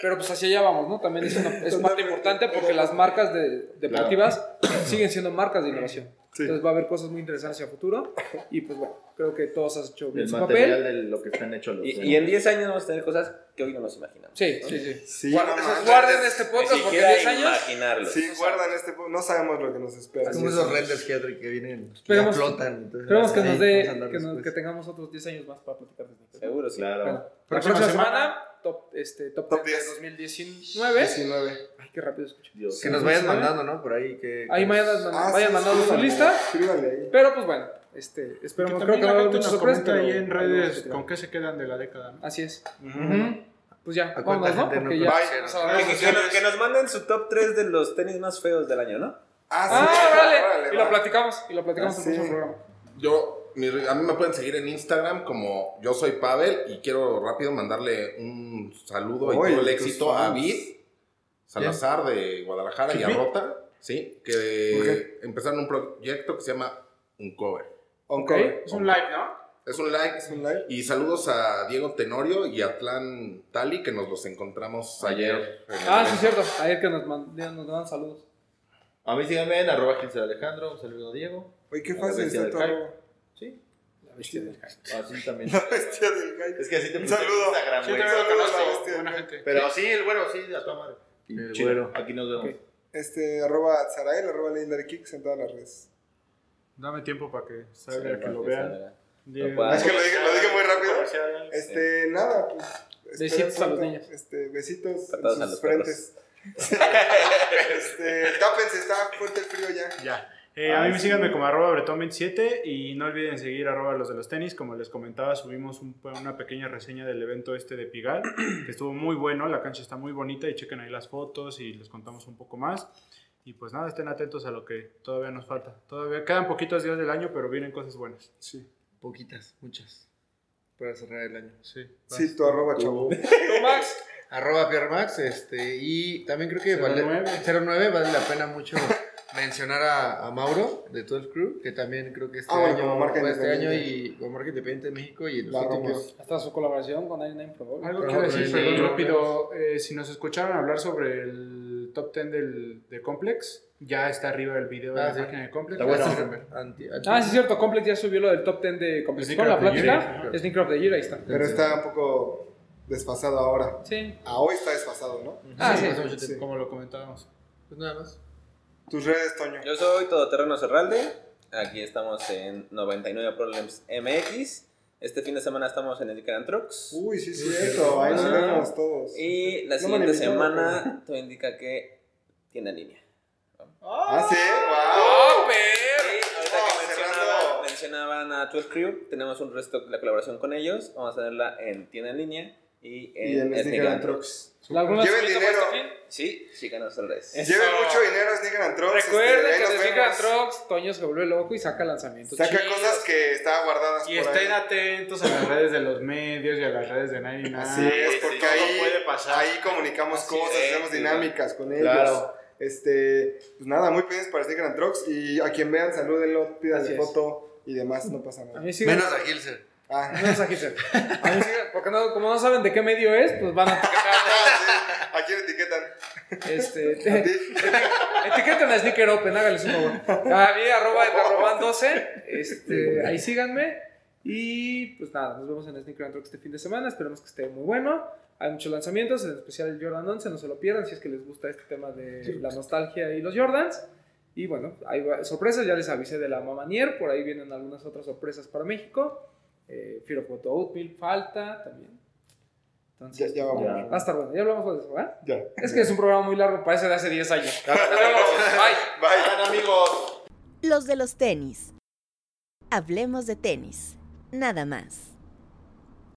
Pero pues hacia allá vamos, ¿no? También es una es parte importante porque las marcas de, deportivas siguen siendo marcas de innovación. Entonces va a haber cosas muy interesantes a futuro. Y pues bueno, creo que todos has hecho bien El su papel. material de lo que están hechos los Y, y en 10 años vamos a tener cosas que hoy no nos imaginamos. Sí, sí, sí. Sí, Guarden, no manches. guarden este Ni podcast porque siquiera 10 años. imaginarlo. Sí, guardan este, po- no sabemos lo que nos espera. Es como esos renders que, que vienen, que Esperemos- flotan. entonces, Esperemos que así nos vamos a dé, andar que, nos- después. que tengamos otros 10 años más para platicar de sneakers. Seguro, sí. Bueno, Claro. la Próxima próxima semana, semana, top, este, top, Top 10 de 10. 2019. 19. Ay, qué rápido escucho. Dios. Que nos vayan mandando, ¿no? Por ahí que... Ahí vayan, mand- vayan sí, mandando su escríbanle, lista. Escríbanle ahí. Pero pues bueno, este, Pero esperemos. Creo también que va a la haber gente muchas nos sorpresas. comenta ahí pero- en redes con qué se quedan de la década. ¿no? Así es. Ujú. Pues ya, cuánta vámonos, ¿no? gente no Porque ya. Bye. nos agarramos. Que, que- que nos, que nos manden su top 3 de los tenis más feos del año, ¿no? Ah, órale. Y lo va. platicamos. Y lo platicamos en el Ah, sí. próximo programa. Yo, mi- a mí me pueden seguir en Instagram como yo soy Pavel y quiero rápido mandarle un saludo Oye, y todo el tus éxito a fans. Vid Salazar de Guadalajara y a Rota, ¿sí? Que empezaron un proyecto que se llama Un Cover. On Ok. cover. Es un live, ¿no? Es un like. Es un like. Y saludos a Diego Tenorio y a Tlán Tali, que nos los encontramos ayer. en el Ah, sí, evento. es cierto. Ayer que nos mandan, nos mandan saludos. A mí síganme en arroba Gilser Alejandro, un saludo a Diego. Oye, qué La fácil bestia está del todo. Sí, La bestia del hype. así Ah, también. La bestia del gallo. Es que así te Un puse en saludo. Instagram, Sí, güey. también Saludos lo a la conozco. bestia. Buena gente. Pero sí, el güero, sí, a tu madre. El Chido. güero. Aquí nos vemos. Ok. Este, arroba Zarael, arroba Legendary Kicks en todas las redes. Dame tiempo para que Sí, salga, que para lo que vean. salga. Digan- puedan- Es que lo dije, lo dije muy rápido. Comercial. Este, nada, pues. espero Besitos a los pronto, niños. Este, besitos Patadas a en los sus frentes. este, tápense, está fuerte el frío ya. Ya. Eh, a mí me síganme como arroba bretón27 y no olviden seguir arroba los de los tenis. Como les comentaba, subimos un- pues, una pequeña reseña del evento este de Pigal, que estuvo muy bueno, la cancha está muy bonita y chequen ahí las fotos y les contamos un poco más. Y pues nada, estén atentos a lo que todavía nos falta. Todavía quedan poquitos días del año, pero vienen cosas buenas. Poquitas, muchas. Para cerrar el año. Sí. Sí, tu arroba, chavo. Tú, Max. Arroba Pierre Max, este, y también creo que vale, 09. 09 vale la pena mucho mencionar a, a Mauro de 12 Crew, que también creo que este Ah, bueno, año, como marca este año independiente. y como marca independiente de México y en La los últimos. Pues, rompió. Hasta su colaboración con Iron Name Pro. Algo Pero quiero no, decir pero perdón, sí, rápido. eh, si nos escucharon hablar sobre el top 10 del, de Complex, ya está arriba el video de Ah, la sí. página de Complex. La buena Ahí es pueden ver. anti- anti- Ah, sí, es cierto. Complex ya subió lo del top 10 de Complex Sneaker con la of the Year, plática. Sneaker. Sneaker of the Year, ahí está. Pero está un poco desfasado ahora. Sí. A hoy está desfasado, ¿no? Ah, sí. Hace mucho tiempo, Como lo comentábamos. Pues nada más. Tus redes, Toño. Yo soy Todoterreno Cerralde. Aquí estamos en 99 Problems MX. Este fin de semana estamos en el Can Trucks. Uy, sí, es cierto. Ahí nos Ah. vemos todos. y la no me siguiente han invitado, semana todo indica que tiene línea. Ah, sí. Wow. Y ahorita que Oh, mencionaban, cerrando. mencionaban a 12 Crew, tenemos un resto de la colaboración con ellos. Vamos a tenerla en tienda en línea y en, Y en Sneaker Sneaker and and Trucks. Trucks. ¿Alguna Lleven solita dinero. para este fin? Sí, síganos en redes. Eso. Lleven mucho dinero a Sneaker and Trucks. Recuerden este, ahí que nos de Sneaker vemos. and Trucks, Toño se vuelve loco y saca lanzamientos. Saca chidos. cosas que estaban guardadas Y por estén ahí. atentos a las redes de los medios y a las redes de Nine Así es, sí, porque todo ahí, puede pasar. ahí comunicamos cosas, es, hacemos sí, dinámicas con ellos. Claro. Este, pues nada, muy pendientes para Sneaker and Trucks. Y a quien vean, salúdenlo, Así pídanle es. foto y demás, no pasa A nada. mí sí- Menos a Gilser. Ah, No es agite. A mí sí, porque no, como no saben de qué medio es, pues van a etiquetar. Ah, sí, ¿A quién etiquetan? Este, ¿A eti- ti? etiqueten a Sneaker Open, háganles un favor. A mí, arroba Edgarroban 12. Este, ahí síganme. Y pues nada, nos vemos en Sneaker and Trucks este fin de semana. Esperemos que esté muy bueno. Hay muchos lanzamientos, en especial el Jordan 11. No se lo pierdan si es que les gusta este tema de la nostalgia y los Jordans. Y bueno, hay va- sorpresas. Ya les avisé de la Mamanier. Por ahí vienen algunas otras sorpresas para México. Eh, Fear of What to Oat Milk falta también. Ya, Entonces, ya vamos. Ya. va a estar bueno. Ya hablamos de eso, ¿verdad? Ya. Es que es un programa muy largo, parece de hace 10 años. Nos vemos. Bye. Bye, amigos. Los de los tenis. Hablemos de tenis. Nada más.